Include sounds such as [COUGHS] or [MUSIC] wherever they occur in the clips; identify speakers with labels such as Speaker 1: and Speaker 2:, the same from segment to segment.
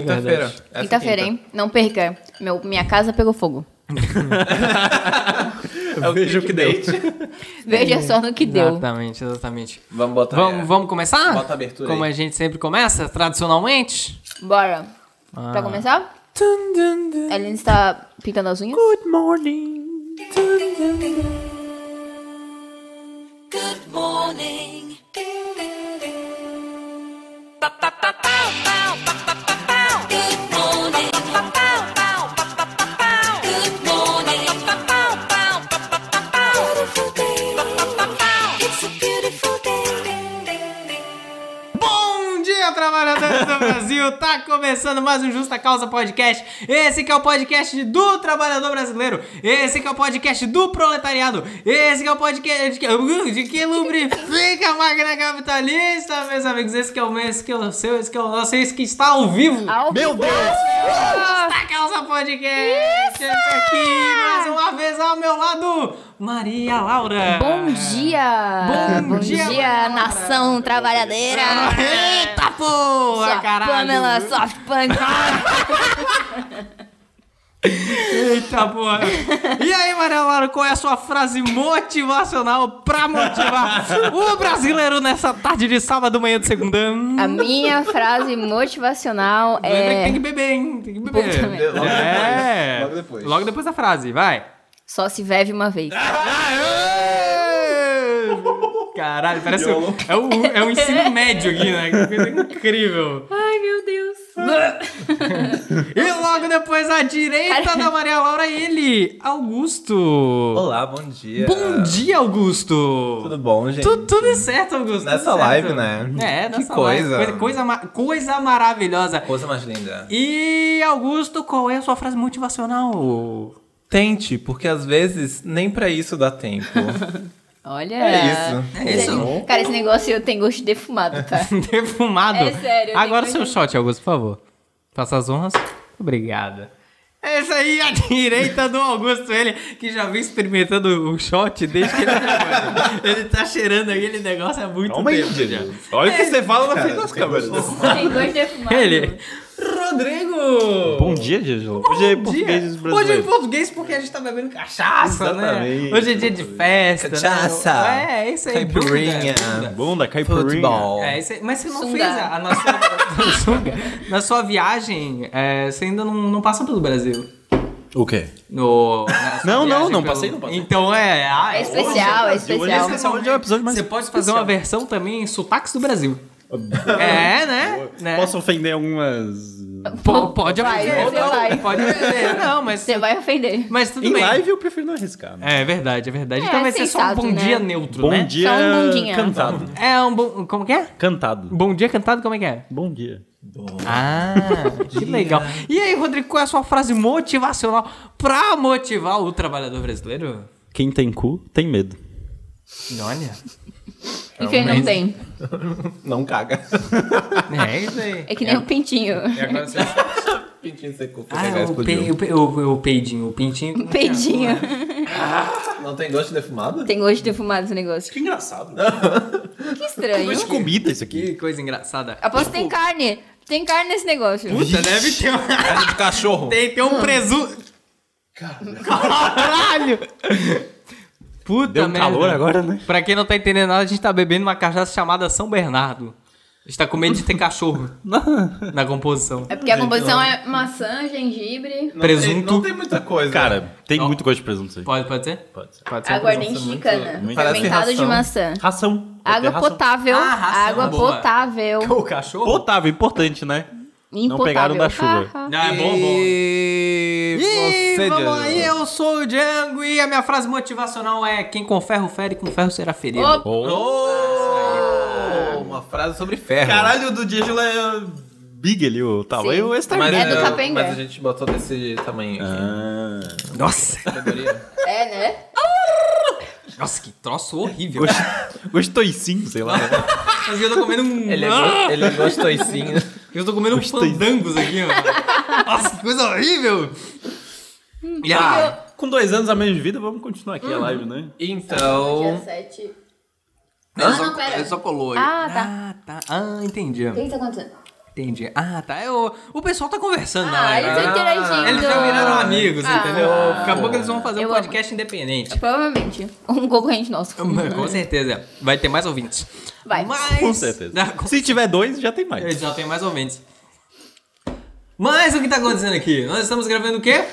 Speaker 1: Quinta-feira.
Speaker 2: É Verdade.
Speaker 1: Essa
Speaker 3: Quinta-feira,
Speaker 1: quinta.
Speaker 3: hein? Não perca. Meu, minha casa pegou fogo.
Speaker 1: É o
Speaker 2: Veja o que deu.
Speaker 1: clickbait.
Speaker 3: Veja só no que deu.
Speaker 2: Exatamente, exatamente.
Speaker 1: Vamos botar.
Speaker 2: [LAUGHS] Vamos, vamos começar?
Speaker 1: Bota a abertura
Speaker 2: Como
Speaker 1: aí.
Speaker 2: a gente sempre começa, tradicionalmente.
Speaker 3: Bora.
Speaker 2: Ah.
Speaker 3: Pra começar?
Speaker 2: Dun, dun, dun.
Speaker 3: A Aline está pintando as unhas?
Speaker 2: Good morning. Dun, dun, dun.
Speaker 4: Good morning. Ding ding ding. Ba ba ba bow bow ba ba ba bow. Good morning. Ba ba bow bow ba ba ba bow. Good morning. Ba ba bow bow ba ba ba bow. Beautiful day. Ba ba ba bow. It's a beautiful day. Ding ding ding.
Speaker 2: Bom dia, trabalhadores do Brasil! Tá começando mais um Justa Causa Podcast. Esse que é o podcast do trabalhador brasileiro. Esse que é o podcast do proletariado. Esse que é o podcast de que, uh, de que lubrifica a máquina capitalista, meus amigos. Esse que é o meu, esse que é o seu, esse que é o nosso, esse que está ao vivo.
Speaker 3: Ao
Speaker 5: Meu Deus!
Speaker 2: Justa Causa Podcast. Esse aqui, mais uma vez ao meu lado, Maria Laura.
Speaker 3: Bom dia!
Speaker 2: Bom dia, Bárbara.
Speaker 3: nação trabalhadeira!
Speaker 2: Eita porra,
Speaker 3: Sua
Speaker 2: caralho!
Speaker 3: Pamela Softpunk!
Speaker 2: Eita porra! E aí, Maria Laura, qual é a sua frase motivacional pra motivar o brasileiro nessa tarde de sábado, manhã de segunda?
Speaker 3: A minha frase motivacional
Speaker 2: Lembra que
Speaker 3: é...
Speaker 2: tem que beber, hein? Tem que beber.
Speaker 3: Puta merda.
Speaker 1: Logo depois,
Speaker 2: É.
Speaker 1: logo depois.
Speaker 2: Logo depois da frase, vai.
Speaker 3: Só se bebe uma vez.
Speaker 2: Caralho, parece um,
Speaker 1: Violão.
Speaker 2: é, um, é um ensino médio aqui, né? Que coisa incrível.
Speaker 3: Ai, meu Deus!
Speaker 2: E logo depois, à direita da Maria Laura, ele, Augusto.
Speaker 1: Olá, bom dia.
Speaker 2: Bom dia, Augusto.
Speaker 1: Tudo bom, gente?
Speaker 2: Tu- tudo certo, Augusto.
Speaker 1: Nessa
Speaker 2: tudo certo.
Speaker 1: live, né?
Speaker 2: É,
Speaker 1: Que
Speaker 2: nessa
Speaker 1: coisa.
Speaker 2: live. Coisa, coisa, ma- coisa maravilhosa.
Speaker 1: Coisa mais linda.
Speaker 2: E, Augusto, qual é a sua frase motivacional?
Speaker 1: Tente, porque às vezes nem pra isso dá tempo.
Speaker 3: Olha!
Speaker 1: É isso.
Speaker 2: [LAUGHS] É isso.
Speaker 1: Bom.
Speaker 3: Cara, esse negócio tem gosto de defumado, tá?
Speaker 2: [LAUGHS] Defumado.
Speaker 3: É sério, eu
Speaker 2: Agora seu
Speaker 3: tenho coisa-
Speaker 2: shot, Augusto, por favor. Faça as honras. Obrigada. É isso aí, à direita do Augusto, ele que já vem experimentando o shot desde que ele tá Ele tá cheirando aquele negócio há muito
Speaker 5: Calma aí,
Speaker 2: tempo já.
Speaker 5: Diego. Olha o
Speaker 2: É.
Speaker 5: que você fala na frente das
Speaker 1: tem
Speaker 5: câmeras.
Speaker 3: Tem gosto de defumado.
Speaker 2: Ele. Rodrigo!
Speaker 5: Bom dia, Diego. Hoje é português
Speaker 2: dia. Hoje é em
Speaker 5: brasileiro.
Speaker 2: português porque a gente tá bebendo cachaça,
Speaker 5: Exatamente.
Speaker 2: né? Hoje é dia de festa,
Speaker 1: Cachaça.
Speaker 2: né? É, é isso aí.
Speaker 1: Caipirinha.
Speaker 2: bunda.
Speaker 5: Bunda, caipirinha.
Speaker 1: Futebol.
Speaker 2: É, isso aí. Mas você não
Speaker 3: Sunga.
Speaker 2: fez a, a na sua,
Speaker 5: [LAUGHS]
Speaker 2: Sunga. na sua viagem, é, você ainda não, não passou pelo Brasil.
Speaker 5: O quê?
Speaker 2: No, na sua
Speaker 5: Não, não,
Speaker 2: viagem
Speaker 5: não
Speaker 2: pelo-
Speaker 5: passei, não passei.
Speaker 2: Então é... ah,
Speaker 3: É especial, é especial.
Speaker 5: Hoje é um episódio mais
Speaker 2: né? Você pode fazer uma versão também em sotaques do Brasil.
Speaker 5: Ah, Boa.
Speaker 2: É, né? né?
Speaker 5: Posso ofender algumas...
Speaker 2: Pô, pode
Speaker 3: Vai,
Speaker 2: aprender.
Speaker 3: você vai.
Speaker 2: Pode aprender. Não, mas,
Speaker 3: Você vai ofender.
Speaker 2: mas tudo
Speaker 5: Em
Speaker 2: bem.
Speaker 5: live eu prefiro não arriscar. né?
Speaker 2: É verdade, é verdade.
Speaker 3: É,
Speaker 2: então vai ser só um
Speaker 3: sensato,
Speaker 2: bom
Speaker 3: né?
Speaker 2: dia neutro,
Speaker 5: Bom
Speaker 2: né?
Speaker 5: dia
Speaker 3: Só um bundinha.
Speaker 5: cantado.
Speaker 2: É um bom. Como que é?
Speaker 5: Cantado.
Speaker 2: Bom dia cantado, como é que é?
Speaker 5: Bom dia.
Speaker 2: Ah, que legal. E aí, Rodrigo, qual é a sua frase motivacional pra motivar o trabalhador brasileiro?
Speaker 5: Quem tem cu, tem medo.
Speaker 2: Olha.
Speaker 3: E quem não tem?
Speaker 2: [LAUGHS]
Speaker 1: Não caga.
Speaker 2: É isso aí.
Speaker 3: É que nem um pintinho.
Speaker 2: E agora você... [LAUGHS]
Speaker 1: Pintinho secou. pra
Speaker 2: Ah,
Speaker 1: pegar
Speaker 2: o,
Speaker 1: explodiu.
Speaker 2: pe... o, pe... o, o peidinho, o pintinho.
Speaker 3: Um peidinho.
Speaker 1: Não tem gosto de defumado?
Speaker 3: Tem gosto de defumado esse negócio.
Speaker 1: [LAUGHS]
Speaker 5: Que engraçado.
Speaker 3: Que estranho.
Speaker 5: Coisa de comida isso aqui.
Speaker 2: [LAUGHS] Que coisa engraçada.
Speaker 3: Aposto que tem carne. Tem carne nesse negócio.
Speaker 2: Puta, deve ter uma...
Speaker 1: Carne de cachorro.
Speaker 2: Tem, tem um presunto. Caralho! Puta
Speaker 5: Deu
Speaker 2: merda.
Speaker 5: calor agora, né?
Speaker 2: Pra quem não tá entendendo nada, a gente tá bebendo uma cachaça chamada São Bernardo. A gente tá com medo de ter cachorro na composição.
Speaker 3: É porque a composição é maçã, gengibre,
Speaker 1: Não
Speaker 2: Presunto.
Speaker 1: Tem, não tem muita coisa.
Speaker 5: Cara, tem
Speaker 2: Não.
Speaker 5: muito gosto de presunto isso aí.
Speaker 2: Pode, pode ser?
Speaker 5: Pode ser.
Speaker 2: Pode ser.
Speaker 3: aguardente de
Speaker 1: muito-
Speaker 3: cana,
Speaker 5: muito-
Speaker 3: né? fermentado
Speaker 1: Parece
Speaker 3: de
Speaker 1: ração.
Speaker 3: maçã.
Speaker 5: Ração. Pode ter
Speaker 3: Água
Speaker 5: ração.
Speaker 3: potável,
Speaker 2: Ah, ração,
Speaker 3: água
Speaker 2: boa.
Speaker 3: potável,
Speaker 2: O cachorro?
Speaker 5: Potável, importante, né?
Speaker 3: impotável.
Speaker 5: pegaram da chuva.
Speaker 3: Ah, ah.
Speaker 2: Ah, é bom, bom.
Speaker 1: E
Speaker 2: E
Speaker 1: você,
Speaker 2: vamos
Speaker 1: Diego?
Speaker 2: aí, eu sou o Django e a minha frase motivacional é quem com ferro fere, com ferro será ferido.
Speaker 3: Opa,
Speaker 1: Oh, uma frase sobre ferro.
Speaker 5: Caralho, o do Diego é big ali, o
Speaker 3: Sim.
Speaker 5: tamanho externo.
Speaker 3: É do
Speaker 1: eu-
Speaker 3: Capenga.
Speaker 1: mas a gente botou desse tamanho aqui.
Speaker 5: Ah.
Speaker 2: Nossa, [LAUGHS]
Speaker 1: Categoria.
Speaker 3: é, né?
Speaker 2: nossa, que troço horrível.
Speaker 5: Gosto- Gostoicinho, sei lá.
Speaker 2: [LAUGHS] Mas eu tô comendo um...
Speaker 1: Ele é,
Speaker 2: Ah!
Speaker 1: go- ele é gostosinho.
Speaker 2: Eu tô comendo uns
Speaker 5: Gostei.
Speaker 2: fandangos aqui, ó. Nossa, que coisa horrível! E aí,
Speaker 3: Ah,
Speaker 5: Com dois anos a menos de vida, vamos continuar aqui
Speaker 2: Uhum.
Speaker 5: a live, né?
Speaker 1: Então.
Speaker 3: Dia 7.
Speaker 2: eu
Speaker 3: Ah,
Speaker 2: só-
Speaker 3: não, pera.
Speaker 2: eu só colou aí.
Speaker 3: Ah, tá.
Speaker 2: Ah, tá. Ah, entendi.
Speaker 3: O que que tá acontecendo?
Speaker 2: Entendi. Ah, tá. É o, o pessoal tá conversando na
Speaker 3: Ah,
Speaker 2: hora.
Speaker 3: eles
Speaker 2: né?
Speaker 3: estão interagindo.
Speaker 2: Eles já viraram amigos,
Speaker 3: Ah.
Speaker 2: entendeu? Daqui a pouco eles vão fazer um
Speaker 3: Eu
Speaker 2: podcast independente.
Speaker 3: Provavelmente. Um concorrente nosso.
Speaker 2: [LAUGHS] Com certeza. Vai ter mais ouvintes.
Speaker 3: Vai.
Speaker 2: Mas...
Speaker 5: Com certeza.
Speaker 2: Ah, com É
Speaker 5: Se tiver dois, já tem mais.
Speaker 2: Eles já tem mais ouvintes. Mas o que tá acontecendo aqui? Nós estamos gravando o quê?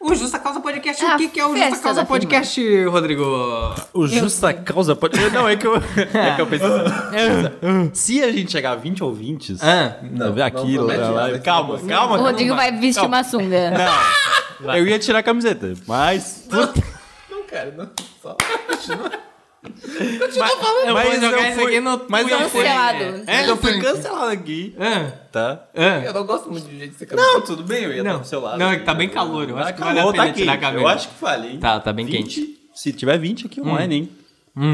Speaker 2: O Justa Causa Podcast. o
Speaker 3: A
Speaker 2: que, que é o
Speaker 3: festa
Speaker 2: Justa Causa
Speaker 3: da
Speaker 2: Podcast, Rodrigo?
Speaker 5: O Justa Causa pode. [LAUGHS] Não, é que eu, é que eu pensei. É Se a gente chegar a 20 ouvintes.
Speaker 2: Ah,
Speaker 5: né, Não, aqui,
Speaker 1: não
Speaker 5: lá,
Speaker 1: promete
Speaker 5: lá,
Speaker 1: nada
Speaker 5: lá.
Speaker 2: né?
Speaker 1: aqui,
Speaker 5: né, calma,
Speaker 1: não.
Speaker 5: calma.
Speaker 3: O Rodrigo
Speaker 5: calma.
Speaker 3: vai vestir
Speaker 5: Calma.
Speaker 3: uma sunga.
Speaker 5: Não, eu ia tirar a camiseta, mas.
Speaker 1: Não, cara, não. Só.
Speaker 5: mas,
Speaker 2: eu vou jogar isso aqui no
Speaker 5: mas eu
Speaker 2: Twitter.
Speaker 5: fui,
Speaker 3: Cancelado.
Speaker 5: é, eu fui cancelado aqui,
Speaker 2: Ah,
Speaker 5: tá?
Speaker 2: ah.
Speaker 1: Eu não gosto muito de gente ser
Speaker 5: Não,
Speaker 1: cabeludo.
Speaker 5: tudo bem, eu ia estar
Speaker 2: Não,
Speaker 5: do seu lado.
Speaker 2: não, é que tá bem calor, eu acho que vale a pena
Speaker 5: tá
Speaker 2: tirar a
Speaker 5: quente,
Speaker 2: camisa.
Speaker 5: Eu acho que vale, hein?
Speaker 2: Tá, tá bem quente. Hum.
Speaker 5: Se tiver 20 aqui online, hein?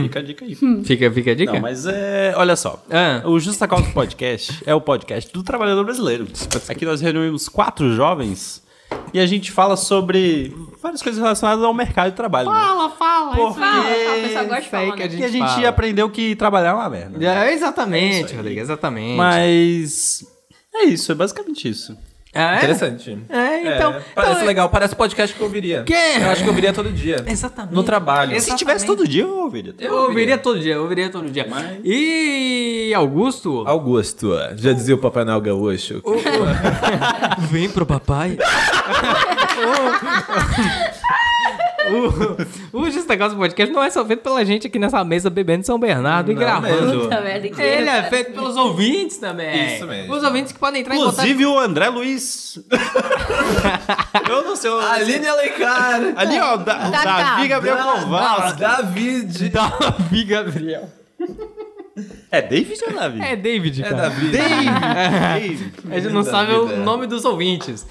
Speaker 5: Fica a dica aí.
Speaker 2: Fica, fica a dica.
Speaker 5: Não, mas é. Olha só.
Speaker 2: Ah.
Speaker 5: O Justa Causa Podcast é o podcast do trabalhador brasileiro. Aqui nós reunimos quatro jovens e a gente fala sobre várias coisas relacionadas ao mercado de trabalho. né?
Speaker 2: Fala, fala.
Speaker 5: Porque-
Speaker 2: isso aí.
Speaker 3: Fala, fala, o pessoal gosta de
Speaker 2: Isso aí
Speaker 3: falar,
Speaker 2: que
Speaker 3: né?
Speaker 2: a gente,
Speaker 5: E a gente
Speaker 2: fala.
Speaker 5: aprendeu que trabalhar é uma merda. né?
Speaker 2: É, exatamente, Rodrigo, exatamente.
Speaker 5: Mas. É isso, é basicamente isso.
Speaker 2: Ah, é?
Speaker 1: Interessante.
Speaker 2: É, então.
Speaker 1: É, parece
Speaker 2: então,
Speaker 1: legal, parece podcast que eu ouviria.
Speaker 2: Que?
Speaker 1: Eu acho que eu ouviria todo dia.
Speaker 2: Exatamente.
Speaker 1: No trabalho.
Speaker 2: Esse-
Speaker 5: Se tivesse todo dia, eu ouviria.
Speaker 2: Eu ouviria todo dia, eu ouviria todo dia. E Augusto?
Speaker 1: Augusto, já dizia o Papai Noel Gaúcho.
Speaker 2: Vem pro papai. [LAUGHS] o, o Justa Causa Podcast não é só feito pela gente aqui nessa mesa bebendo em São Bernardo e gravando.
Speaker 3: Puta merda, que
Speaker 2: Ele é
Speaker 3: cara.
Speaker 2: feito pelos ouvintes também.
Speaker 1: Isso mesmo.
Speaker 2: Os ouvintes que podem entrar em
Speaker 5: Inclusive o André Luiz.
Speaker 2: [LAUGHS]
Speaker 5: eu não sei. eu-
Speaker 1: Aline Alencar.
Speaker 5: Ali, ó, da,
Speaker 3: Tá, tá.
Speaker 5: Davi Gabriel Kowalski.
Speaker 1: David.
Speaker 2: Tá, [LAUGHS]
Speaker 5: Davi Gabriel. É David ou Davi?
Speaker 2: contato. É David,
Speaker 1: É
Speaker 2: cara.
Speaker 1: David.
Speaker 5: David.
Speaker 2: É, A gente não sabe o é nome dos ouvintes.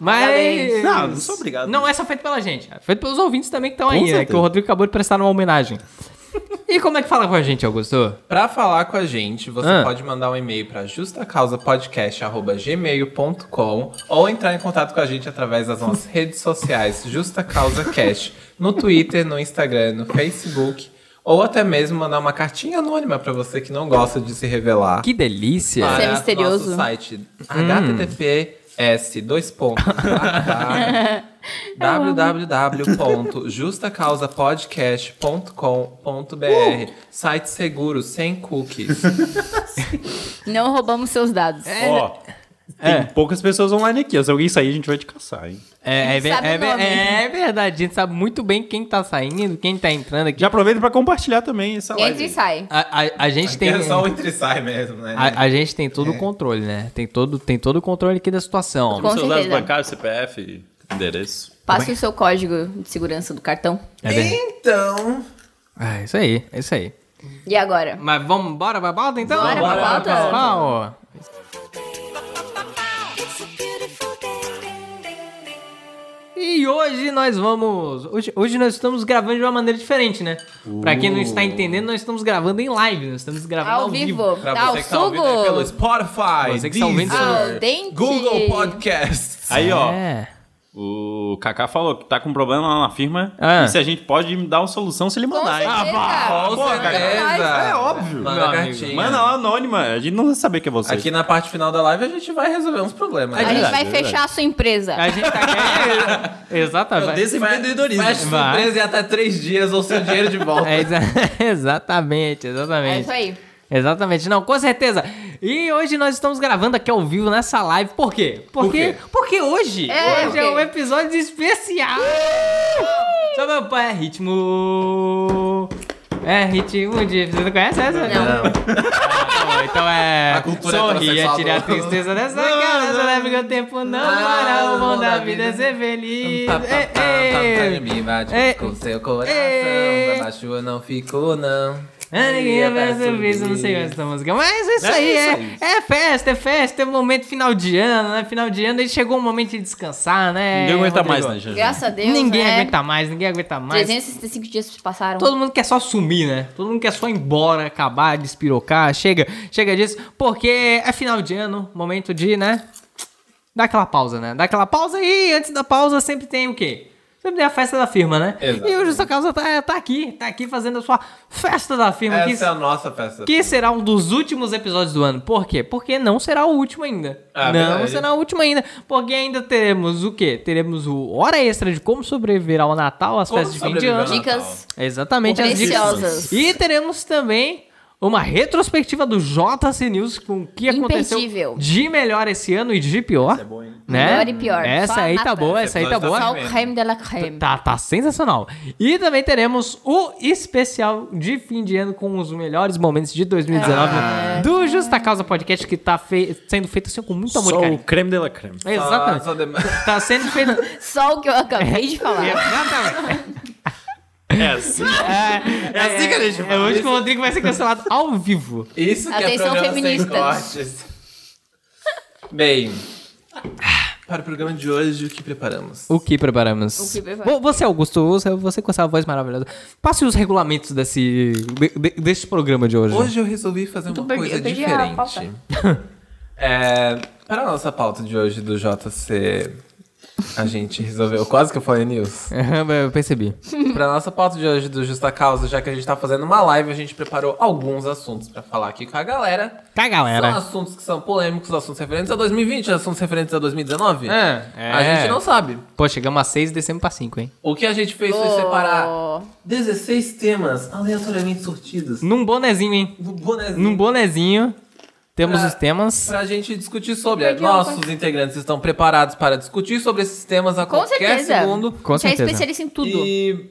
Speaker 2: Mas.
Speaker 3: Parabéns.
Speaker 5: Não, não sou obrigado.
Speaker 2: Não é só feito pela gente, é feito pelos ouvintes também que estão aí, né?
Speaker 5: certeza.
Speaker 2: Que o Rodrigo acabou de prestar uma homenagem. E como é que fala com a gente, Augusto?
Speaker 1: Pra falar com a gente, você
Speaker 2: Ah.
Speaker 1: pode mandar um e-mail pra justacausapodcast.gmail.com ou entrar em contato com a gente através das nossas redes sociais Justa Causa Cast, no Twitter, no Instagram, no Facebook, ou até mesmo mandar uma cartinha anônima pra você que não gosta de se revelar.
Speaker 2: Que delícia!
Speaker 1: para
Speaker 3: Ser é misterioso.
Speaker 1: nosso site
Speaker 2: Hum.
Speaker 1: https dois pontos
Speaker 3: [LAUGHS]
Speaker 1: www.justacausapodcast.com.br Site seguro, sem cookies.
Speaker 3: Não roubamos seus dados.
Speaker 5: Ó,
Speaker 2: É.
Speaker 5: tem poucas pessoas online aqui. Se alguém sair, a gente vai te caçar, hein?
Speaker 2: É, é,
Speaker 3: gente
Speaker 2: ver-
Speaker 3: sabe
Speaker 2: é
Speaker 3: o
Speaker 2: ver-
Speaker 3: nome.
Speaker 2: é verdade, a gente sabe muito bem quem tá saindo, quem tá entrando aqui.
Speaker 5: Já aproveita pra compartilhar também essa
Speaker 3: Entra
Speaker 5: live.
Speaker 3: e
Speaker 5: aí.
Speaker 3: sai.
Speaker 2: A, a- a gente [LAUGHS] tem.
Speaker 1: É só o entre e sai mesmo, né?
Speaker 2: A, a gente tem
Speaker 3: É.
Speaker 2: todo o controle, né? Tem todo, tem todo o controle aqui da situação.
Speaker 3: Com
Speaker 5: Seus dados
Speaker 3: certeza.
Speaker 5: bancários, CPF, endereço.
Speaker 3: Passe o seu código de segurança do cartão.
Speaker 2: É verdade.
Speaker 1: Então,
Speaker 2: Ah, é isso aí, é isso aí.
Speaker 3: E agora?
Speaker 2: Mas vamos bora pra pauta então?
Speaker 3: Bora pra
Speaker 2: pra
Speaker 3: pauta.
Speaker 2: pauta.
Speaker 4: It's a beautiful day.
Speaker 2: E hoje nós vamos. Hoje, hoje nós estamos gravando de uma maneira diferente, né? Pra quem não está entendendo, nós estamos gravando em live, nós estamos gravando ao,
Speaker 3: Uh. Ao vivo.
Speaker 1: pra
Speaker 3: Dá o
Speaker 1: você que tá ouvindo aí pelo
Speaker 3: sugo.
Speaker 1: Spotify,
Speaker 2: Você que tá ouvindo
Speaker 1: Deezer,
Speaker 3: pelo- Ao dente.
Speaker 1: Google
Speaker 2: [LAUGHS]
Speaker 1: Podcasts.
Speaker 5: Aí, ó,
Speaker 2: É.
Speaker 5: o Kaká falou que tá com um problema lá na firma.
Speaker 2: É.
Speaker 5: E se a gente pode dar uma solução se ele
Speaker 3: Com
Speaker 2: Ah,
Speaker 5: mandar, hein?
Speaker 3: certeza.
Speaker 1: Com
Speaker 5: pô,
Speaker 1: certeza.
Speaker 3: cara.
Speaker 5: É óbvio.
Speaker 1: Manda
Speaker 2: Meu amigo,
Speaker 1: cartinha.
Speaker 5: Manda lá anônima, a gente não vai saber que é você.
Speaker 1: Aqui na parte final da live a gente vai resolver uns problemas.
Speaker 3: A
Speaker 1: né?
Speaker 3: gente vai
Speaker 5: verdade.
Speaker 3: fechar a sua empresa.
Speaker 2: A gente tá
Speaker 3: [LAUGHS]
Speaker 2: aqui. Exatamente.
Speaker 1: Desempreendedorismo. Fecha
Speaker 2: é Vai.
Speaker 1: surpresa em até três dias ou seu dinheiro de volta. Tá,
Speaker 2: É, exa- [LAUGHS] exatamente,
Speaker 3: É
Speaker 2: exatamente.
Speaker 3: isso aí.
Speaker 2: Exatamente, não, com certeza. E hoje nós estamos gravando aqui ao vivo nessa live. Por quê? Porque,
Speaker 1: quê?
Speaker 2: porque hoje,
Speaker 3: É,
Speaker 2: hoje
Speaker 3: o
Speaker 2: é
Speaker 3: quê?
Speaker 2: um episódio especial. Só meu pai, é ritmo. É ritmo de. Você não conhece essa?
Speaker 3: Não.
Speaker 2: Bom, então é.
Speaker 1: [LAUGHS] A cultura
Speaker 2: sorri, é
Speaker 1: heterossexual
Speaker 2: tirar a
Speaker 1: do-
Speaker 2: tristeza dessa cara. Essa leve que o tempo não
Speaker 1: Ah,
Speaker 2: para. O bom
Speaker 1: bom
Speaker 2: da
Speaker 1: da
Speaker 2: vida
Speaker 1: vida.
Speaker 2: é ser feliz. É,
Speaker 1: Tá, tá, tá, tá,
Speaker 2: Ei,
Speaker 1: tá, Me
Speaker 2: Ei.
Speaker 1: bate com seu coração.
Speaker 2: Ei.
Speaker 1: Pra baixo eu não fico, não.
Speaker 2: Ah, É. ninguém vai
Speaker 1: Abraço,
Speaker 2: saber isso, não sei
Speaker 1: menino.
Speaker 2: essa música. Mas isso aí
Speaker 5: isso
Speaker 2: é,
Speaker 5: aí.
Speaker 2: é festa, é festa, é momento final de ano, né? Final de ano, aí chegou o momento de descansar, né?
Speaker 5: Ninguém aguenta
Speaker 2: Rodrigo?
Speaker 5: mais, né, Jean?
Speaker 3: Graças a Deus.
Speaker 2: Ninguém
Speaker 3: né?
Speaker 2: aguenta mais, ninguém aguenta mais.
Speaker 3: 365 dias se passaram.
Speaker 2: Todo mundo quer só sumir, né? Todo mundo quer só ir embora, acabar, despirocar, chega, chega disso, porque é final de ano, momento de, né? Dar aquela pausa, né? Dar aquela pausa e antes da pausa sempre tem o quê? Sempre tem a festa da firma, né?
Speaker 1: Exato.
Speaker 2: E o Justa Causa tá, tá aqui, tá aqui fazendo a sua festa da firma. que-
Speaker 1: Essa é a nossa festa.
Speaker 2: que será um dos últimos episódios do ano. Por quê? Porque não será o último ainda. não
Speaker 1: Ah, verdade.
Speaker 2: será o último ainda. Porque ainda teremos o quê? Teremos o hora extra de como sobreviver ao Natal, às
Speaker 1: Como
Speaker 2: festas de fim de
Speaker 1: sobreviver ao
Speaker 2: ano.
Speaker 1: Natal.
Speaker 3: Dicas.
Speaker 2: Exatamente, as
Speaker 3: Preciosas.
Speaker 2: dicas. E teremos também uma retrospectiva do JC News com o que aconteceu
Speaker 3: Imperdível.
Speaker 2: de melhor esse ano e de pior.
Speaker 1: É bom, hein? é
Speaker 2: né?
Speaker 3: Melhor e pior.
Speaker 2: Essa
Speaker 3: Só
Speaker 2: aí
Speaker 3: na
Speaker 2: tá boa,
Speaker 3: frente.
Speaker 2: essa aí tá
Speaker 1: Episódio
Speaker 2: boa.
Speaker 1: da
Speaker 3: Só o creme de la creme.
Speaker 2: Tá, tá sensacional. E também teremos o especial de fim de ano com os melhores momentos de 2019 do Justa Causa Podcast, que tá fei- sendo feito assim com muito amor e
Speaker 5: Só o
Speaker 2: carinho.
Speaker 5: creme de la creme.
Speaker 2: Exatamente.
Speaker 1: Só- só de-
Speaker 2: Tá sendo feito.
Speaker 3: Só o que eu acabei de falar.
Speaker 2: [LAUGHS] Exatamente.
Speaker 5: É assim. É, assim que a gente
Speaker 2: É hoje que o Rodrigo vai ser cancelado ao vivo.
Speaker 1: Isso que é
Speaker 3: Atenção,
Speaker 1: programa
Speaker 3: feministas.
Speaker 1: sem cortes. Bem, para o programa de hoje, o que preparamos?
Speaker 2: O que preparamos?
Speaker 3: O que preparamos?
Speaker 2: Vo- Você, Augusto, você, você com essa voz maravilhosa. Passe os regulamentos desse, de- de- desse programa de hoje.
Speaker 1: Hoje eu resolvi fazer uma
Speaker 3: perdi-
Speaker 1: coisa
Speaker 3: eu perdi a pauta.
Speaker 1: diferente. [LAUGHS] É, para a nossa pauta de hoje do JC, a gente resolveu. Quase que eu falei
Speaker 3: [LAUGHS]
Speaker 1: news.
Speaker 2: [LAUGHS] eu percebi.
Speaker 1: Pra nossa pauta de hoje do Justa Causa, já que a gente tá fazendo uma live, a gente preparou alguns assuntos pra falar aqui com a galera.
Speaker 2: Tá,
Speaker 1: São
Speaker 2: galera.
Speaker 1: assuntos que são polêmicos, assuntos referentes a 2020, assuntos referentes a 2019.
Speaker 2: É, é.
Speaker 1: A gente não sabe.
Speaker 2: Pô, chegamos a 6 e descemos pra 5, hein?
Speaker 1: O que a gente fez foi
Speaker 3: Oh.
Speaker 1: separar 16 temas aleatoriamente sortidos
Speaker 2: Num bonezinho, hein?
Speaker 1: no bonezinho.
Speaker 2: Num bonezinho, temos
Speaker 1: Pra-
Speaker 2: os temas.
Speaker 1: Pra gente discutir sobre.
Speaker 3: Porque eu-
Speaker 1: Nossos integrantes estão preparados para discutir sobre esses temas a
Speaker 3: Com
Speaker 1: qualquer
Speaker 3: certeza.
Speaker 1: segundo.
Speaker 2: Com
Speaker 3: Você é
Speaker 2: certeza.
Speaker 3: especialista em tudo.
Speaker 1: E...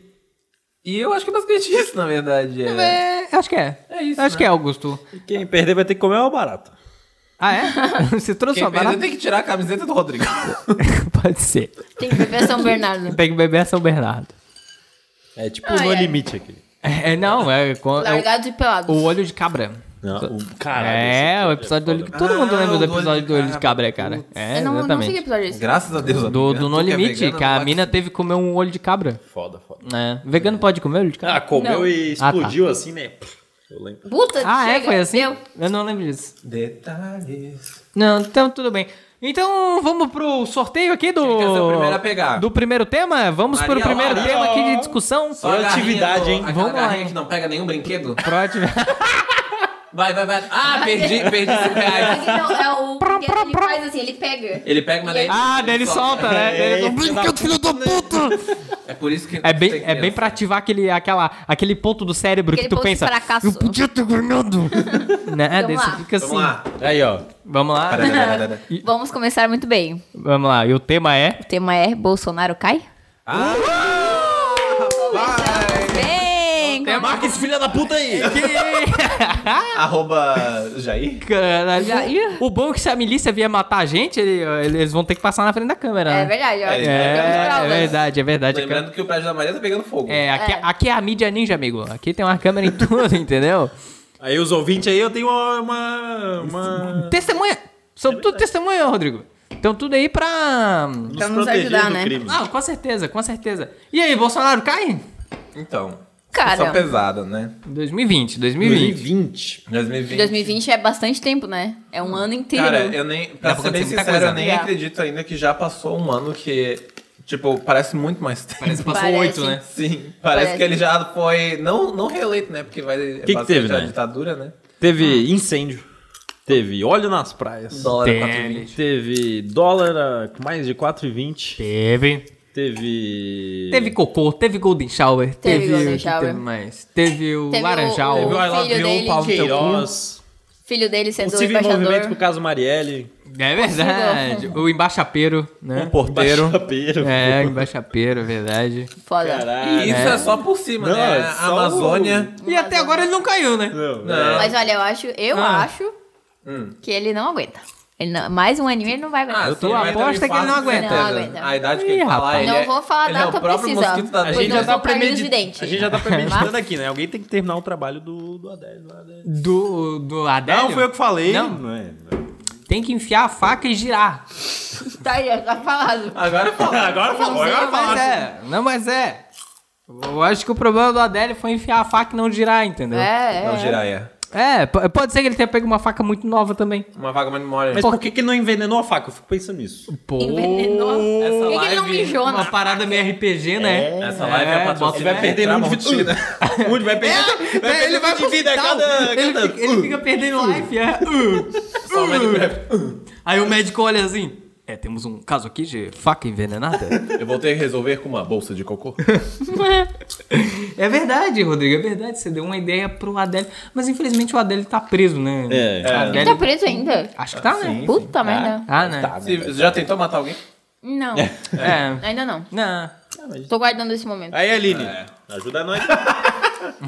Speaker 1: e eu acho que é basicamente isso, na verdade. É.
Speaker 2: É, acho que é.
Speaker 1: É isso,
Speaker 2: Acho
Speaker 1: né?
Speaker 2: que é, Augusto.
Speaker 5: Quem perder vai ter que comer uma barata.
Speaker 2: Ah, [LAUGHS] é? Você trouxe
Speaker 1: Quem
Speaker 2: uma
Speaker 1: perder
Speaker 2: barata?
Speaker 1: tem que tirar a camiseta
Speaker 2: [LAUGHS]
Speaker 1: do Rodrigo.
Speaker 2: Pode ser.
Speaker 3: Tem que beber São Bernardo.
Speaker 2: Tem que beber São Bernardo.
Speaker 5: É tipo
Speaker 3: Ai,
Speaker 5: no
Speaker 3: ai.
Speaker 5: limite aqui.
Speaker 2: É, não, é, com- [LAUGHS] é o-
Speaker 3: Largados e pelados.
Speaker 2: o olho de cabra.
Speaker 5: Não, o cara.
Speaker 2: É, o episódio do olho de Todo mundo
Speaker 1: Ah,
Speaker 2: lembra
Speaker 1: o
Speaker 2: do
Speaker 1: do olho
Speaker 2: episódio
Speaker 1: de
Speaker 2: do olho de
Speaker 1: cabra.
Speaker 2: cabra, cara. É,
Speaker 3: eu não, não sei que
Speaker 2: exatamente.
Speaker 3: episódio é esse.
Speaker 1: Graças a Deus,
Speaker 2: Do,
Speaker 1: amiga.
Speaker 2: do No
Speaker 1: Tu que é
Speaker 2: Limite,
Speaker 1: vegana,
Speaker 2: que a
Speaker 1: não
Speaker 2: mina teve que comer um olho de cabra.
Speaker 5: Foda, foda.
Speaker 2: É. Vegano pode comer olho de cabra?
Speaker 5: Ah, comeu
Speaker 3: Não.
Speaker 5: e
Speaker 2: Ah, tá.
Speaker 5: explodiu assim, né? Pff, Eu lembro.
Speaker 3: Puta,
Speaker 2: Ah, é?
Speaker 3: chega,
Speaker 2: Foi assim?
Speaker 3: deu.
Speaker 2: Eu não lembro disso.
Speaker 1: Detalhes.
Speaker 2: Não, então tudo bem. Então vamos pro sorteio aqui do.
Speaker 1: Quem quer ser o primeiro a pegar?
Speaker 2: Do primeiro tema? Vamos
Speaker 1: Maria
Speaker 2: pro primeiro
Speaker 1: Laura.
Speaker 2: tema aqui de discussão.
Speaker 1: Só a garrinha
Speaker 5: atividade,
Speaker 1: do-
Speaker 5: hein?
Speaker 1: Aquela
Speaker 2: Vamos lá,
Speaker 1: garrinha
Speaker 2: hein?
Speaker 1: que não pega nenhum brinquedo. [LAUGHS]
Speaker 2: Próximo.
Speaker 1: Vai, vai, vai. Ah, perdi, perdi 5 reais.
Speaker 3: Então, é o que ele faz assim, ele pega.
Speaker 1: Ele pega, mas daí...
Speaker 2: ah, daí ele solta, né? Daí ele-
Speaker 5: Brinca, filho do puto!
Speaker 1: É por isso que...
Speaker 2: É bem,
Speaker 1: tem
Speaker 2: é bem
Speaker 1: criança.
Speaker 2: pra ativar aquele, aquela, aquele ponto do cérebro que
Speaker 3: Aquele
Speaker 2: tu
Speaker 3: ponto de
Speaker 2: pensa.
Speaker 3: fracasso.
Speaker 2: Eu podia ter
Speaker 3: [LAUGHS]
Speaker 2: ganhado! né? Daí
Speaker 3: Vamos
Speaker 2: você
Speaker 3: lá.
Speaker 2: fica assim.
Speaker 1: Vamos lá.
Speaker 5: Aí, ó.
Speaker 2: Vamos lá.
Speaker 1: Pera, pera, pera,
Speaker 2: [LAUGHS]
Speaker 1: pera.
Speaker 3: Vamos começar muito bem.
Speaker 2: Vamos lá. E o tema é.
Speaker 3: O tema é Bolsonaro cai?
Speaker 1: Vai.
Speaker 3: Bem!
Speaker 1: É,
Speaker 5: Marca esse filho da puta aí!
Speaker 2: [LAUGHS]
Speaker 1: Arroba Jair?
Speaker 2: Caralho.
Speaker 3: Já- Ih.
Speaker 2: O bom é que se a milícia vier matar a gente, ele- eles vão ter que passar na frente da câmera. né?
Speaker 3: É verdade, ó.
Speaker 1: É,
Speaker 3: Temos
Speaker 2: É, é
Speaker 3: provas.
Speaker 2: verdade, é verdade.
Speaker 1: Lembrando que o prédio da Maria tá pegando fogo.
Speaker 2: É, aqui, aqui é a mídia ninja, amigo. Aqui tem uma câmera em tudo, [LAUGHS] entendeu?
Speaker 5: Aí os ouvintes aí, eu tenho uma. uma, uma...
Speaker 2: Testemunha!
Speaker 3: É
Speaker 2: São tudo testemunha, Rodrigo. Então tudo aí pra.
Speaker 3: Pra nos ajudar, né?
Speaker 2: Ah, com certeza, com certeza. E aí, Bolsonaro cai?
Speaker 1: Então. Só
Speaker 3: Cara,
Speaker 1: pesada, né?
Speaker 2: 2020, 2020.
Speaker 5: 2020.
Speaker 1: 2020.
Speaker 3: 2020 é bastante tempo, né? É um ano inteiro.
Speaker 1: Cara, eu nem. Pra
Speaker 2: Dá pra
Speaker 1: ser bem
Speaker 2: acontecer muita
Speaker 1: sincero, eu
Speaker 2: coisa. né?
Speaker 1: nem
Speaker 3: É.
Speaker 1: acredito ainda que já passou um ano que. Tipo, parece muito mais tempo.
Speaker 2: Parece que passou
Speaker 3: Parece.
Speaker 2: oito, né?
Speaker 1: Sim, parece,
Speaker 3: Parece.
Speaker 1: que ele já foi. Não, não reeleito, né? Porque vai. O
Speaker 5: que teve, né?
Speaker 1: ditadura, né?
Speaker 5: Teve incêndio. Teve óleo nas praias.
Speaker 1: Dólar
Speaker 2: Teve.
Speaker 1: 4,20.
Speaker 5: Teve dólar a com mais de 4,20.
Speaker 2: Teve.
Speaker 5: Teve.
Speaker 2: Teve cocô, teve Golden Shower,
Speaker 3: Teve
Speaker 2: teve.
Speaker 3: Golden
Speaker 2: o que
Speaker 3: Shower.
Speaker 2: Teve mais. Teve o
Speaker 3: Teve o-
Speaker 2: Laranjal.
Speaker 3: o-
Speaker 5: Teve I Love
Speaker 3: filho
Speaker 5: You,
Speaker 3: dele.
Speaker 5: Paulo no teu cu.
Speaker 1: Queiroz.
Speaker 3: Filho dele sendo
Speaker 5: Possível envolvimento com
Speaker 3: embaixador.
Speaker 5: o caso Marielle.
Speaker 2: É verdade. O embaixapeiro, né?
Speaker 5: O porteiro. Embaixapeiro.
Speaker 2: É, embaixapeiro, verdade.
Speaker 3: Foda.
Speaker 1: E
Speaker 5: [LAUGHS] Caralho.
Speaker 1: isso é. só por cima,
Speaker 5: Não,
Speaker 1: né?
Speaker 5: é
Speaker 1: A
Speaker 5: só o-
Speaker 1: Amazônia.
Speaker 2: E até agora ele não caiu, né?
Speaker 5: Não,
Speaker 1: Não.
Speaker 3: Mas olha, eu acho, eu
Speaker 2: Ah.
Speaker 3: acho que ele não aguenta. Ele não- mais um aninho ele não vai aguentar.
Speaker 1: Ah,
Speaker 2: Eu tô
Speaker 1: sim, mas
Speaker 2: aposta
Speaker 1: também
Speaker 2: que ele não
Speaker 1: fácil,
Speaker 2: aguenta.
Speaker 1: certeza.
Speaker 3: Não aguenta.
Speaker 1: A idade que ele
Speaker 2: Ih,
Speaker 1: tá lá,
Speaker 2: rapaz.
Speaker 1: ele
Speaker 3: Não
Speaker 1: é-
Speaker 3: vou falar a
Speaker 1: ele é
Speaker 3: data
Speaker 1: o próprio
Speaker 3: precisa.
Speaker 1: mosquito da
Speaker 5: A
Speaker 3: Pois
Speaker 1: noite,
Speaker 3: eu
Speaker 5: gente, já
Speaker 1: né?
Speaker 5: tá
Speaker 3: sou carinho
Speaker 5: premedi-
Speaker 3: é de dente.
Speaker 5: a gente já
Speaker 3: [LAUGHS]
Speaker 5: tá premeditando aqui, né? Alguém tem que terminar o trabalho do, do Adélio. do Adélio.
Speaker 2: Do, do Adélio?
Speaker 5: Não, foi eu que falei.
Speaker 2: Não.
Speaker 5: é,
Speaker 2: Tem que enfiar a faca e girar.
Speaker 3: Tá aí, ó, tá falado.
Speaker 1: Agora fala.
Speaker 5: Agora falou, agora
Speaker 2: Não, mas é. Não, mas é. Eu acho que o problema do Adélio foi enfiar a faca e não girar, entendeu?
Speaker 3: É, é.
Speaker 1: Não, Jiraya.
Speaker 2: É, p- pode ser que ele tenha pego uma faca muito nova também.
Speaker 1: Uma vaga mais memória.
Speaker 5: Mas por que, que não envenenou a faca? Eu fico pensando nisso.
Speaker 2: Pô,
Speaker 3: Envenenou. Por que, que ele não
Speaker 1: live-
Speaker 3: mijou né? na
Speaker 2: uma parada meio RPG, né?
Speaker 1: Essa live é,
Speaker 2: É,
Speaker 1: patrocinada.
Speaker 2: ele vai
Speaker 5: perder
Speaker 1: Tramontina.
Speaker 5: muito de vida.
Speaker 1: [LAUGHS]
Speaker 5: Onde vai
Speaker 2: É.
Speaker 5: perder? vai perder muito de vida a
Speaker 2: hospital,
Speaker 5: cada.
Speaker 2: ele,
Speaker 5: cada-
Speaker 2: fica, ele fica perdendo life, [LAUGHS] é.
Speaker 1: Só [LAUGHS] uma de breve.
Speaker 2: Aí o médico olha assim. É, temos um caso aqui de faca envenenada.
Speaker 1: Eu voltei a resolver com uma bolsa de [LAUGHS] cocô.
Speaker 2: [LAUGHS] é verdade, Rodrigo, é verdade. Você deu uma ideia pro Adélio. Mas infelizmente o Adélio tá preso, né?
Speaker 5: É.
Speaker 2: O Adélio-
Speaker 3: Tá preso ainda?
Speaker 2: Acho que tá, né?
Speaker 3: Puta merda.
Speaker 2: Ah, né?
Speaker 5: Tá,
Speaker 1: Você
Speaker 5: né?
Speaker 1: você já tentou matar alguém?
Speaker 3: Não,
Speaker 2: É.
Speaker 3: ainda não.
Speaker 2: Não,
Speaker 3: Tô guardando esse momento.
Speaker 5: Aí, Aline, ajuda nós.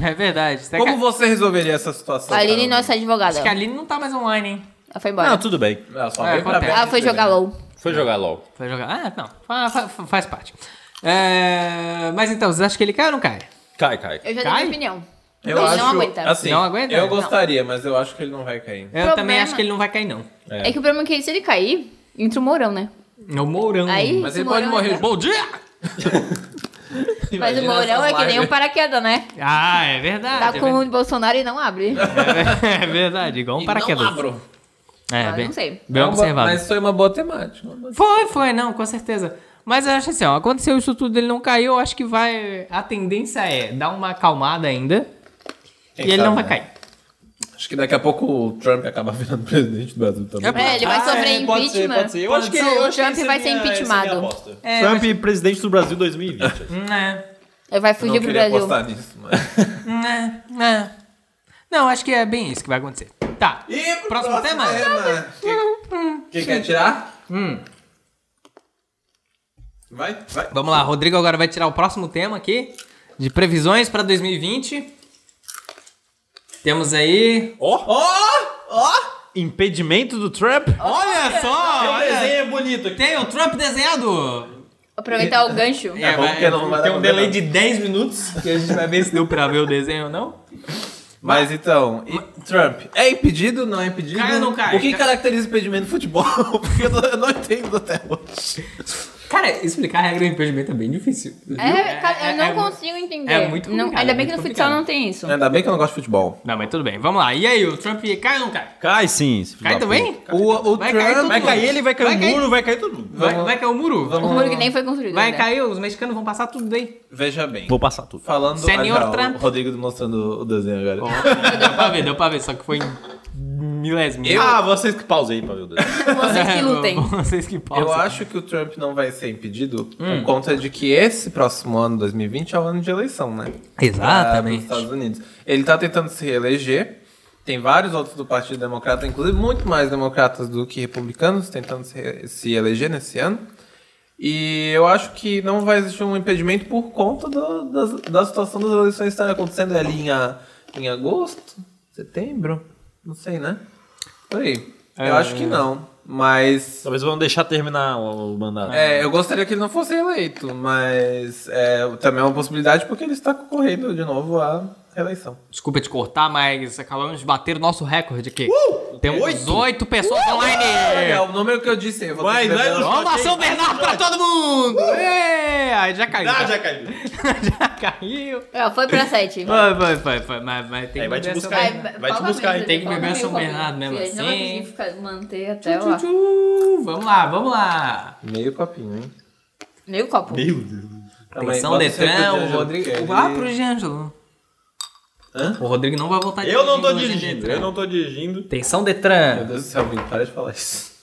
Speaker 2: é verdade. Será que
Speaker 1: Como
Speaker 2: a-
Speaker 1: você resolveria essa situação?
Speaker 3: A Aline,
Speaker 1: Carol?
Speaker 3: nossa advogada.
Speaker 2: Acho que a Aline não tá mais online, hein?
Speaker 3: Ela foi embora.
Speaker 5: Não, tudo bem.
Speaker 1: Ela só
Speaker 2: É,
Speaker 1: veio pra
Speaker 2: acontece.
Speaker 1: perto
Speaker 3: Ela foi
Speaker 1: de você,
Speaker 3: jogar
Speaker 1: né?
Speaker 3: LOL.
Speaker 5: Foi jogar LOL.
Speaker 2: Foi jogar. Ah, não. Fa- fa- fa- Faz parte. É, Mas então, vocês acham que ele cai ou não cai?
Speaker 5: Cai, cai.
Speaker 3: Eu já dei
Speaker 2: Cai?
Speaker 3: minha opinião.
Speaker 1: Eu
Speaker 3: ele
Speaker 1: acho,
Speaker 3: não aguenta.
Speaker 1: Assim,
Speaker 2: Não aguenta?
Speaker 1: Eu
Speaker 2: Não.
Speaker 1: gostaria, mas eu acho que ele não vai cair.
Speaker 2: Eu
Speaker 3: Problema-
Speaker 2: também acho que ele não vai cair, não.
Speaker 3: É. que o problema é que se ele cair, entra o Mourão, né?
Speaker 2: É o Mourão.
Speaker 3: Aí,
Speaker 1: Mas
Speaker 3: se
Speaker 1: ele
Speaker 3: o
Speaker 1: pode
Speaker 3: Mourão
Speaker 1: morrer
Speaker 3: entra-
Speaker 1: junto.
Speaker 2: Bom dia!
Speaker 3: Mas o
Speaker 1: Imagina
Speaker 3: Mourão
Speaker 1: essas
Speaker 3: é que nem um
Speaker 1: lives.
Speaker 3: paraquedas, né?
Speaker 2: Ah, é verdade.
Speaker 3: Tá
Speaker 2: é
Speaker 3: com o Bolsonaro e não abre.
Speaker 2: verdade. [LAUGHS] É verdade, igual um
Speaker 1: E
Speaker 2: paraquedas.
Speaker 1: Não abro.
Speaker 2: É,
Speaker 3: Ah,
Speaker 2: bem,
Speaker 3: não sei.
Speaker 2: bem
Speaker 1: É uma-
Speaker 2: observado.
Speaker 1: Mas foi uma boa temática. uma boa-
Speaker 2: Foi, foi, não, com certeza. Mas eu acho assim, ó, aconteceu isso tudo, ele não caiu, eu acho que vai... A tendência é dar uma acalmada ainda
Speaker 1: Quem
Speaker 2: e ele
Speaker 1: sabe,
Speaker 2: não vai
Speaker 1: né?
Speaker 2: cair.
Speaker 1: Acho que daqui a pouco o Trump acaba virando [LAUGHS] presidente do Brasil também.
Speaker 3: É, ele vai
Speaker 5: Ah,
Speaker 3: sofrer
Speaker 5: é,
Speaker 3: impeachment.
Speaker 5: pode ser, pode ser. Eu acho que
Speaker 3: Pode ser.
Speaker 5: eu
Speaker 3: O
Speaker 5: acho que
Speaker 3: Trump
Speaker 5: essa é
Speaker 3: vai ser
Speaker 5: minha- essa é minha
Speaker 3: impeachmentado.
Speaker 5: aposta.
Speaker 2: É,
Speaker 5: Trump, presidente do Brasil 2020.
Speaker 2: Hum, É,
Speaker 3: Ele vai
Speaker 1: Eu
Speaker 3: fugir
Speaker 1: não
Speaker 3: pro
Speaker 1: queria
Speaker 3: Brasil.
Speaker 1: apostar nisso, mas...
Speaker 2: hum, é, é. Não, acho que é bem isso que vai acontecer. Tá,
Speaker 1: E pro
Speaker 2: próximo, tema?
Speaker 1: Quem, quem quer tirar? Vai, vai.
Speaker 2: Vamos lá, Rodrigo agora vai tirar o próximo tema aqui, de previsões pra 2020. Temos aí...
Speaker 5: [LAUGHS] Ó,
Speaker 1: Ó! Ó!
Speaker 5: impedimento do Trump.
Speaker 2: Olha só! olha.
Speaker 5: é bonito aqui.
Speaker 2: um Tem o Trump desenhado!
Speaker 3: Aproveitar o gancho.
Speaker 1: É bom porque não vai dar
Speaker 2: tem um
Speaker 1: pra
Speaker 2: delay
Speaker 1: ver,
Speaker 2: de 10 minutos que a gente vai ver se deu pra ver o desenho ou não.
Speaker 1: Mas então, e Trump, é impedido? Não é impedido?
Speaker 2: Cai ou não cai?
Speaker 1: O que
Speaker 2: Cai-
Speaker 1: caracteriza o impedimento no futebol? [LAUGHS] Porque eu não, eu não entendo até hoje.
Speaker 2: Cara, explicar a regra do impedimento é bem difícil. viu?
Speaker 3: É, cara,
Speaker 2: é-
Speaker 3: eu não
Speaker 2: é-
Speaker 3: consigo entender.
Speaker 2: é muito
Speaker 3: Não-
Speaker 2: complicado,
Speaker 3: ainda bem
Speaker 2: muito
Speaker 3: que no
Speaker 2: complicado. É
Speaker 3: futsal não tem isso.
Speaker 1: Ainda bem que eu não gosto de futebol.
Speaker 2: Não, mas tudo bem, vamos lá. E aí, o Trump cai ou não cai?
Speaker 5: Cai sim. esse filho
Speaker 2: Cai
Speaker 5: da puta.
Speaker 2: também?
Speaker 1: O, o
Speaker 2: Vai cair
Speaker 1: Trump...
Speaker 2: todo
Speaker 5: Vai cair ele, vai cair
Speaker 2: Vai
Speaker 5: o
Speaker 2: cair.
Speaker 5: muro, vai cair todo mundo.
Speaker 2: Vai, vai cair o muro?
Speaker 3: O muro que nem foi construído. né?
Speaker 2: Vai
Speaker 3: ainda.
Speaker 2: cair, os mexicanos vão passar tudo daí.
Speaker 1: Veja bem.
Speaker 5: Vou passar tudo.
Speaker 1: Falando...
Speaker 2: Senhor
Speaker 1: já, o
Speaker 2: Trump.
Speaker 1: Rodrigo mostrando o desenho agora.
Speaker 2: deu pra ver, deu pra ver, só que foi em milésimo. é,
Speaker 5: Ah, vocês que pausei pra ver o dedo.
Speaker 2: [LAUGHS]
Speaker 3: Vocês que lutem.
Speaker 2: Vocês que
Speaker 1: Eu
Speaker 2: pausam.
Speaker 1: acho que o Trump não vai ser impedido por conta de que esse próximo ano, 2020, é o ano de eleição, né? Nos
Speaker 2: Exatamente.
Speaker 5: Ah,
Speaker 1: Estados Unidos. Ele tá tentando se reeleger. Tem vários outros do Partido Democrata, inclusive muito mais democratas do que republicanos, tentando se, re- se eleger nesse ano. E eu acho que não vai existir um impedimento por conta do- das- da situação das eleições estarem acontecendo É ali em, a- em agosto, setembro, não sei, né? Por aí. Eu acho que não, mas
Speaker 5: Talvez vão deixar terminar o o mandato.
Speaker 1: é, eu gostaria que ele não fosse eleito, mas é, também é uma possibilidade porque ele está concorrendo de novo à reeleição.
Speaker 2: Desculpa te cortar, mas acabamos de bater o nosso recorde aqui. Temos
Speaker 5: Uh! Oito? Uh!
Speaker 2: 18 pessoas online.
Speaker 1: É, o número que eu disse, eu vou
Speaker 5: Vai,
Speaker 1: ter que
Speaker 5: vai,
Speaker 1: beber-
Speaker 5: Lu-
Speaker 2: Vamos
Speaker 5: Ok.
Speaker 2: São Bernardo pra todo mundo! Ê, Aí já caiu.
Speaker 5: um Uh!
Speaker 2: [LAUGHS]
Speaker 5: Ah, já caiu.
Speaker 2: já caiu.
Speaker 3: Ó, É, foi pra sete.
Speaker 2: Vai, vai, vai, vai, mas, mas tem
Speaker 5: Aí
Speaker 2: que
Speaker 5: vai te
Speaker 2: beber essa-
Speaker 5: buscar, hein? Vai te
Speaker 3: falta
Speaker 5: buscar,
Speaker 3: mesmo,
Speaker 5: hein?
Speaker 2: Tem que
Speaker 3: falta
Speaker 2: beber
Speaker 3: meio
Speaker 2: São
Speaker 3: copinho,
Speaker 2: Bernardo mesmo
Speaker 3: porque Não vai
Speaker 2: assim.
Speaker 3: conseguir ficar- manter até lá.
Speaker 2: Tchutchu. Vamos lá, vamos lá.
Speaker 1: um Meio copinho, hein?
Speaker 3: Meio copo.
Speaker 5: Meu Deus.
Speaker 1: Também
Speaker 2: Atenção,
Speaker 1: pode ser pro
Speaker 2: um Detran, o
Speaker 1: Diângelo,
Speaker 2: Rodrigo.
Speaker 1: porque
Speaker 2: Ah,
Speaker 1: ele-
Speaker 2: pro Giângelo.
Speaker 1: Hã?
Speaker 2: O Rodrigo não vai voltar
Speaker 5: Eu não tô
Speaker 2: hoje,
Speaker 5: dirigindo,
Speaker 2: Detran.
Speaker 5: eu não tô dirigindo.
Speaker 2: Atenção,
Speaker 1: Meu
Speaker 2: Detran.
Speaker 1: Deus do céu, Vini, para de falar isso.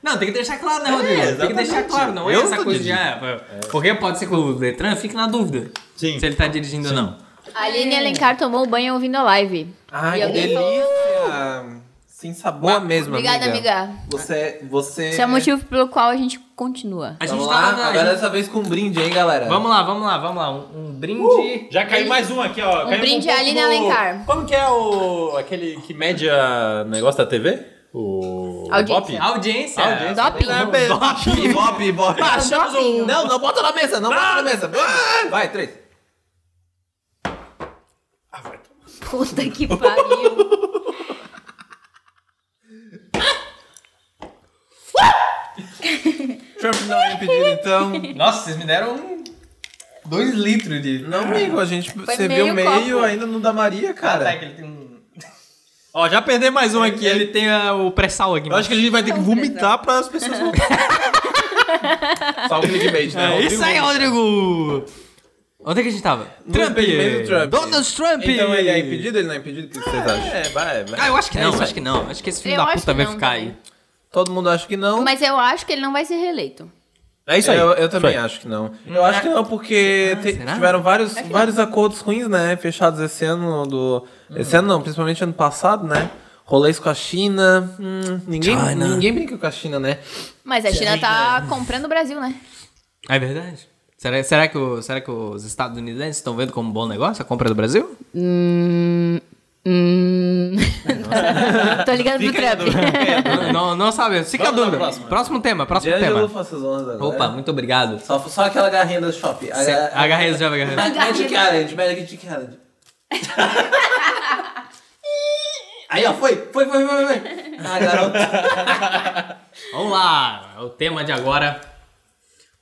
Speaker 2: Não, [LAUGHS] tem que deixar claro, né, Rodrigo? tem que
Speaker 5: exatamente.
Speaker 2: deixar claro, não é
Speaker 5: Eu
Speaker 2: essa
Speaker 5: tô
Speaker 2: coisa de. ah, Porque pode ser que o Detran fique na dúvida
Speaker 5: Sim.
Speaker 2: se ele tá dirigindo ou não.
Speaker 3: A Aline Alencar tomou banho ouvindo a live.
Speaker 1: Ai,
Speaker 3: E
Speaker 1: que
Speaker 3: alguém
Speaker 1: delícia!
Speaker 3: falou-
Speaker 1: Sem sabor mesmo,
Speaker 3: Obrigada,
Speaker 1: amiga.
Speaker 3: amiga.
Speaker 1: Você, você...
Speaker 3: Esse é o motivo pelo qual a gente
Speaker 2: [LAUGHS]
Speaker 3: continua.
Speaker 2: A gente
Speaker 1: Vamos
Speaker 2: tá
Speaker 1: lá,
Speaker 2: na- a
Speaker 1: agora
Speaker 2: gente-
Speaker 1: dessa vez com um brinde, hein, galera?
Speaker 2: Vamos lá, vamos lá, vamos lá. Um, um brinde.
Speaker 5: Já caiu
Speaker 3: Brinde.
Speaker 5: mais um aqui, ó.
Speaker 3: Um
Speaker 5: Caiu
Speaker 3: brinde,
Speaker 5: pouco
Speaker 3: Aline
Speaker 5: do-
Speaker 3: Alencar.
Speaker 5: Como que é o. aquele que mede a negócio da TV? O.
Speaker 3: Audiência.
Speaker 5: Bop?
Speaker 2: Audiência.
Speaker 1: É,
Speaker 5: Audiência.
Speaker 3: Doping.
Speaker 1: Bob, Bob, Bob.
Speaker 5: Achamos um.
Speaker 1: Não, não bota na mesa, não bota na mesa. Vai, três.
Speaker 5: Ah,
Speaker 3: Puta [LAUGHS] que pariu.
Speaker 1: Trump não é impedido, então. [LAUGHS]
Speaker 2: Nossa, vocês me deram um.
Speaker 1: Dois litros de. Ah, Não, amigo, a gente. você
Speaker 3: meio
Speaker 1: viu meio
Speaker 3: copo.
Speaker 1: ainda no da Maria,
Speaker 2: Cara,
Speaker 1: cara.
Speaker 2: que ele tem um.
Speaker 5: Ó, já perdei mais um aqui.
Speaker 2: Ele tem ah, o pré-sal aqui.
Speaker 5: Eu acho que a gente vai ter que vomitar para as pessoas.
Speaker 1: Só o clickbait, né?
Speaker 2: É
Speaker 1: Rodrigo?
Speaker 2: isso aí, Rodrigo! Onde é que a gente tava? Trump!
Speaker 1: impedimento do Trump.
Speaker 2: Donald Trump!
Speaker 1: Então ele é impedido, ele não é impedido? O que vocês acham? É, vai, vai.
Speaker 2: Ah, eu acho que
Speaker 5: É,
Speaker 2: não,
Speaker 5: ué.
Speaker 2: acho que não. Acho que esse filho
Speaker 3: Eu
Speaker 2: da
Speaker 3: acho
Speaker 2: puta
Speaker 3: que
Speaker 2: vai
Speaker 3: não
Speaker 2: ficar
Speaker 3: também.
Speaker 2: aí.
Speaker 1: Todo mundo acha que não.
Speaker 3: Mas eu acho que ele não vai ser reeleito.
Speaker 5: É isso aí.
Speaker 1: Eu, eu também
Speaker 5: Isso aí.
Speaker 1: acho que não. Eu acho que não, porque te-
Speaker 2: será?
Speaker 1: tiveram vários, vários acordos ruins, né? Fechados esse ano do. Esse ano não, principalmente ano passado, né? Rolês com a China. Hum, ninguém,
Speaker 2: China.
Speaker 1: ninguém brinca com a China, né?
Speaker 3: Mas a China
Speaker 2: [LAUGHS]
Speaker 3: tá comprando o Brasil, né?
Speaker 2: É verdade. Será, será, que o- será que os estadunidenses estão vendo como um bom negócio a compra do Brasil?
Speaker 3: Hum. Hum. [LAUGHS] Tô ligando pro Trump.
Speaker 2: não, não, não sabe. Fica a
Speaker 1: Vamos pra
Speaker 2: dúvida.
Speaker 1: próxima.
Speaker 2: Próximo tema, próximo tema.
Speaker 1: Diângelo faça as ondas agora. né?
Speaker 2: Opa, muito obrigado.
Speaker 1: Só, só aquela garrinha do shopping. A, a,
Speaker 2: Agarrei esse jovem, agarrei.
Speaker 1: Magic Island, Magic [LAUGHS] Island. Aí, ó, foi, foi, foi, foi, foi. Ah, [LAUGHS] garoto.
Speaker 2: Vamos lá. O tema de agora.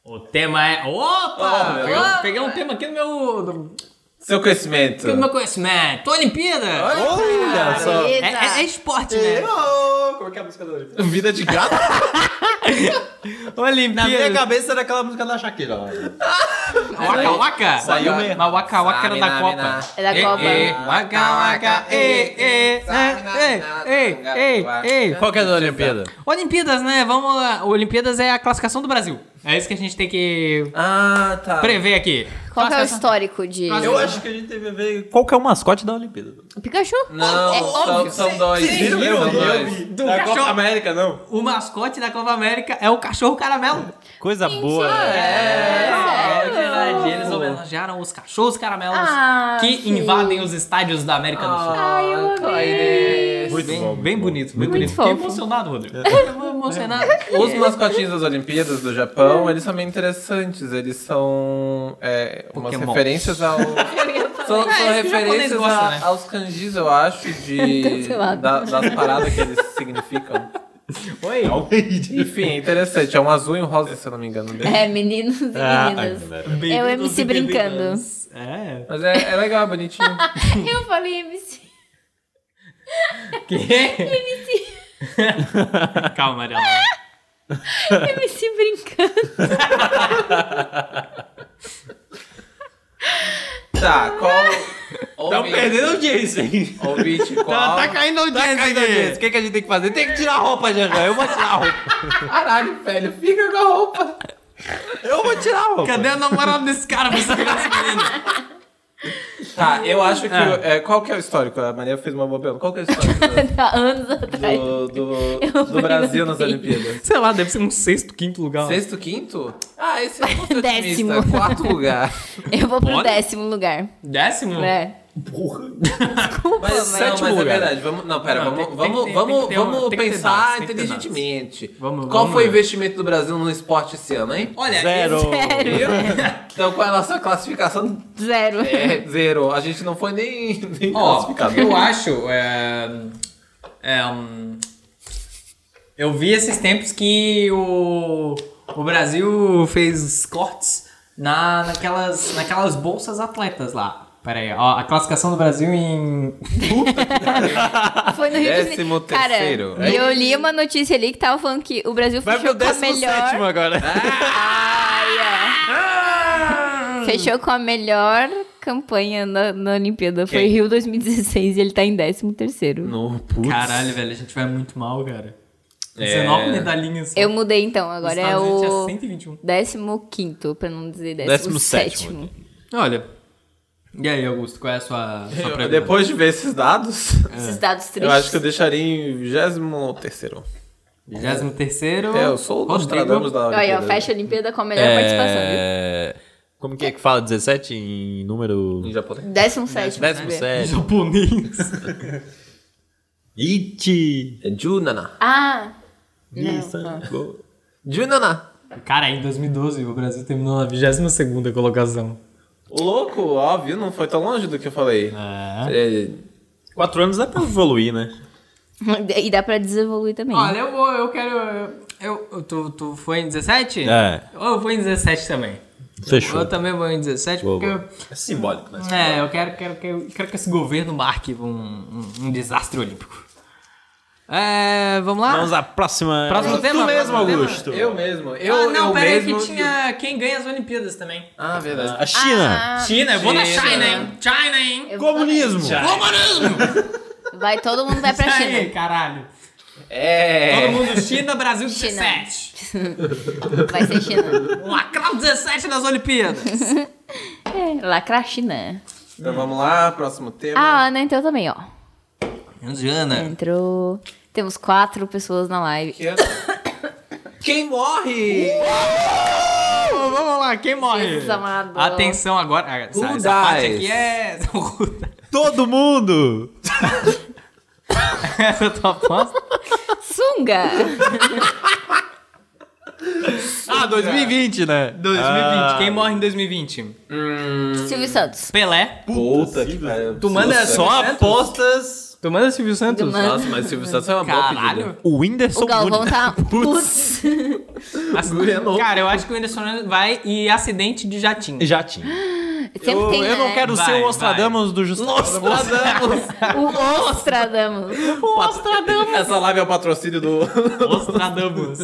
Speaker 2: O tema é.
Speaker 1: Oh,
Speaker 2: Opa!
Speaker 1: meu
Speaker 2: peguei,
Speaker 1: Deus.
Speaker 2: peguei um tema aqui do meu, do,
Speaker 1: Seu conhecimento.
Speaker 2: do meu conhecimento. Olimpíada!
Speaker 5: Olha só.
Speaker 2: É, é- é esporte, né?
Speaker 5: Como é que é a música da Olimpíada?
Speaker 1: Vida de gato.
Speaker 5: Na minha
Speaker 2: Olimpíada.
Speaker 5: É cabeça era aquela música da Shakira. ó.
Speaker 2: Waka Waka.
Speaker 1: Saiu meio-
Speaker 2: Mas Waka Waka era da
Speaker 1: Samina, mina.
Speaker 2: Copa.
Speaker 3: É da
Speaker 2: Ei,
Speaker 3: Copa.
Speaker 2: ei, Waka Waka. Ei, ei, ei,
Speaker 1: Samina, mina,
Speaker 2: ei,
Speaker 1: tunga,
Speaker 2: ei,
Speaker 1: tunga.
Speaker 2: ei.
Speaker 5: Qual que é a da Olimpíada?
Speaker 2: Olimpíadas, né? Vamos lá. Olimpíadas é a classificação do Brasil. É isso que a gente tem que
Speaker 1: Ah, tá.
Speaker 2: prever aqui.
Speaker 3: Qual que é o
Speaker 2: Classificação-
Speaker 3: histórico de.
Speaker 5: Eu acho que a gente teve a ver qual que é o mascote da Olimpíada.
Speaker 3: Pikachu?
Speaker 1: Não,
Speaker 3: é
Speaker 1: são,
Speaker 3: óbvio.
Speaker 1: são dois.
Speaker 5: Vocês viram?
Speaker 1: São
Speaker 5: Eu vi, eu
Speaker 1: dois.
Speaker 5: vi.
Speaker 2: Do
Speaker 5: Da
Speaker 2: cachorro.
Speaker 5: Copa América, não.
Speaker 2: O mascote da Copa América é o cachorro caramelo.
Speaker 5: Coisa boa. né?
Speaker 2: É verdade. Eles homenagearam os cachorros caramelos
Speaker 3: Ah,
Speaker 2: que
Speaker 3: sim.
Speaker 2: invadem os estádios da América do Sul.
Speaker 3: Ai,
Speaker 1: Ah,
Speaker 3: eu amei.
Speaker 5: Muito
Speaker 2: bem,
Speaker 5: bom,
Speaker 2: bem
Speaker 5: muito
Speaker 2: bonito, bem
Speaker 3: Muito
Speaker 2: bonito. É. Fiquei
Speaker 3: fofo.
Speaker 2: emocionado, Rodrigo. Fiquei emocionado.
Speaker 1: Os mascotinhos das Olimpíadas do Japão, eles são bem interessantes. Eles são é, umas
Speaker 2: Pokémon.
Speaker 1: referências ao. são
Speaker 2: É,
Speaker 1: são
Speaker 2: isso que o japonês
Speaker 1: referências
Speaker 2: gosta,
Speaker 1: a-
Speaker 2: né?
Speaker 1: aos kanjis, eu acho, de,
Speaker 3: Cancelado.
Speaker 1: da- das paradas que eles significam.
Speaker 5: Oi.
Speaker 1: Enfim, é interessante. É um azul e um rosa, se eu não me engano.
Speaker 3: É, meninos e
Speaker 5: Ah,
Speaker 3: meninas. É o MC brincando.
Speaker 2: É.
Speaker 1: Mas é, é legal, é bonitinho.
Speaker 3: Eu falei MC.
Speaker 2: [LAUGHS] Que? É. [LAUGHS] Calma, Mariana.
Speaker 3: MC brincando.
Speaker 1: Tá, qual.
Speaker 5: Estão
Speaker 1: Ouvinte,
Speaker 5: perdendo audiência, hein?
Speaker 1: Ouvinte, qual.
Speaker 5: caindo audiência. Tá caindo audiência. O que, que a gente tem que fazer? Tem que tirar a roupa, Janjan. Eu vou tirar a roupa.
Speaker 1: Caralho, velho, fica com a roupa.
Speaker 5: Eu vou tirar a roupa.
Speaker 2: Cadê a namorada desse cara pra você pegar esse menino?
Speaker 1: Tá, eu acho que. é, qual que é o histórico? A Maria fez uma boa pergunta. Qual que é o histórico
Speaker 3: [LAUGHS] né, Há anos atrás.
Speaker 1: do, do,
Speaker 3: Eu
Speaker 1: do Brasil nas
Speaker 3: não sei.
Speaker 1: Olimpíadas?
Speaker 2: Sei lá, deve ser um sexto, quinto lugar.
Speaker 1: Sexto, quinto? Ah, esse é muito
Speaker 3: Décimo.
Speaker 1: otimista. Quarto lugar.
Speaker 3: Eu vou pro
Speaker 2: Olha.
Speaker 3: décimo lugar.
Speaker 2: Décimo?
Speaker 3: É. Desculpa,
Speaker 1: Mas,
Speaker 3: mas.
Speaker 1: não,
Speaker 5: sétimo
Speaker 1: mas
Speaker 5: lugar.
Speaker 1: é verdade. Vamos, não, pera,
Speaker 2: Não,
Speaker 1: vamos,
Speaker 2: tem- tem- tem-
Speaker 1: vamos, vamos,
Speaker 2: tem que ter
Speaker 1: vamos
Speaker 2: uma- tem que ter
Speaker 1: pensar
Speaker 2: dados, tem que ter
Speaker 1: inteligentemente.
Speaker 2: Vamos-
Speaker 1: Qual
Speaker 2: vamos
Speaker 1: foi o
Speaker 2: ver.
Speaker 1: investimento do Brasil no esporte esse ano, hein?
Speaker 2: Olha,
Speaker 5: Zero.
Speaker 3: Zero.
Speaker 1: Viu? Então, qual é a nossa classificação?
Speaker 3: Zero.
Speaker 1: É, zero. A gente não foi nem, nem
Speaker 2: Ó,
Speaker 1: classificado.
Speaker 2: eu acho. é, é, hum, eu vi esses tempos que o, o Brasil fez cortes na, naquelas, naquelas bolsas atletas lá. Pera aí, ó, a classificação do Brasil em.
Speaker 3: Foi no Rio
Speaker 1: Décimo
Speaker 3: de
Speaker 1: terceiro.
Speaker 3: Janeiro. Cara, eu li uma notícia ali que tava falando que o Brasil
Speaker 5: é Vai
Speaker 3: fechou
Speaker 5: pro
Speaker 3: com a
Speaker 5: décimo sétimo
Speaker 3: melhor. Ah,
Speaker 5: agora.
Speaker 3: Ai, é. Fechou com a melhor campanha na, na Olimpíada. Foi
Speaker 1: Quem?
Speaker 3: Rio 2016 e ele tá em décimo terceiro.
Speaker 1: No, putz.
Speaker 2: Caralho, velho, a gente vai muito mal, cara.
Speaker 1: É.
Speaker 2: 19 medalhinhas. só.
Speaker 3: Eu mudei então,
Speaker 2: Os
Speaker 3: agora é
Speaker 2: Estados Unidos tinha
Speaker 3: o
Speaker 2: 121.
Speaker 3: décimo quinto, pra não dizer
Speaker 5: Décimo
Speaker 3: décimo,
Speaker 5: sétimo.
Speaker 3: sétimo.
Speaker 2: Olha. E aí, Augusto, qual é a sua, sua
Speaker 1: [LAUGHS] Eu-
Speaker 2: previsão?
Speaker 1: Depois de ver esses dados,
Speaker 3: Esses dados tristes.
Speaker 1: eu acho que eu deixaria em 23º.
Speaker 2: 23º.
Speaker 1: É, eu sou o
Speaker 2: Rodrigo.
Speaker 1: Nostradamus da
Speaker 3: Olha,
Speaker 1: Olimpíada.
Speaker 3: ó, fecha a Olimpíada com a melhor é, participação,
Speaker 5: Como que é que fala 17 em número...
Speaker 1: Em japonês.
Speaker 3: viu? Décimo sétimo. né?
Speaker 5: 17.
Speaker 2: Japonês.
Speaker 5: Iti.
Speaker 1: É Junana.
Speaker 3: Ah, [LAUGHS]
Speaker 5: Nissan.
Speaker 1: Junana.
Speaker 2: [LAUGHS] Cara, em 2012 o Brasil terminou na 22 colocação.
Speaker 1: Ô, Louco, óbvio, não foi tão longe do que eu falei.
Speaker 2: É.
Speaker 1: É,
Speaker 5: Quatro anos dá pra evoluir, né?
Speaker 3: e dá pra desevoluir também.
Speaker 2: Olha, eu vou, eu quero. Eu, eu- tu, tu foi em 17?
Speaker 5: É.
Speaker 2: Ou eu vou em 17 também?
Speaker 5: Fechou.
Speaker 2: Eu também vou em 17,
Speaker 5: Boa,
Speaker 2: porque
Speaker 5: boa. É simbólico, né?
Speaker 2: eu, é, eu quero, quero, quero, quero que esse governo marque um, um- um desastre olímpico. É, vamos lá?
Speaker 5: Ah. Vamos à próxima.
Speaker 2: Próximo
Speaker 5: tu
Speaker 2: tema,
Speaker 5: mesmo,
Speaker 2: próximo tema.
Speaker 5: Augusto.
Speaker 1: Eu mesmo. Eu,
Speaker 2: ah, não,
Speaker 1: eu
Speaker 2: peraí,
Speaker 1: mesmo.
Speaker 2: que tinha quem ganha as Olimpíadas também.
Speaker 1: Ah, verdade.
Speaker 5: A China.
Speaker 2: China, eu vou na
Speaker 1: China.
Speaker 2: China, hein? China, hein?
Speaker 3: Eu vou
Speaker 5: Comunismo.
Speaker 2: Comunismo!
Speaker 3: também. Vai, todo mundo vai pra
Speaker 2: Aí,
Speaker 3: China.
Speaker 2: caralho.
Speaker 1: É.
Speaker 2: Ah. Todo mundo China, Brasil
Speaker 3: China.
Speaker 2: 17.
Speaker 3: Vai ser China.
Speaker 2: Lacrado 17 nas Olimpíadas.
Speaker 3: É, lacra China.
Speaker 1: Então vamos lá, próximo
Speaker 2: Ah.
Speaker 1: tema.
Speaker 3: A Ana entrou também, ó.
Speaker 2: Indiana.
Speaker 3: Entrou. Temos quatro pessoas na live.
Speaker 1: Que- [COUGHS] Quem morre?
Speaker 2: Vamos lá, quem morre?
Speaker 3: Jesus amado.
Speaker 2: Atenção agora. Ah, Essa,
Speaker 1: Who
Speaker 2: essa parte
Speaker 1: dies?
Speaker 2: aqui é. [LAUGHS] Who dies?
Speaker 5: Todo mundo.
Speaker 2: essa é a tua aposta?
Speaker 3: Sunga!
Speaker 2: ah, 2020, né? 2020.
Speaker 5: Ah.
Speaker 2: Quem morre em 2020?
Speaker 3: Silvio Santos.
Speaker 2: Pelé.
Speaker 1: Tá Puta que pariu.
Speaker 2: Tu manda
Speaker 1: Nossa,
Speaker 2: só
Speaker 5: apostas.
Speaker 2: Tu manda Silvio Santos?
Speaker 3: Do mano.
Speaker 1: Nossa, mas Silvio Santos é uma boa pedida.
Speaker 2: Caralho.
Speaker 5: O Whindersson
Speaker 3: O Galvão
Speaker 5: Nunes.
Speaker 3: tá.
Speaker 5: [LAUGHS] Putz.
Speaker 3: Putz!
Speaker 1: é
Speaker 2: Cara, eu acho que o Whindersson Nunes vai e acidente de jatinho.
Speaker 5: Já tinha.
Speaker 3: Sempre
Speaker 5: eu
Speaker 3: tem.
Speaker 5: eu
Speaker 3: né?
Speaker 5: não quero
Speaker 2: Vai,
Speaker 5: ser o
Speaker 2: vai.
Speaker 5: Nostradamus do Justo.
Speaker 3: O Ostradamus.
Speaker 1: Nostradamus. Essa live é o patrocínio do. [LAUGHS]
Speaker 2: Nostradamus.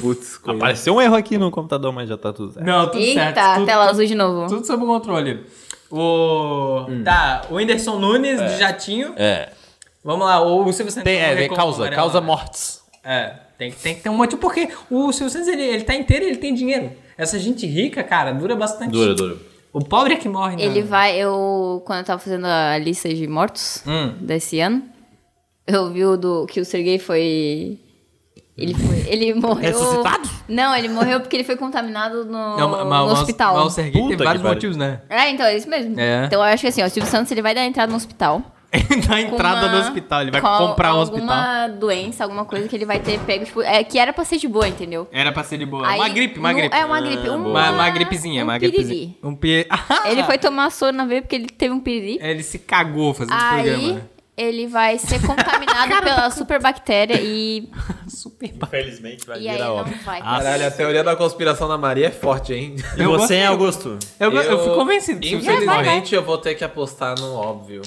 Speaker 1: Putz, coisa.
Speaker 5: Apareceu um erro aqui no computador, mas já tá tudo certo.
Speaker 2: Não, tudo
Speaker 3: Eita,
Speaker 2: certo. Tudo,
Speaker 3: tela azul de novo.
Speaker 2: tudo sob controle. O.
Speaker 5: Hum.
Speaker 2: Tá, o Whindersson Nunes de jatinho.
Speaker 5: É.
Speaker 2: Vamos lá, ou o Silvio Santos.
Speaker 5: Tem,
Speaker 2: não
Speaker 5: é,
Speaker 2: recomenda
Speaker 5: causa,
Speaker 2: amarelo,
Speaker 5: causa
Speaker 2: né?
Speaker 5: mortes.
Speaker 2: É, tem, que- tem que ter um motivo, porque o Silvio Santos, ele, ele tá inteiro, ele tem dinheiro. Essa gente rica, cara, dura bastante.
Speaker 5: dura.
Speaker 2: O pobre é que morre, né?
Speaker 3: Ele vai. Eu. Quando eu tava fazendo a lista de mortos
Speaker 2: Hum.
Speaker 3: desse ano, eu vi o do, que o Sergei foi. Ele, foi,
Speaker 2: [LAUGHS]
Speaker 3: ele morreu.
Speaker 5: Ressuscitado?
Speaker 3: Não, ele morreu porque ele foi contaminado no,
Speaker 2: Não, mas- mas-
Speaker 3: no
Speaker 2: mas-
Speaker 3: hospital.
Speaker 2: Mas o Serguei
Speaker 5: Puta
Speaker 2: tem
Speaker 5: que
Speaker 2: vários
Speaker 5: pariu.
Speaker 2: motivos, né? [LAUGHS]
Speaker 3: É, então é isso mesmo.
Speaker 2: É.
Speaker 3: Então eu acho que assim, ó, o Silvio Santos ele vai dar entrada no hospital.
Speaker 2: Na
Speaker 3: com
Speaker 2: entrada
Speaker 3: uma-
Speaker 2: do hospital, ele vai
Speaker 3: com
Speaker 2: comprar um hospital.
Speaker 3: alguma doença, alguma coisa que ele vai ter pego, tipo, é, que era pra ser de boa, entendeu?
Speaker 2: Era pra ser de boa.
Speaker 3: Aí,
Speaker 2: uma gripe, uma
Speaker 3: no-
Speaker 2: gripe. Ah,
Speaker 3: É,
Speaker 5: Ah,
Speaker 3: uma gripe. uma,
Speaker 2: uma, uma gripezinha,
Speaker 3: um
Speaker 2: uma
Speaker 3: piriri.
Speaker 2: gripezinha. Um [LAUGHS] piriri.
Speaker 3: Ele foi tomar soro na veia porque ele teve um piriri.
Speaker 2: Ele se cagou fazendo
Speaker 3: Aí
Speaker 2: programa. né?
Speaker 3: ele vai ser [LAUGHS] contaminado pela superbactéria e,
Speaker 2: Super
Speaker 5: Infelizmente vai Ah,
Speaker 3: e aí não vai.
Speaker 1: Caralho, a teoria da conspiração da Maria é forte, hein?
Speaker 5: E
Speaker 2: Eu
Speaker 5: você,
Speaker 2: gostei.
Speaker 5: hein, Augusto?
Speaker 2: Eu, eu, fico convencido. que se você-
Speaker 1: Infelizmente, eu vou ter que apostar no óbvio.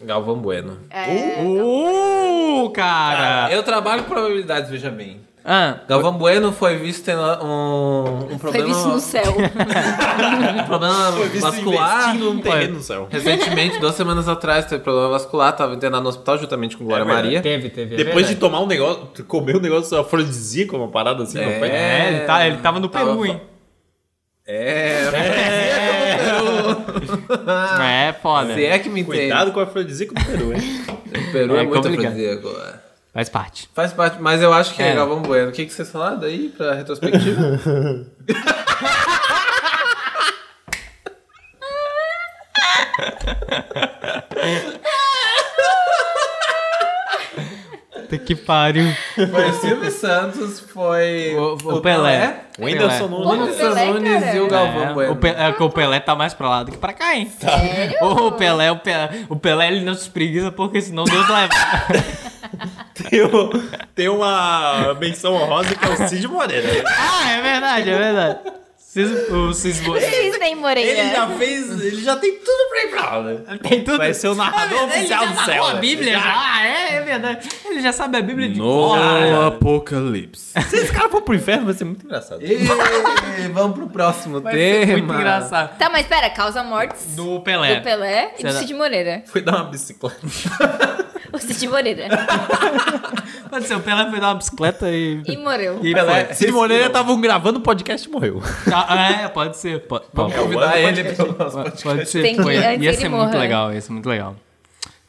Speaker 1: Galvão Bueno.
Speaker 3: É,
Speaker 2: Uh, cara!
Speaker 1: Eu trabalho com probabilidades, veja bem.
Speaker 2: Ah,
Speaker 1: Galvão Bueno foi visto tendo um, um
Speaker 5: tá
Speaker 3: foi
Speaker 1: problema,
Speaker 3: visto no [LAUGHS] céu.
Speaker 1: um
Speaker 3: [LAUGHS]
Speaker 1: problema vascular.
Speaker 5: um terreno no céu.
Speaker 1: Recentemente, duas semanas atrás, teve problema vascular, tava internado no hospital juntamente com Glória
Speaker 5: É verdade.
Speaker 1: Maria.
Speaker 2: teve, teve. é
Speaker 5: Depois de
Speaker 2: verdade.
Speaker 5: tomar um negócio, comer um negócio afrodisíaco, uma parada assim, não foi?
Speaker 1: É.
Speaker 2: É, ele, tá, ele tava no Peru,
Speaker 1: Tava-
Speaker 2: hein?
Speaker 1: É,
Speaker 2: É, foda.
Speaker 1: se é que me entende.
Speaker 5: Cuidado com o afrodisíaco do Peru, [LAUGHS] hein?
Speaker 1: O Peru é,
Speaker 2: É
Speaker 1: muito
Speaker 2: complicado.
Speaker 1: afrodisíaco. é.
Speaker 2: Faz parte.
Speaker 1: Faz parte, mas eu acho que é,
Speaker 2: É.
Speaker 1: Galvão Bueno. O que, que vocês falaram daí pra retrospectiva?
Speaker 2: Puta que pariu.
Speaker 1: foi o Silvio Santos, foi
Speaker 2: O, o Pelé.
Speaker 5: O Whindersson
Speaker 2: Pelé.
Speaker 3: Porra,
Speaker 1: O
Speaker 5: [LAUGHS] Nunes.
Speaker 1: Whindersson
Speaker 3: Pelé,
Speaker 1: Nunes
Speaker 3: cara.
Speaker 1: e o Galvão
Speaker 2: É, Tá.
Speaker 1: Bueno.
Speaker 2: o Pe- é que o Pelé tá mais pra lá do que pra cá, hein? Sério? O Pelé, o Pelé, o Pelé ele não se espreguiça porque senão Deus [LAUGHS] leva.
Speaker 5: Tem, um- tem uma menção honrosa que é o Cid Moreira.
Speaker 2: ah, é verdade, é verdade. Cis- o Cisbo.
Speaker 3: Sidney
Speaker 5: Ele
Speaker 3: Moreira.
Speaker 5: já fez, ele já tem tudo pra ir pra lá, né?
Speaker 2: Tem tudo. Ah,
Speaker 5: Vai ser o narrador
Speaker 2: Ele já
Speaker 5: oficial do
Speaker 2: narrou
Speaker 5: céu.
Speaker 2: a
Speaker 5: né?
Speaker 2: Bíblia já. Ah, é, é verdade. Ele já sabe a Bíblia de
Speaker 1: No
Speaker 2: cor.
Speaker 1: apocalipse.
Speaker 5: Se esse cara for pro inferno, vai ser muito engraçado.
Speaker 1: E vamos pro próximo tema.
Speaker 2: Muito engraçado.
Speaker 3: Tá, mas pera, causa mortes do,
Speaker 2: Do
Speaker 5: É.
Speaker 2: Pelé.
Speaker 3: Pelé e do
Speaker 2: Será-
Speaker 3: Cid Moreira.
Speaker 5: Foi dar uma bicicleta.
Speaker 3: O Cid Moreira.
Speaker 2: Pode ser, o Pelé foi dar uma bicicleta e.
Speaker 3: e morreu.
Speaker 2: e
Speaker 1: Pelé.
Speaker 2: foi.
Speaker 5: [LAUGHS] Cid Moreira estavam gravando o podcast e morreu.
Speaker 2: Ah, é, pode ser. po-
Speaker 5: Vamos
Speaker 2: pode-
Speaker 5: convidar
Speaker 1: Convidar ele
Speaker 5: é ele
Speaker 1: pro nosso podcast.
Speaker 2: Pode ser.
Speaker 3: Tem que-
Speaker 2: Pô,
Speaker 3: antes
Speaker 2: ia
Speaker 3: ele
Speaker 2: ser é muito
Speaker 3: morra.
Speaker 2: legal, ia ser muito legal.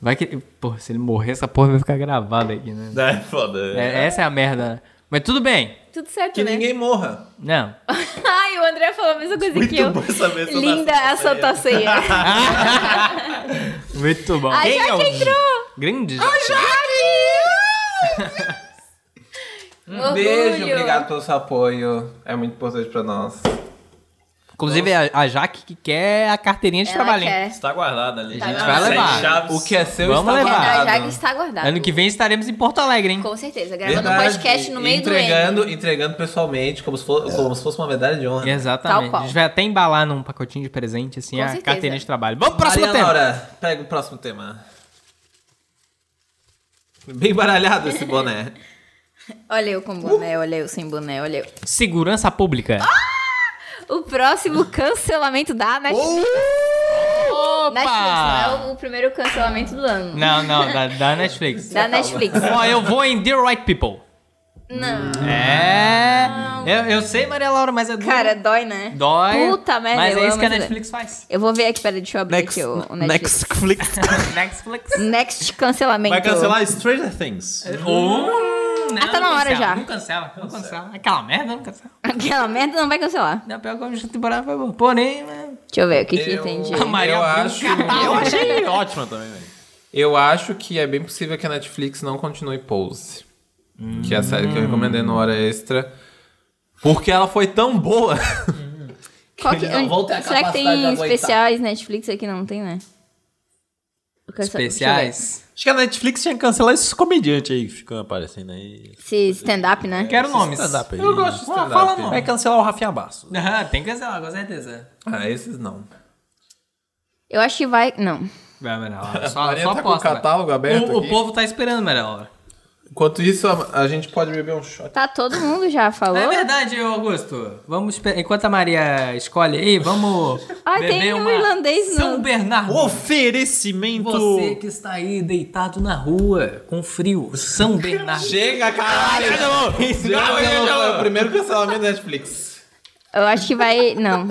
Speaker 2: Vai que. Porra, se ele morrer, essa porra vai ficar gravada aqui, né?
Speaker 5: É foda.
Speaker 2: É, essa é a merda. né? Mas tudo bem. né?
Speaker 3: Tudo certo,
Speaker 1: Que
Speaker 3: né?
Speaker 1: ninguém morra.
Speaker 2: Não.
Speaker 3: [LAUGHS] Ai, o André falou a mesma coisa
Speaker 5: Muito
Speaker 3: que eu.
Speaker 5: bom essa versão da
Speaker 3: Linda a Santa
Speaker 5: [LAUGHS]
Speaker 3: Ceia.
Speaker 2: Muito bom.
Speaker 3: a
Speaker 5: Quem é
Speaker 3: Jaque
Speaker 5: o-
Speaker 3: entrou.
Speaker 2: Grande.
Speaker 3: Orgulho.
Speaker 5: Um
Speaker 1: Beijo, obrigado pelo seu apoio. É muito importante pra nós.
Speaker 2: Inclusive, a, a Jaque que quer a carteirinha de
Speaker 3: Ela
Speaker 2: trabalhinho.
Speaker 3: quer.
Speaker 6: Está guardado ali.
Speaker 3: Tá
Speaker 6: gente. Sete
Speaker 3: guardado.
Speaker 2: Vai levar.
Speaker 6: chaves.
Speaker 1: O que é seu
Speaker 2: Vamos
Speaker 1: está
Speaker 2: levar.
Speaker 3: Não,
Speaker 1: guardado.
Speaker 3: já está guardado.
Speaker 2: Ano que vem estaremos em Porto Alegre, hein?
Speaker 3: Tá Com certeza, gravando um
Speaker 1: Verdade.
Speaker 3: podcast no meio
Speaker 1: entregando,
Speaker 3: do Emmy.
Speaker 1: Entregando pessoalmente, como se, for- como se fosse uma medalha de honra.
Speaker 2: Exatamente.
Speaker 3: Tal qual.
Speaker 2: A gente vai até embalar num pacotinho de presente, assim,
Speaker 3: Com
Speaker 2: a
Speaker 3: certeza.
Speaker 2: carteirinha de trabalho. Vamos pro próximo
Speaker 1: Maria
Speaker 2: tema.
Speaker 1: Laura, pega o próximo tema. Bem baralhado esse boné.
Speaker 3: Olha eu com boné, olha eu sem boné, olha eu.
Speaker 2: Segurança pública.
Speaker 3: Ah! O próximo cancelamento da Netflix. Netflix não é o- o primeiro cancelamento do ano.
Speaker 2: Não, não, da, da Netflix.
Speaker 3: [LAUGHS] Da Netflix.
Speaker 2: Ó, eu vou em The Right People.
Speaker 3: Não.
Speaker 2: É. Eu, eu sei, Maria Laura, mas é do-
Speaker 3: Cara, dói, né?
Speaker 2: dói.
Speaker 3: Puta merda,
Speaker 2: Mas
Speaker 3: eu
Speaker 2: é isso
Speaker 3: amo
Speaker 2: que a
Speaker 3: esse-
Speaker 2: Netflix
Speaker 3: [LAUGHS]
Speaker 2: faz.
Speaker 3: Eu vou ver aqui, peraí, deixa eu abrir aqui o, o Netflix. Next.
Speaker 5: Netflix.
Speaker 2: Netflix.
Speaker 3: cancelamento.
Speaker 6: Vai cancelar Stranger Things.
Speaker 2: Hum, não,
Speaker 3: Ah, tá na
Speaker 2: não
Speaker 3: hora
Speaker 2: cancela,
Speaker 3: já.
Speaker 2: Não cancela, não cancela. Aquela merda, não cancela.
Speaker 3: Aquela merda não vai cancelar.
Speaker 2: Não, pior que a última temporada foi boa. Porém, né?
Speaker 3: Deixa eu ver o que, que
Speaker 1: Eu-
Speaker 3: tem de.
Speaker 2: a Maria
Speaker 1: eu
Speaker 2: abriu um
Speaker 1: acho-
Speaker 2: catarro.
Speaker 6: Eu
Speaker 5: [LAUGHS]
Speaker 6: achei ótima também, velho.
Speaker 1: Eu acho que é bem possível que a Netflix não continue Pose. Que é a série que eu recomendei no Hora Extra. Porque ela foi tão boa. [LAUGHS]
Speaker 3: Qual que-
Speaker 1: Eles não vão ter a
Speaker 3: será que
Speaker 1: capacidade de
Speaker 3: tem
Speaker 1: aguentar.
Speaker 3: especiais Netflix aqui? Não tem, né? O cancel- deixa
Speaker 2: Especiais.
Speaker 5: Acho que a Netflix tinha que cancelar esses comediantes aí que ficam aparecendo aí.
Speaker 3: eu ver. Esse stand-up, né?
Speaker 2: Quero nomes.
Speaker 5: Stand-up aí.
Speaker 1: Eu gosto de
Speaker 5: Ah,
Speaker 1: stand-up.
Speaker 5: fala não. Vai cancelar o Rafinha Basso.
Speaker 2: Ah, tem que cancelar, com certeza.
Speaker 1: Ah, esses não.
Speaker 3: Eu acho que vai. Não.
Speaker 2: Vai, Maria Laura. [LAUGHS]
Speaker 1: A
Speaker 2: Só,
Speaker 1: Maria
Speaker 2: só
Speaker 1: tá com o
Speaker 2: aposta. vai.
Speaker 1: catálogo aberto
Speaker 2: O, o
Speaker 1: aqui.
Speaker 2: povo tá esperando, Maria Laura.
Speaker 1: Enquanto isso, a, a gente pode beber um shot.
Speaker 3: Tá todo mundo já falou.
Speaker 2: É verdade, ô Augusto. Vamos esper- Enquanto a Maria escolhe aí, vamos.
Speaker 3: Ah,
Speaker 2: beber
Speaker 3: tem um
Speaker 2: uma
Speaker 3: irlandês no-
Speaker 2: São Bernardo.
Speaker 5: Oferecimento.
Speaker 2: Você que está aí deitado na rua, com frio, São Bernardo.
Speaker 1: Chega, caralho! Não, não, não, o primeiro cancelamento da Netflix.
Speaker 3: Eu acho que vai. Não.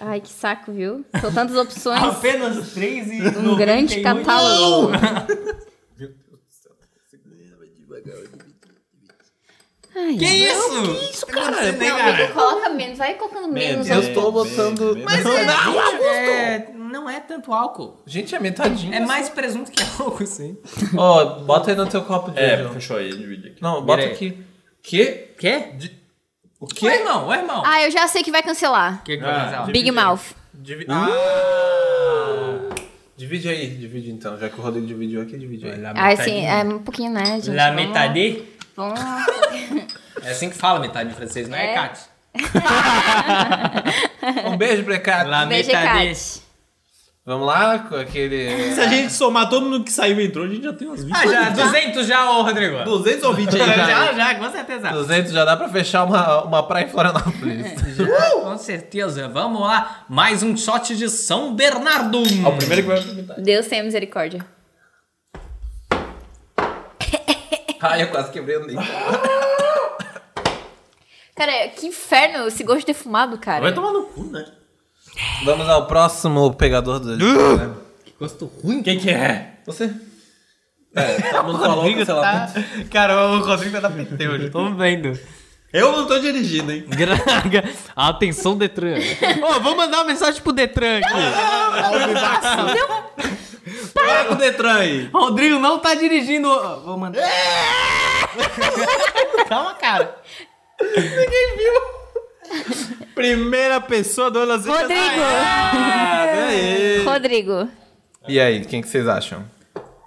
Speaker 3: Ai, que saco, viu? São tantas opções.
Speaker 2: Apenas três e
Speaker 3: Um grande catálogo.
Speaker 2: [LAUGHS]
Speaker 3: Ai,
Speaker 2: Que isso?
Speaker 3: isso, cara?
Speaker 2: Você nem
Speaker 3: Não,
Speaker 2: é cara.
Speaker 3: amigo, coloca menos, vai colocando menos.
Speaker 1: Eu estou botando.
Speaker 2: Mas é,
Speaker 1: Não,
Speaker 2: gente,
Speaker 1: não.
Speaker 2: é- não é tanto álcool.
Speaker 1: Gente, é metadinha.
Speaker 2: É mais presunto que álcool, sim.
Speaker 1: Ó, bota aí no teu copo de
Speaker 6: É,
Speaker 1: João.
Speaker 6: fechou aí, divide aqui.
Speaker 1: Não, bota
Speaker 2: Pera aí.
Speaker 1: aqui. Que?
Speaker 2: Quê?
Speaker 1: O
Speaker 2: O
Speaker 1: quê?
Speaker 2: irmão, o irmão.
Speaker 3: Ah, eu já sei que vai cancelar.
Speaker 2: Que é, que vai cancelar?
Speaker 3: Big Mouth.
Speaker 1: Divi- Ah! Divide aí, divide então. Já que o Rodrigo dividiu aqui, divide aí.
Speaker 3: Ah, assim, é um pouquinho, né, gente?
Speaker 2: tá La
Speaker 3: Vamos lá.
Speaker 2: metade?
Speaker 3: Vamos lá.
Speaker 2: É assim que fala metade em francês, não é,
Speaker 3: É.
Speaker 2: Kat?
Speaker 1: Um beijo, Brecato.
Speaker 2: La
Speaker 3: Beijo, Kat.
Speaker 1: Vamos lá com aquele.
Speaker 5: Se a gente somar todo mundo que saiu e entrou, a gente já tem umas 20.
Speaker 2: Ah, já, 200 já, ô Rodrigo.
Speaker 1: 200 ou [LAUGHS] 20 aí,
Speaker 2: Já,
Speaker 1: já.
Speaker 2: já, com certeza.
Speaker 1: 200 já dá pra fechar uma, uma praia em Florianópolis.
Speaker 2: Já, com certeza. Vamos lá, mais um shot de São Bernardo.
Speaker 1: o primeiro que vai vomitar.
Speaker 3: Deus tenha misericórdia.
Speaker 1: Ai, eu quase quebrei o dente.
Speaker 3: Cara, que inferno esse gosto defumado, cara.
Speaker 5: Vai tomar no cu, né?
Speaker 1: Vamos ao próximo pegador do.
Speaker 5: Uh!
Speaker 1: né?
Speaker 2: Gosto ruim.
Speaker 5: Quem que é?
Speaker 1: Você. É, todo mundo falou
Speaker 5: tá-
Speaker 1: cancelamento.
Speaker 2: Cara, o Rodrigo tá da PT hoje, tô vendo.
Speaker 5: Eu não tô dirigindo, hein?
Speaker 2: Graga. Atenção, Detran. Ô, vou mandar uma mensagem pro Detran aqui.
Speaker 1: Tá
Speaker 5: Vai com o Detran aí.
Speaker 2: Rodrigo não tá dirigindo. Ó, Vou mandar. Calma, cara.
Speaker 5: Primeira pessoa do Las Vegas.
Speaker 3: Rodrigo!
Speaker 5: Aê.
Speaker 3: Rodrigo.
Speaker 1: E aí, quem que vocês acham?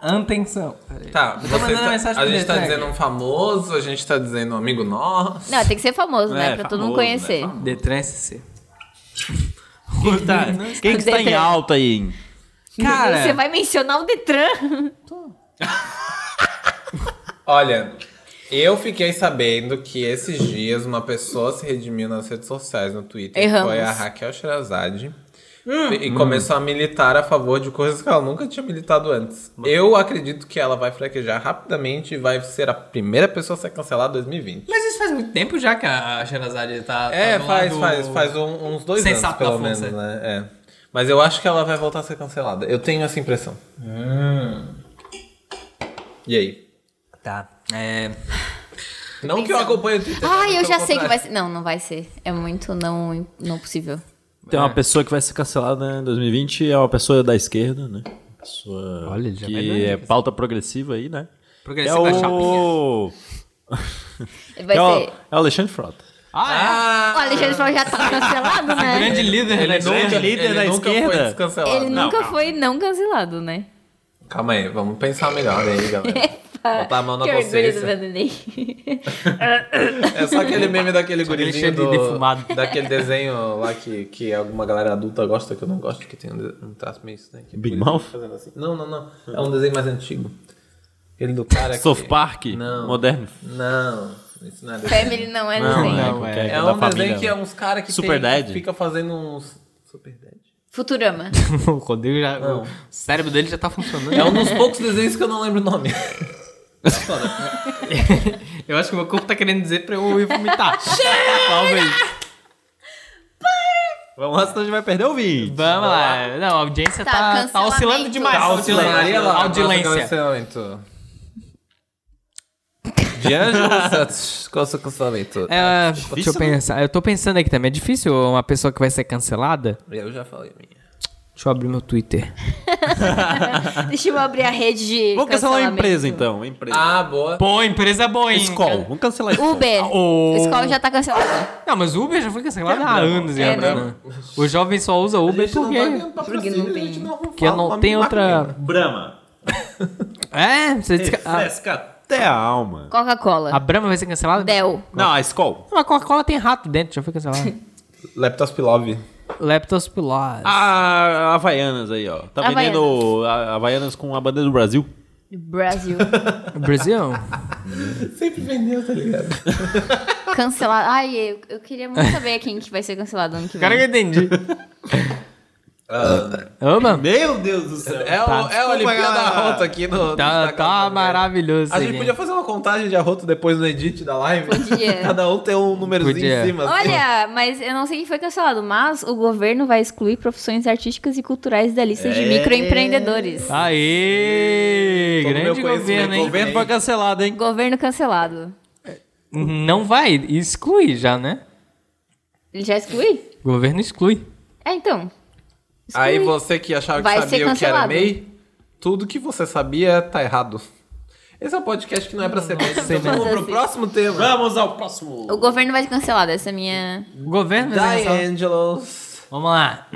Speaker 2: Atenção. Peraí.
Speaker 1: Tá, vocês
Speaker 2: mandando
Speaker 1: tá-
Speaker 2: mensagem
Speaker 1: a
Speaker 2: pro
Speaker 1: gente tá
Speaker 2: Detran.
Speaker 1: dizendo um famoso, a gente tá dizendo um amigo nosso.
Speaker 3: Não, tem que ser famoso, né?
Speaker 5: É,
Speaker 3: pra todo mundo
Speaker 5: famoso, né?
Speaker 3: conhecer.
Speaker 2: Detran SC.
Speaker 5: Quem que tá, quem que tá em
Speaker 3: Detran.
Speaker 5: alta aí? hein?
Speaker 2: Cara.
Speaker 3: Você vai mencionar o Detran?
Speaker 1: Olha, eu fiquei sabendo que esses dias uma pessoa se redimiu nas redes sociais, no Twitter, que
Speaker 3: Erramos.
Speaker 1: foi a Raquel Sherazade.
Speaker 2: Hum.
Speaker 1: e começou a militar a favor de coisas que ela nunca tinha militado antes. Eu acredito que ela vai fraquejar rapidamente e vai ser a primeira pessoa a ser cancelada em 2020.
Speaker 2: Mas isso faz muito tempo já que a Xerazade tá. tá
Speaker 1: É,
Speaker 2: do
Speaker 1: faz,
Speaker 2: lado-
Speaker 1: faz, faz um- uns dois anos,
Speaker 2: Sensato da
Speaker 1: pelo menos,
Speaker 2: força.
Speaker 1: né? É. Mas eu acho que ela vai voltar a ser cancelada. Eu tenho essa impressão.
Speaker 2: Hum.
Speaker 1: E aí?
Speaker 2: Tá. É.
Speaker 1: Não que eu acompanhe o Twitter.
Speaker 3: [LAUGHS] Ai,
Speaker 1: muito
Speaker 3: eu já
Speaker 1: pelo
Speaker 3: sei que
Speaker 1: contrário.
Speaker 3: vai ser. Não, não vai ser. É muito não, não possível.
Speaker 2: É.
Speaker 5: Tem Então, uma pessoa que vai ser cancelada em 2020, é uma pessoa da esquerda, né? Pessoa
Speaker 2: Olha, ele já vai
Speaker 5: que
Speaker 2: dar
Speaker 5: é pauta progressiva aí, né?
Speaker 2: Progressiva
Speaker 5: é
Speaker 2: chapinha.
Speaker 5: o...
Speaker 3: Vai
Speaker 5: é, o...
Speaker 3: ser.
Speaker 5: é o Alexandre Frota.
Speaker 2: Ah,
Speaker 3: O Alexandre Paulo já tá cancelado,
Speaker 2: é?
Speaker 3: né?
Speaker 2: Grande líder
Speaker 5: Ele
Speaker 2: da
Speaker 5: é
Speaker 2: igreja.
Speaker 5: grande líder da
Speaker 1: nunca foi
Speaker 5: esquerda.
Speaker 1: descancelado.
Speaker 3: Ele
Speaker 5: Não,
Speaker 3: nunca
Speaker 5: não.
Speaker 3: foi não cancelado, né? [LAUGHS] É,
Speaker 1: Calma aí, vamos pensar melhor aí, galera. Botar a mão na
Speaker 3: que orgulho do
Speaker 1: consciência.
Speaker 5: [LAUGHS]
Speaker 3: Vanderlei.
Speaker 1: É só aquele meme daquele
Speaker 2: aquele
Speaker 1: gurizinho
Speaker 2: cheiro
Speaker 1: do,
Speaker 2: de defumado.
Speaker 1: [LAUGHS] daquele desenho lá que, que alguma galera adulta gosta, que eu não gosto, que tem um, de- um traço meio estranho. que
Speaker 5: Big
Speaker 1: gurizinho
Speaker 5: Mouth?
Speaker 2: tá
Speaker 1: fazendo assim. Não, não, não. É um desenho mais antigo. Ele do cara que...
Speaker 5: South Park,
Speaker 1: Não.
Speaker 5: moderno.
Speaker 1: Não, isso não é desenho.
Speaker 3: Family não é
Speaker 5: Não,
Speaker 3: desenho.
Speaker 5: é,
Speaker 2: Não, é.
Speaker 5: qualquer-
Speaker 1: É
Speaker 5: da
Speaker 1: um
Speaker 5: família.
Speaker 1: desenho que é uns caras que,
Speaker 5: Super
Speaker 1: tem-
Speaker 5: Dad?
Speaker 1: que fica fazendo uns... Super Dead?
Speaker 3: Futurama.
Speaker 2: o Rodrigo já. O cérebro dele já tá funcionando.
Speaker 1: É um dos poucos desenhos que eu não lembro o nome.
Speaker 2: [LAUGHS] Eu acho que o meu corpo tá querendo dizer pra eu ir
Speaker 3: [LAUGHS]
Speaker 2: vomitar. Talvez.
Speaker 5: Vamos lá, senão a gente vai perder o vídeo.
Speaker 2: Vamos lá. Não, a audiência
Speaker 3: Tá,
Speaker 2: tá, tá,
Speaker 3: cancelamento.
Speaker 2: oscilando demais.
Speaker 3: Tá
Speaker 1: Silêncio. Maria lá,
Speaker 2: Audiência.
Speaker 1: cancelamento. De Ângelo Santos, qual o seu cancelamento?
Speaker 2: É, deixa
Speaker 5: difícil,
Speaker 2: eu pensar. Eu tô pensando aqui também. É difícil uma pessoa que vai ser cancelada?
Speaker 1: Eu já falei a minha.
Speaker 2: Deixa eu abrir meu Twitter.
Speaker 3: Deixa eu abrir a rede de.
Speaker 5: Vamos cancelar uma
Speaker 3: cancelamento.
Speaker 5: empresa, então. Uma empresa.
Speaker 1: Ah, boa.
Speaker 2: Pô, empresa boa, hein?
Speaker 5: Skol. Vamos cancelar Skol.
Speaker 3: Uber.
Speaker 2: O-
Speaker 3: O tá Skol já tá cancelado.
Speaker 2: Não, mas o Uber já foi cancelado há anos e
Speaker 3: É,
Speaker 2: anos.
Speaker 3: né?
Speaker 2: né? O jovem só usa Uber porque.
Speaker 3: Porque não tem.
Speaker 2: Porque não tem outra.
Speaker 5: Brahma.
Speaker 2: É? Você diz que a,
Speaker 5: Fresca até a alma.
Speaker 2: a
Speaker 3: Coca-cola.
Speaker 2: Brahma vai ser cancelada?
Speaker 3: Dell.
Speaker 5: Não, a Skol.
Speaker 2: Não, a Coca-Cola tem rato dentro, já foi cancelado.
Speaker 1: Leptospilov.
Speaker 2: Leptospilose.
Speaker 5: Ah. A Havaianas aí, ó. Tá
Speaker 3: Havaianas.
Speaker 5: vendendo a- Havaianas com a bandeira do Brasil.
Speaker 3: Brasil.
Speaker 2: Brasil?
Speaker 1: Sempre vendeu, tá ligado?
Speaker 3: Cancelado. Ai, eu, eu queria muito saber quem que vai ser cancelado ano que vem.
Speaker 2: Cara, que eu entendi. Oba.
Speaker 5: Meu Deus do céu.
Speaker 1: É, o, é a Olimpíada
Speaker 5: galera.
Speaker 1: Arroto aqui no. no
Speaker 2: Tá,
Speaker 1: Instagram,
Speaker 2: tá
Speaker 1: ligado?
Speaker 2: maravilhoso.
Speaker 1: né? A
Speaker 2: aí,
Speaker 1: gente
Speaker 2: né?
Speaker 1: podia fazer uma contagem de arroto depois no edit da [LAUGHS] live.
Speaker 3: Podia.
Speaker 1: Cada um tem um númerozinho
Speaker 2: Podia.
Speaker 1: em cima. assim.
Speaker 3: Olha, mas eu não sei quem foi cancelado, mas o governo vai excluir profissões artísticas e culturais da lista
Speaker 2: É.
Speaker 3: de microempreendedores.
Speaker 2: Aê!
Speaker 1: Todo meu
Speaker 2: grande
Speaker 1: conhecimento,
Speaker 2: governo,
Speaker 5: O
Speaker 2: hein?
Speaker 5: governo foi cancelado, hein?
Speaker 3: Governo cancelado.
Speaker 2: Não vai, exclui já, né?
Speaker 3: Ele já exclui?
Speaker 2: Governo exclui.
Speaker 3: É, então. Exclui.
Speaker 1: Aí você que achava que
Speaker 3: Vai ser
Speaker 1: sabia o que era
Speaker 3: cancelado.
Speaker 1: MEI, tudo que você sabia tá errado. Esse é um podcast que não é pra ser MEI. Então
Speaker 3: mesmo.
Speaker 1: vamos pro próximo tema.
Speaker 5: Vamos ao próximo.
Speaker 3: O governo vai ser cancelado, essa é a minha...
Speaker 2: Governo vai
Speaker 1: Die
Speaker 2: ser cancelado.
Speaker 1: Angelos.
Speaker 2: Vamos lá.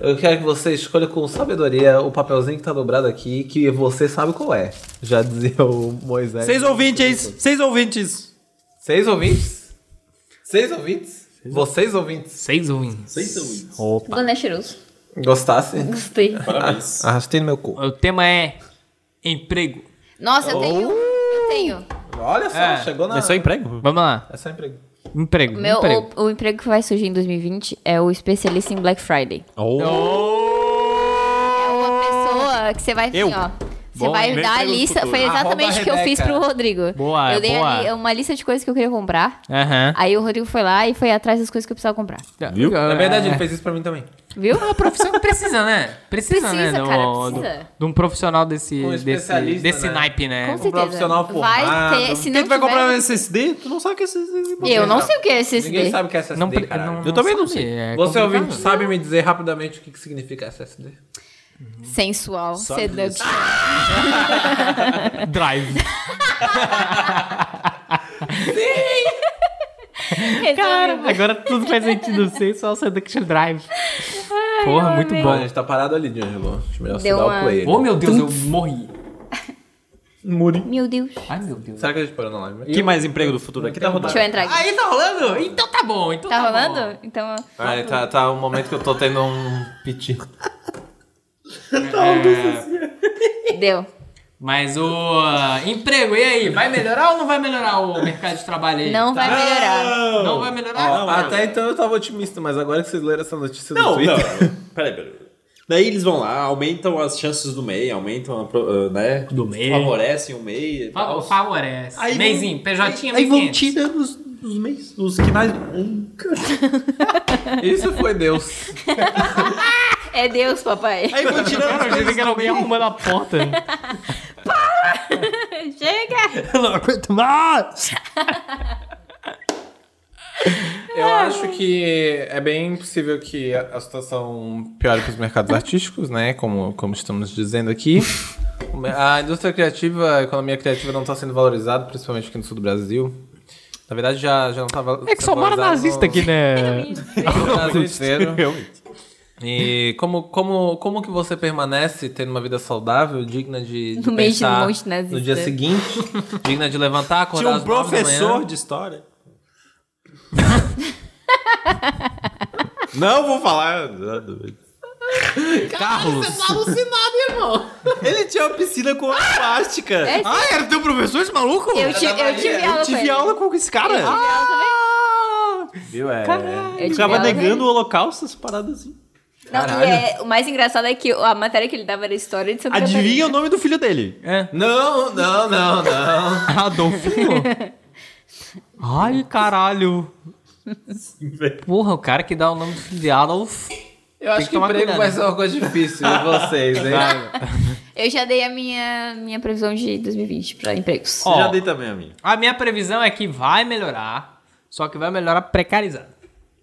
Speaker 1: Eu quero que você escolha com sabedoria o papelzinho que tá dobrado aqui, que você sabe qual é. Já dizia o Moisés.
Speaker 5: Seis ouvintes, seis ouvintes.
Speaker 1: Seis ouvintes? Seis ouvintes? Vocês ouvintes?
Speaker 2: Seis wins.
Speaker 5: Seis ouvintes.
Speaker 3: Goné cheiroso.
Speaker 1: Gostasse?
Speaker 3: Gostei.
Speaker 5: Parabéns.
Speaker 1: Arrastei no meu cu.
Speaker 2: O tema é emprego.
Speaker 3: Nossa,
Speaker 2: Oh.
Speaker 3: eu tenho. Eu tenho.
Speaker 1: Olha só,
Speaker 2: É.
Speaker 1: chegou na.
Speaker 5: É só emprego?
Speaker 2: Vamos lá.
Speaker 1: É só emprego.
Speaker 2: Emprego.
Speaker 3: O Meu,
Speaker 2: emprego.
Speaker 3: o, o emprego que vai surgir em 2020 é o especialista em Black Friday.
Speaker 5: Oh.
Speaker 3: É uma pessoa que você vai, assim,
Speaker 5: Eu.
Speaker 3: ó. Você
Speaker 5: Bom,
Speaker 3: vai
Speaker 5: meu
Speaker 3: dar a
Speaker 5: emprego no
Speaker 3: lista.
Speaker 5: futuro.
Speaker 3: Foi exatamente o que eu
Speaker 1: Arroba
Speaker 3: fiz pro
Speaker 1: Rebeca.
Speaker 3: Rodrigo.
Speaker 2: Boa,
Speaker 3: eu dei
Speaker 2: boa.
Speaker 3: ali uma lista de coisas que eu queria comprar.
Speaker 2: Aham.
Speaker 3: Aí o Rodrigo foi lá e foi atrás das coisas que eu precisava comprar.
Speaker 5: Viu?
Speaker 2: É.
Speaker 1: Na verdade, ele fez isso pra mim também.
Speaker 3: Viu?
Speaker 2: A profissão precisa, né? Precisa,
Speaker 3: Precisa,
Speaker 2: né? de um-
Speaker 3: cara,
Speaker 2: de um-
Speaker 3: precisa.
Speaker 2: De um profissional desse,
Speaker 1: Um
Speaker 2: desse,
Speaker 1: especialista,
Speaker 2: desse
Speaker 1: né?
Speaker 2: naipe, né?
Speaker 3: Com certeza.
Speaker 1: profissional formado.
Speaker 3: Vai ter, se
Speaker 5: Quem
Speaker 3: não
Speaker 5: tu vai
Speaker 3: tiver-
Speaker 5: comprar um SSD? Tu não sabe o que é SSD.
Speaker 3: Eu não sei o que é SSD.
Speaker 1: Ninguém sabe o que é SSD,
Speaker 2: Não, pre-
Speaker 1: caralho.
Speaker 2: não-
Speaker 5: Eu também não
Speaker 2: sabe,
Speaker 5: sei.
Speaker 2: é
Speaker 1: Você
Speaker 2: complicado.
Speaker 1: ouvinte sabe me dizer rapidamente o que, que significa SSD?
Speaker 3: Sensual, [LAUGHS] seduction. [LAUGHS]
Speaker 2: Drive. Cara, agora tudo faz sentido. Sei só o Seduction Drive. Porra, muito
Speaker 1: Bom, a
Speaker 2: bom.
Speaker 1: gente tá parado ali, D'Angelo. Acho melhor você
Speaker 3: Deu
Speaker 1: dar
Speaker 3: uma-
Speaker 1: o play.
Speaker 2: Oh, meu Deus, eu morri.
Speaker 1: Muri.
Speaker 3: Meu Deus.
Speaker 2: Ai, meu Deus.
Speaker 1: Será que a gente parou na live?
Speaker 5: Que mais emprego do futuro aqui tá rodando?
Speaker 3: Deixa eu entrar aqui.
Speaker 2: Aí tá rolando? Então tá bom. Então tá,
Speaker 3: Tá
Speaker 2: bom.
Speaker 3: rolando? Então.
Speaker 1: Ai, tá, tá um momento que eu tô tendo um piti.
Speaker 3: Deu.
Speaker 2: Mas o ah, emprego, e aí? Vai melhorar ou não vai melhorar o mercado de trabalho aí? Tá?
Speaker 3: Não vai melhorar.
Speaker 2: Não vai melhorar?
Speaker 1: Ó, até então eu tava otimista, mas agora que vocês leram essa notícia no
Speaker 5: Não, não.
Speaker 1: Twitter...
Speaker 5: Peraí, peraí. Daí eles vão lá, aumentam as chances do MEI, aumentam, a pro- ah, né? Do
Speaker 2: MEI.
Speaker 5: Favorecem o MEI e
Speaker 2: Fa-
Speaker 5: tal.
Speaker 2: Favorece.
Speaker 5: vão-
Speaker 2: Meizinho, PJ,
Speaker 5: Aí vão
Speaker 2: 1500.
Speaker 5: tirando os, os MEIs, os que mais... Hum,
Speaker 1: [LAUGHS]
Speaker 5: cara.
Speaker 1: Isso
Speaker 7: [LAUGHS]
Speaker 1: foi Deus.
Speaker 3: É Deus, papai.
Speaker 5: Aí vão tirando
Speaker 2: Cara, eu
Speaker 5: os
Speaker 2: achei que era alguém arrumando a porta.
Speaker 3: [LAUGHS] Chega!
Speaker 5: Eu não aguento mais!
Speaker 1: Eu
Speaker 7: É.
Speaker 1: acho que é bem possível que a a situação piore para os mercados artísticos, né? Como, como estamos dizendo [LAUGHS] aqui. tá A indústria criativa, a economia criativa não está sendo valorizada, principalmente aqui no sul do Brasil. Na verdade, já, já não tá tava.
Speaker 7: É que só mora
Speaker 1: valorizado
Speaker 7: nazista aqui,
Speaker 3: [LAUGHS]
Speaker 7: né?
Speaker 1: [LAUGHS] no Brasil inteiro.
Speaker 5: Realmente.
Speaker 1: E como, como, como que você permanece tendo uma vida saudável, digna de, de né,
Speaker 3: No meio de
Speaker 1: pensar
Speaker 3: um monte de nazista.
Speaker 1: no dia seguinte, digna de levantar, acordar
Speaker 5: Tinha um
Speaker 1: às nove da
Speaker 5: professor
Speaker 1: manhã?
Speaker 5: de história. Não vou falar.
Speaker 1: Carlos.
Speaker 5: Ele tinha uma piscina com água plástica.
Speaker 3: É,
Speaker 5: ah, era teu professor esse maluco?
Speaker 3: Eu, ti- eu tive aula com
Speaker 5: tive
Speaker 3: ele.
Speaker 5: aula com esse cara.
Speaker 3: Eu tive aula também.
Speaker 1: Viu? É.
Speaker 3: Eu tive
Speaker 5: Ficava
Speaker 3: aula com ele.
Speaker 5: negando o holocausto, essas paradas assim.
Speaker 3: Não, e é- o mais engraçado é que a matéria que ele dava era história de Santa
Speaker 5: Adivinha
Speaker 3: Catarina.
Speaker 5: o nome do filho dele.
Speaker 1: É. Não, não, não, não.
Speaker 3: [LAUGHS]
Speaker 2: Adolfinho? Ai, caralho. Porra, o cara que dá o nome do filho de Adolf.
Speaker 1: Eu acho
Speaker 2: que
Speaker 1: que, o
Speaker 2: tomar
Speaker 1: emprego
Speaker 2: cuidado.
Speaker 1: vai ser uma coisa difícil de vocês, hein?
Speaker 3: Eu já dei a minha, minha previsão de 2020 pra empregos.
Speaker 2: Ó,
Speaker 6: Já dei também a minha.
Speaker 2: a minha previsão é que vai melhorar, só que vai melhorar precarizado.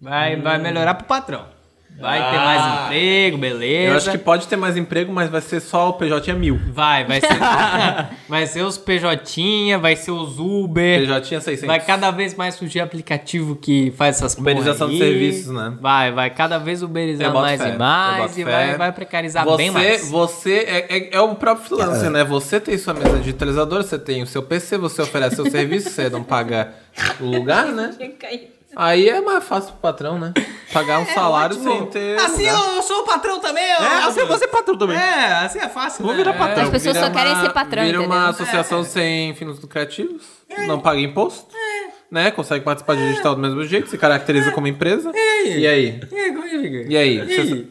Speaker 2: Vai, vai melhorar pro patrão. Vai ter mais emprego, beleza.
Speaker 1: Eu acho que pode ter mais emprego, mas vai ser só o PJ é mil.
Speaker 2: Vai, vai
Speaker 1: [LAUGHS]
Speaker 2: ser, [LAUGHS] vai ser os PJ, vai ser os Uber.
Speaker 1: PJ tinha 600.
Speaker 2: Vai cada vez mais surgir aplicativo que faz essas porra
Speaker 1: Uberização de
Speaker 2: aí.
Speaker 1: serviços, né?
Speaker 2: Vai, vai cada vez
Speaker 1: Eu
Speaker 2: uberizando
Speaker 1: boto
Speaker 2: mais
Speaker 1: fé,
Speaker 2: e
Speaker 1: eu
Speaker 2: mais
Speaker 1: boto
Speaker 2: e vai,
Speaker 1: fé.
Speaker 2: vai precarizar
Speaker 1: você,
Speaker 2: bem mais.
Speaker 1: Você é, é- é o próprio freelancer, né? Você tem sua mesa digitalizadora, você tem o seu PC, você oferece seu serviço, você não paga o lugar, né? Aí é mais fácil pro patrão, né? Pagar um salário sem ter. lugar.
Speaker 2: Assim, eu sou o patrão também. Eu...
Speaker 5: É, assim você é patrão também.
Speaker 2: É, assim é fácil.
Speaker 5: Vou
Speaker 2: né?
Speaker 5: virar patrão.
Speaker 3: As pessoas
Speaker 1: Vira
Speaker 3: só querem
Speaker 1: uma-
Speaker 3: ser patrão,
Speaker 1: Vira uma
Speaker 3: entendeu?
Speaker 1: associação sem fins lucrativos, não paga imposto, né? Consegue participar de digital do mesmo jeito, se caracteriza como empresa. E aí?
Speaker 2: E aí, como é que fica?
Speaker 1: E aí? Você-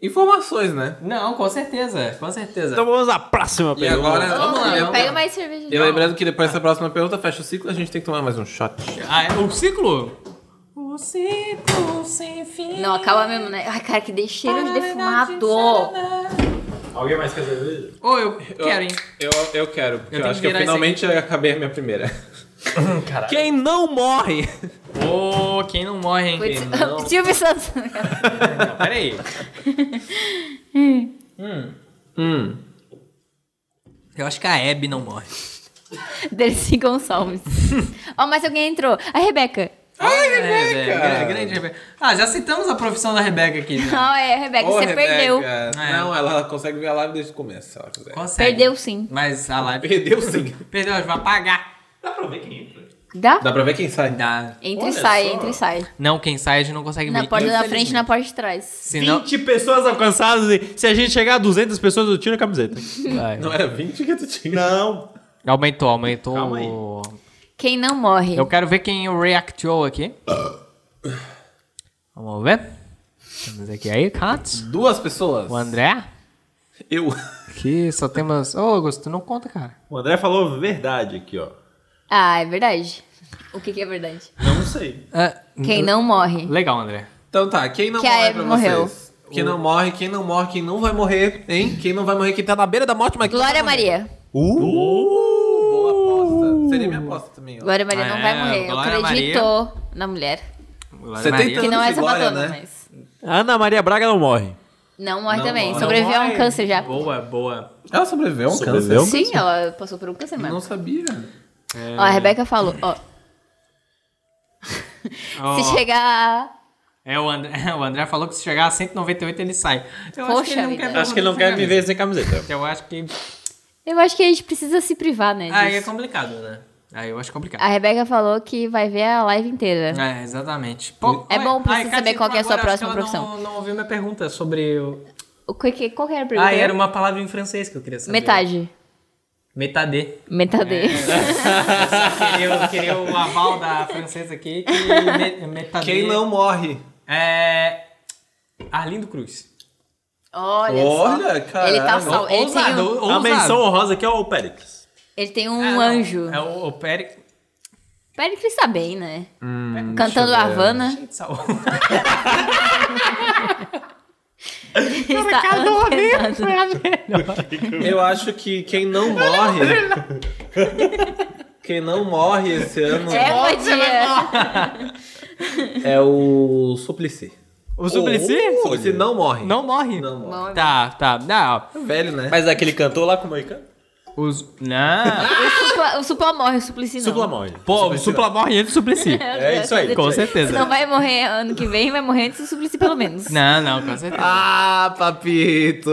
Speaker 1: Informações, né?
Speaker 2: Não, com certeza, com certeza.
Speaker 5: Então vamos à próxima
Speaker 1: E
Speaker 5: pergunta.
Speaker 1: agora.
Speaker 2: Vamos lá, vamos
Speaker 3: Pega mais um. cerveja.
Speaker 1: E lembrando que depois dessa próxima pergunta, fecha o ciclo, a gente tem que tomar mais um shot.
Speaker 2: Ah, é o ciclo? O ciclo sem fim.
Speaker 3: Não, acaba mesmo, né? Ai, cara, que dei cheiro de defumado.
Speaker 2: né?
Speaker 5: Alguém mais quer cerveja?
Speaker 2: Ô, eu quero, hein?
Speaker 1: Eu, eu quero, porque
Speaker 2: Eu
Speaker 1: eu,
Speaker 2: tenho
Speaker 1: acho
Speaker 2: que
Speaker 1: que eu
Speaker 2: virar isso
Speaker 1: finalmente acabei a minha [LAUGHS] primeira.
Speaker 2: Quem não morre? Ô, quem não morre, hein?
Speaker 3: [LAUGHS]
Speaker 2: Quem não...
Speaker 3: Putz, Silvio Santos. [LAUGHS]
Speaker 2: Não, peraí.
Speaker 1: Hum.
Speaker 2: Eu acho que a Abby não morre.
Speaker 3: Dercy
Speaker 2: [LAUGHS]
Speaker 3: Gonçalves. Ó, mas alguém entrou. A Rebeca.
Speaker 2: Ai, Rebeca! grande Rebeca. Ah, já citamos a profissão da Rebeca aqui. né?
Speaker 3: Não, é, Rebeca,
Speaker 1: Ô,
Speaker 3: você
Speaker 1: Rebeca,
Speaker 3: perdeu. É.
Speaker 1: Não, ela, ela consegue ver a live desde o começo, se ela quiser.
Speaker 2: Consegue.
Speaker 3: Perdeu sim.
Speaker 2: Mas a live.
Speaker 1: Perdeu sim.
Speaker 2: Perdeu, a gente vai pagar.
Speaker 3: Dá?
Speaker 1: [LAUGHS] Dá pra ver quem sai.
Speaker 2: Dá.
Speaker 3: Entra e sai, entra e sai.
Speaker 2: Não, quem sai a gente não consegue
Speaker 3: Na
Speaker 2: ver.
Speaker 3: porta da frente
Speaker 2: infelizmente.
Speaker 3: e na porta de trás.
Speaker 2: Se não,
Speaker 5: 20 pessoas alcançadas e se a gente chegar a 200 pessoas, eu tiro a camiseta. [LAUGHS]
Speaker 1: Não é era 20 que tu tinha.
Speaker 5: Não.
Speaker 2: Aumentou, aumentou.
Speaker 5: Calma aí.
Speaker 3: Quem não morre.
Speaker 2: Eu quero ver quem reactou aqui. Vamos ver. Temos aqui aí, Katz.
Speaker 1: Duas pessoas.
Speaker 2: O André.
Speaker 1: Eu.
Speaker 2: Que só temos. Ô, Augusto, tu não conta, cara.
Speaker 5: [LAUGHS] O André falou verdade aqui, ó.
Speaker 3: Ah, é verdade. O que, que é verdade?
Speaker 5: Não sei.
Speaker 2: Ah,
Speaker 3: Quem não morre.
Speaker 2: Legal, André.
Speaker 1: Então tá, quem não
Speaker 3: Que a
Speaker 1: morre
Speaker 3: Abby
Speaker 1: pra
Speaker 3: morreu.
Speaker 1: vocês? Quem não morre, quem não morre, quem não vai morrer, hein? Quem não vai morrer, quem tá na beira da morte, mas quem
Speaker 3: Glória
Speaker 1: não vai morrer.
Speaker 3: Maria.
Speaker 5: Uh!
Speaker 1: Boa aposta. Seria minha aposta também, ó.
Speaker 3: Glória Maria
Speaker 2: Ah,
Speaker 3: não
Speaker 2: é,
Speaker 3: vai morrer. Eu
Speaker 2: Glória
Speaker 3: acredito na mulher.
Speaker 1: Você tem
Speaker 3: Que não é
Speaker 1: Tanto Glória,
Speaker 3: sapatona,
Speaker 1: né?
Speaker 3: mas.
Speaker 5: Ana Maria Braga não morre.
Speaker 3: Não morre
Speaker 1: Não
Speaker 3: também.
Speaker 1: morre.
Speaker 3: Sobreviveu a um
Speaker 2: Morre.
Speaker 3: câncer já.
Speaker 2: Boa, boa.
Speaker 1: Ela sobreviveu a um
Speaker 5: Sobreviveu?
Speaker 1: câncer?
Speaker 3: Sim, ela passou por um câncer mesmo.
Speaker 1: Não sabia.
Speaker 3: Ó, a Rebeca falou, ó.
Speaker 2: [LAUGHS]
Speaker 3: Se chegar.
Speaker 2: É, o André, [LAUGHS] o André falou que se chegar a 198 ele sai. Eu acho
Speaker 3: Poxa
Speaker 2: que ele não
Speaker 3: vida.
Speaker 2: quer ver
Speaker 5: Acho que ele não
Speaker 2: você
Speaker 5: quer me
Speaker 2: chegar.
Speaker 5: ver sem camiseta.
Speaker 2: Eu acho que.
Speaker 3: Eu acho que a gente precisa se privar, né?
Speaker 2: Aí é
Speaker 3: disso.
Speaker 2: complicado, né? Aí eu acho complicado.
Speaker 3: A Rebeca falou que vai ver a live inteira.
Speaker 2: É, exatamente. Pô,
Speaker 3: É
Speaker 2: ué,
Speaker 3: bom pra
Speaker 2: ai,
Speaker 3: você
Speaker 2: Cati,
Speaker 3: saber qual que é a sua
Speaker 2: agora acho que
Speaker 3: próxima
Speaker 2: ela Não, não ouviu minha pergunta sobre. O...
Speaker 3: O que, que- qual que era a pergunta?
Speaker 2: Ah, era uma palavra em francês que eu queria saber.
Speaker 3: Metade.
Speaker 2: Metade.
Speaker 3: Metade.
Speaker 2: É. queria, eu queria o aval da francesa aqui. Que me, metade.
Speaker 1: Quem não morre?
Speaker 2: É. Arlindo Cruz.
Speaker 3: [LAUGHS] Olha,
Speaker 1: Olha, é
Speaker 3: só.
Speaker 1: caralho.
Speaker 3: Ele tá sal... ele, tem um,
Speaker 5: A menção honrosa aqui é o Péricles.
Speaker 3: ele tem um
Speaker 2: É, não,
Speaker 3: anjo.
Speaker 2: É o, o Pérez.
Speaker 3: Peraí que ele tá bem, né?
Speaker 1: Hum,
Speaker 3: Cantando Havana.
Speaker 2: Gente, Saul.
Speaker 3: Ele está
Speaker 5: tá
Speaker 3: antenado.
Speaker 1: Eu acho que quem não morre. Quem não morre esse ano
Speaker 3: É, podia.
Speaker 1: é o Suplicy.
Speaker 2: O Suplicy?
Speaker 1: O Suplicy não morre.
Speaker 2: Oh. Não morre.
Speaker 1: Não morre.
Speaker 2: Tá, tá. Não.
Speaker 1: Velho, né?
Speaker 5: Mas aquele cantor lá com o Moicano?
Speaker 2: Os... Não.
Speaker 3: O Supla, o Supla morre, o Suplicy não.
Speaker 6: Supla morre.
Speaker 2: Pô, o Supla morre antes do Suplicy.
Speaker 6: É isso aí.
Speaker 2: Com certeza.
Speaker 3: Se não vai morrer ano que vem, vai morrer antes do Suplicy pelo menos.
Speaker 2: Não, não, com certeza.
Speaker 1: Ah, papito.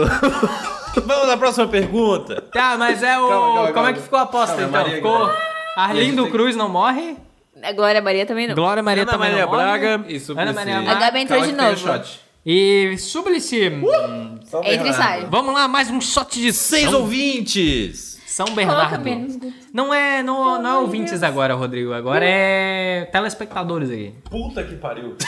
Speaker 6: Vamos à próxima pergunta.
Speaker 2: Tá, mas é o.
Speaker 1: Calma, calma,
Speaker 2: Como
Speaker 1: calma.
Speaker 2: é que ficou a aposta
Speaker 1: Calma,
Speaker 2: então?
Speaker 1: Maria
Speaker 2: ficou.
Speaker 1: Gabriela.
Speaker 2: Arlindo
Speaker 1: Tem que-
Speaker 2: Cruz não morre?
Speaker 3: A Glória Maria também não.
Speaker 2: Glória Maria
Speaker 6: Ana
Speaker 2: também
Speaker 6: Maria
Speaker 2: não morre.
Speaker 6: Braga
Speaker 1: Isso,
Speaker 2: Ana Maria
Speaker 1: Priscila.
Speaker 3: A Gabi entrou
Speaker 1: Calma
Speaker 3: de
Speaker 1: que tem o
Speaker 3: novo. um
Speaker 1: shot.
Speaker 2: E Suplicy.
Speaker 3: Entra e sai.
Speaker 2: Vamos lá, mais um shot de
Speaker 6: Seis
Speaker 2: São,
Speaker 6: ouvintes.
Speaker 2: São
Speaker 3: Coloca
Speaker 2: Bernardo.
Speaker 3: menos.
Speaker 2: Não é, não, não é ouvintes agora, Rodrigo. Agora é telespectadores aí.
Speaker 6: Puta que pariu.
Speaker 5: Tá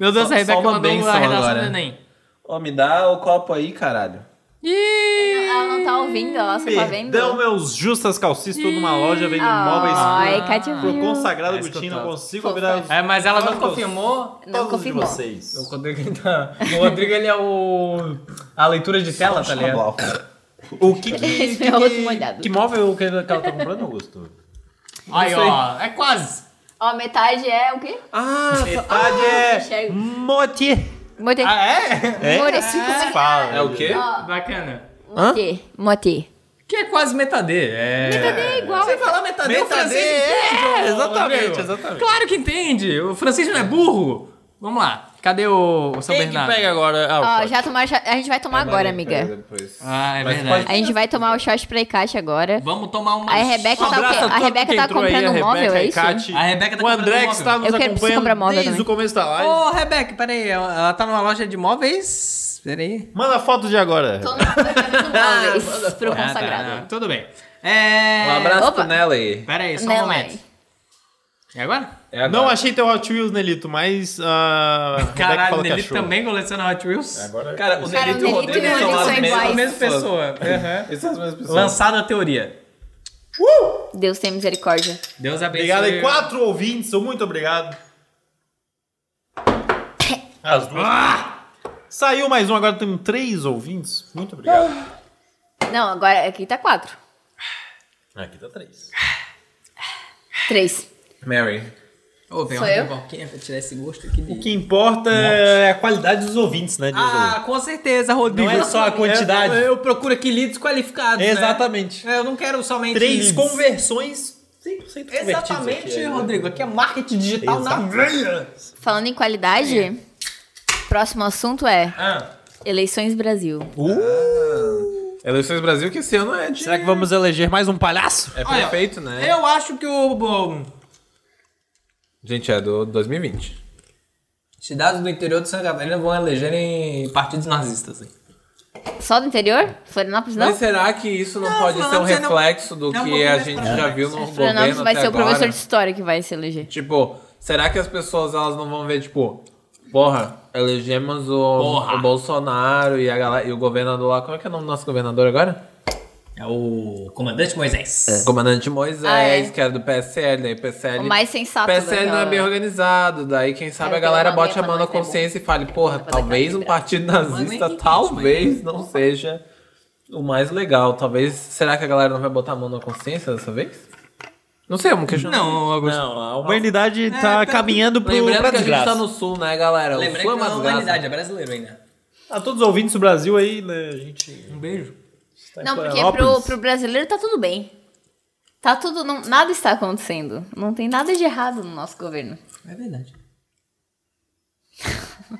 Speaker 2: Meu Deus,
Speaker 1: Só-
Speaker 2: a Rebeca
Speaker 1: só uma
Speaker 2: mandou um
Speaker 1: bênção
Speaker 2: a redação
Speaker 1: agora.
Speaker 2: do Enem.
Speaker 1: Ó, me dá o copo aí, caralho.
Speaker 2: Ih!
Speaker 3: Ela não tá ouvindo, ela só tá vendo.
Speaker 5: Perdão, meus justas calcistas. Tô numa loja vendo imóveis.
Speaker 3: Ai, Katia
Speaker 5: Pro
Speaker 3: viu.
Speaker 5: consagrado
Speaker 2: É isso que eu
Speaker 5: Gutinho, não
Speaker 2: tava.
Speaker 5: consigo virar os
Speaker 2: É, mas ela não
Speaker 5: Todos.
Speaker 2: confirmou.
Speaker 3: Não
Speaker 5: todos de
Speaker 3: confirmou.
Speaker 5: vocês.
Speaker 2: O Rodrigo, ele tá- [LAUGHS] o Rodrigo, ele é o. A leitura de tela, tá ligado?
Speaker 5: O que que,
Speaker 3: [LAUGHS] Esse é outro molhado.
Speaker 5: que móvel que ela tá comprando, Augusto?
Speaker 2: Aí, ó. É quase.
Speaker 3: Ó, metade é o quê?
Speaker 5: Ah, metade é...
Speaker 3: Enxergo.
Speaker 5: Motier.
Speaker 3: Mote.
Speaker 2: Ah, é?
Speaker 5: É?
Speaker 3: More.
Speaker 5: Fala.
Speaker 1: É o quê?
Speaker 2: Bacana.
Speaker 3: Mote. Mote.
Speaker 2: Que é quase metade. É...
Speaker 3: Metade é igual.
Speaker 2: Você fala
Speaker 5: Tá
Speaker 2: metade, o francês entende,
Speaker 5: é,
Speaker 2: ô,
Speaker 5: exatamente,
Speaker 2: Rodrigo.
Speaker 5: exatamente.
Speaker 2: É Claro que entende. O francês não é burro. Vamos lá. Cadê o, o São
Speaker 5: Quem que
Speaker 2: Bernardo?
Speaker 5: pega agora? Ah,
Speaker 3: Ó, já tomaram. shot- A gente vai
Speaker 5: É
Speaker 3: tomar agora, amiga.
Speaker 1: Depois.
Speaker 2: Ah, é
Speaker 1: Mas
Speaker 2: verdade.
Speaker 1: pode-
Speaker 3: A gente vai tomar o shot pra Icate agora.
Speaker 2: Vamos tomar uma...
Speaker 3: A Rebeca tá o quê? A Rebeca tá comprando um móvel, é isso?
Speaker 2: A Rebeca tá
Speaker 5: o
Speaker 2: comprando
Speaker 5: André
Speaker 2: móvel.
Speaker 5: que está nos
Speaker 3: Eu quero- preciso
Speaker 5: acompanhando
Speaker 3: comprar móvel
Speaker 5: desde
Speaker 3: também.
Speaker 5: o começo da live.
Speaker 2: Ô, Rebeca, peraí. Ela ela tá numa loja de móveis? Peraí.
Speaker 5: Manda foto de agora.
Speaker 3: Tô no móveis Ah, pro
Speaker 2: Ah, tá,
Speaker 3: consagrado.
Speaker 2: tudo bem. É...
Speaker 1: Um abraço pro
Speaker 3: Opa.
Speaker 1: Nelly.
Speaker 2: Peraí, só um
Speaker 3: Nela.
Speaker 2: momento. E agora?
Speaker 1: É agora.
Speaker 5: Não achei teu Hot Wheels, Nelito, mas a Rebeca
Speaker 2: Caralho,
Speaker 5: fala que é
Speaker 2: ele
Speaker 5: achou.
Speaker 2: também coleciona Hot Wheels?
Speaker 1: Cara, o
Speaker 3: Cara,
Speaker 1: Nelito e o Rodrigo
Speaker 3: Nelito
Speaker 1: são
Speaker 3: são
Speaker 1: as
Speaker 3: é iguais.
Speaker 1: mesmas
Speaker 2: Mesma
Speaker 1: pessoas.
Speaker 2: pessoa. Aham.
Speaker 1: Eles são as mesmas pessoas.
Speaker 2: Lançada a teoria.
Speaker 3: Deus tem misericórdia.
Speaker 2: Deus abençoe.
Speaker 5: Obrigado aí, quatro ouvintes, muito obrigado. As duas. Ah! Saiu mais um, agora temos três ouvintes. Muito obrigado.
Speaker 3: Não, agora aqui tá quatro.
Speaker 5: Aqui tá três.
Speaker 3: Três.
Speaker 1: Mary.
Speaker 2: Ô, vem
Speaker 3: Sou
Speaker 2: uma
Speaker 3: eu?
Speaker 2: pipoquinha pra tirar esse gosto aqui
Speaker 5: O
Speaker 2: de...
Speaker 5: que importa é a qualidade dos ouvintes, né,
Speaker 2: Ah,
Speaker 5: Diego?
Speaker 2: com certeza, Rodrigo.
Speaker 5: Não é só a quantidade.
Speaker 2: Eu, eu procuro aqui leads qualificados, né?
Speaker 5: Exatamente.
Speaker 2: Eu não quero somente
Speaker 5: Três
Speaker 2: leads.
Speaker 5: conversões 100% convertidas
Speaker 2: Exatamente,
Speaker 5: aqui, né?
Speaker 2: Rodrigo. Aqui é marketing digital na veia.
Speaker 3: Falando em qualidade, próximo assunto é
Speaker 2: Ah.
Speaker 3: eleições Brasil.
Speaker 1: Eleições Brasil, que esse ano é de...
Speaker 5: Será que vamos eleger mais um palhaço?
Speaker 1: É
Speaker 2: Olha,
Speaker 1: prefeito, né?
Speaker 2: Eu acho que o... o-
Speaker 1: Gente, é do 2020.
Speaker 2: Cidades do interior de Santa Catarina vão eleger em partidos nazistas. Hein?
Speaker 3: Só do interior? Florianópolis não?
Speaker 1: Mas é será que isso não,
Speaker 2: Não,
Speaker 1: pode ser um
Speaker 2: Florianópolis é não-
Speaker 1: reflexo do
Speaker 2: é um
Speaker 1: que
Speaker 2: pouquinho
Speaker 1: a
Speaker 2: mais
Speaker 1: gente
Speaker 2: pra
Speaker 1: já
Speaker 2: trás.
Speaker 1: viu no
Speaker 3: Florianópolis
Speaker 1: governo
Speaker 3: vai
Speaker 1: até
Speaker 3: ser o
Speaker 1: agora?
Speaker 3: professor de história que vai se eleger.
Speaker 1: Tipo, será que as pessoas elas não vão ver, tipo, porra, elegemos o,
Speaker 2: Porra.
Speaker 1: o Bolsonaro e, a galera, e o governador lá. Qual é, que é o nome do nosso governador agora?
Speaker 2: É o comandante Moisés.
Speaker 1: Comandante Moisés,
Speaker 3: Ah, é.
Speaker 1: que era do PSL, daí PSL.
Speaker 3: O mais sensato
Speaker 1: PSL não é
Speaker 3: daquela-
Speaker 1: bem organizado, daí quem sabe
Speaker 3: Cara,
Speaker 1: a galera
Speaker 3: tem uma
Speaker 1: bote a
Speaker 3: meta,
Speaker 1: mão na
Speaker 3: mas é bom.
Speaker 1: consciência e fale, porra,
Speaker 3: Pra dar
Speaker 1: talvez um
Speaker 3: equilibrada.
Speaker 1: partido
Speaker 2: Mas nem
Speaker 1: nazista
Speaker 2: que
Speaker 1: talvez não seja o mais legal. Talvez. Será que a galera não vai botar a mão na consciência dessa vez? Não sei, é uma questão.
Speaker 2: Não, é Augusto.
Speaker 5: Não, a humanidade tá caminhando pro,
Speaker 1: Lembrando
Speaker 5: pra
Speaker 1: que a gente
Speaker 5: desgraça.
Speaker 1: tá no sul, né, galera?
Speaker 2: Lembrei
Speaker 1: o
Speaker 2: que não
Speaker 1: sul é uma
Speaker 2: é
Speaker 1: desgraça.
Speaker 2: humanidade, é brasileiro ainda.
Speaker 5: A todos os ouvintes do Brasil aí, né, a gente...
Speaker 2: Um beijo.
Speaker 5: tá em
Speaker 3: Não, porque pro,
Speaker 5: Florianópolis.
Speaker 3: pro brasileiro tá tudo bem. Tá tudo. não- nada está acontecendo. Não tem nada de errado no nosso governo.
Speaker 2: É verdade.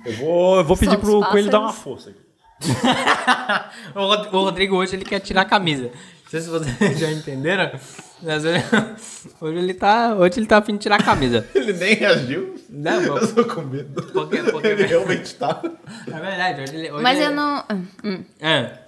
Speaker 5: Eu vou, eu vou pedir
Speaker 3: São
Speaker 5: pro
Speaker 3: os
Speaker 5: Coelho dar uma
Speaker 3: pássaros.
Speaker 5: força aqui.
Speaker 2: [LAUGHS] O Rod- o Rodrigo hoje ele quer tirar a camisa. Não sei se vocês [LAUGHS] já entenderam, mas ele- [LAUGHS] hoje ele tá, hoje ele tá a fim de tirar a camisa.
Speaker 6: Ele nem reagiu.
Speaker 2: Não, meu,
Speaker 6: Eu tô com medo.
Speaker 2: Porque- porque-
Speaker 6: Ele realmente tá.
Speaker 2: é verdade, hoje ele... hoje
Speaker 3: Mas eu
Speaker 2: ele-
Speaker 3: não. hum,
Speaker 2: É.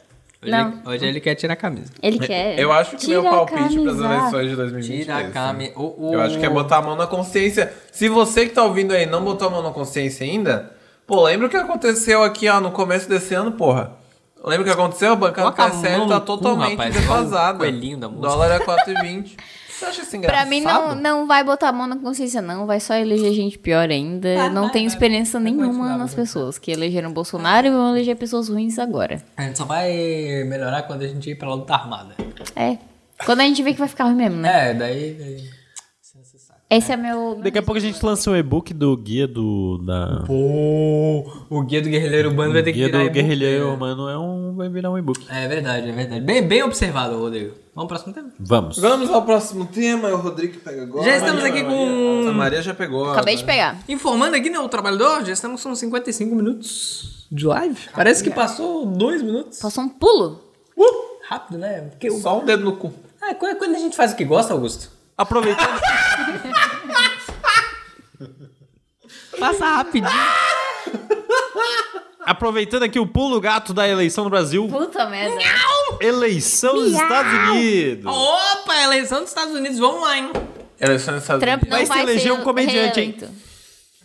Speaker 2: Hoje,
Speaker 3: Não.
Speaker 2: Ele, hoje ele quer tirar a camisa.
Speaker 3: ele quer.
Speaker 1: Eu acho que
Speaker 3: Tira
Speaker 1: meu
Speaker 3: a
Speaker 1: palpite para as
Speaker 3: camisa.
Speaker 1: eleições de 2020
Speaker 2: Tira
Speaker 1: é
Speaker 2: a
Speaker 1: esse.
Speaker 2: camisa.
Speaker 1: Eu acho que é botar a mão na consciência. Se você que tá ouvindo aí não botou a mão na consciência ainda, pô, lembra o que aconteceu aqui, ó, no começo desse ano, porra? Lembra o que aconteceu? A bancada
Speaker 2: Coloca a
Speaker 1: do PSL
Speaker 2: mão
Speaker 1: tá
Speaker 2: no cu,
Speaker 1: totalmente
Speaker 2: rapaz, igual
Speaker 1: defasada.
Speaker 2: o coelhinho da música.
Speaker 1: Dólar é 4,20. você acha
Speaker 2: [LAUGHS]
Speaker 1: isso engraçado?
Speaker 3: Pra mim, não, não vai botar a mão na consciência, não. Vai só eleger gente pior ainda. Eu não tenho experiência nenhuma nas pessoas que elegeram Bolsonaro e vão eleger pessoas ruins agora.
Speaker 2: A gente só vai melhorar quando a gente ir pra luta armada.
Speaker 3: É. Quando a gente vê que vai ficar ruim mesmo, né?
Speaker 2: É, daí... daí... Isso é necessário.
Speaker 3: Esse é meu.
Speaker 5: Daqui a pouco a gente lança um e-book do guia do. Da...
Speaker 2: Pô, o guia do guerrilheiro urbano vai ter que
Speaker 5: guia
Speaker 2: virar
Speaker 5: do
Speaker 2: e-book,
Speaker 5: guerrilheiro,
Speaker 2: né?
Speaker 5: mano, é um, vai virar um e-book.
Speaker 2: É verdade, é verdade. Bem, bem observado, Rodrigo. Vamos pro próximo tema.
Speaker 5: Vamos.
Speaker 1: Vamos ao próximo tema, o Rodrigo pega agora.
Speaker 2: Já estamos aqui com-
Speaker 1: A Maria já pegou.
Speaker 3: Acabei
Speaker 1: né?
Speaker 3: de pegar.
Speaker 2: Informando aqui, né, o trabalhador, já estamos com 55 minutos de live. Parece que passou dois minutos.
Speaker 3: Passou um pulo.
Speaker 2: Uh, rápido, né? Porque o...
Speaker 1: Só um dedo no cu.
Speaker 2: Ah, quando quando a gente faz o que gosta, Augusto?
Speaker 5: [LAUGHS] Aproveitando.
Speaker 2: Passa rapidinho.
Speaker 5: Aproveitando aqui o pulo gato da eleição no Brasil,
Speaker 3: Puta merda.
Speaker 5: eleição dos Estados Unidos.
Speaker 2: Opa, eleição dos Estados Unidos, vamos lá, hein?
Speaker 1: Eleição nos Estados
Speaker 3: Trump não
Speaker 1: Unidos.
Speaker 3: vai,
Speaker 5: Vai se eleger um comediante, hein?
Speaker 3: reeleito.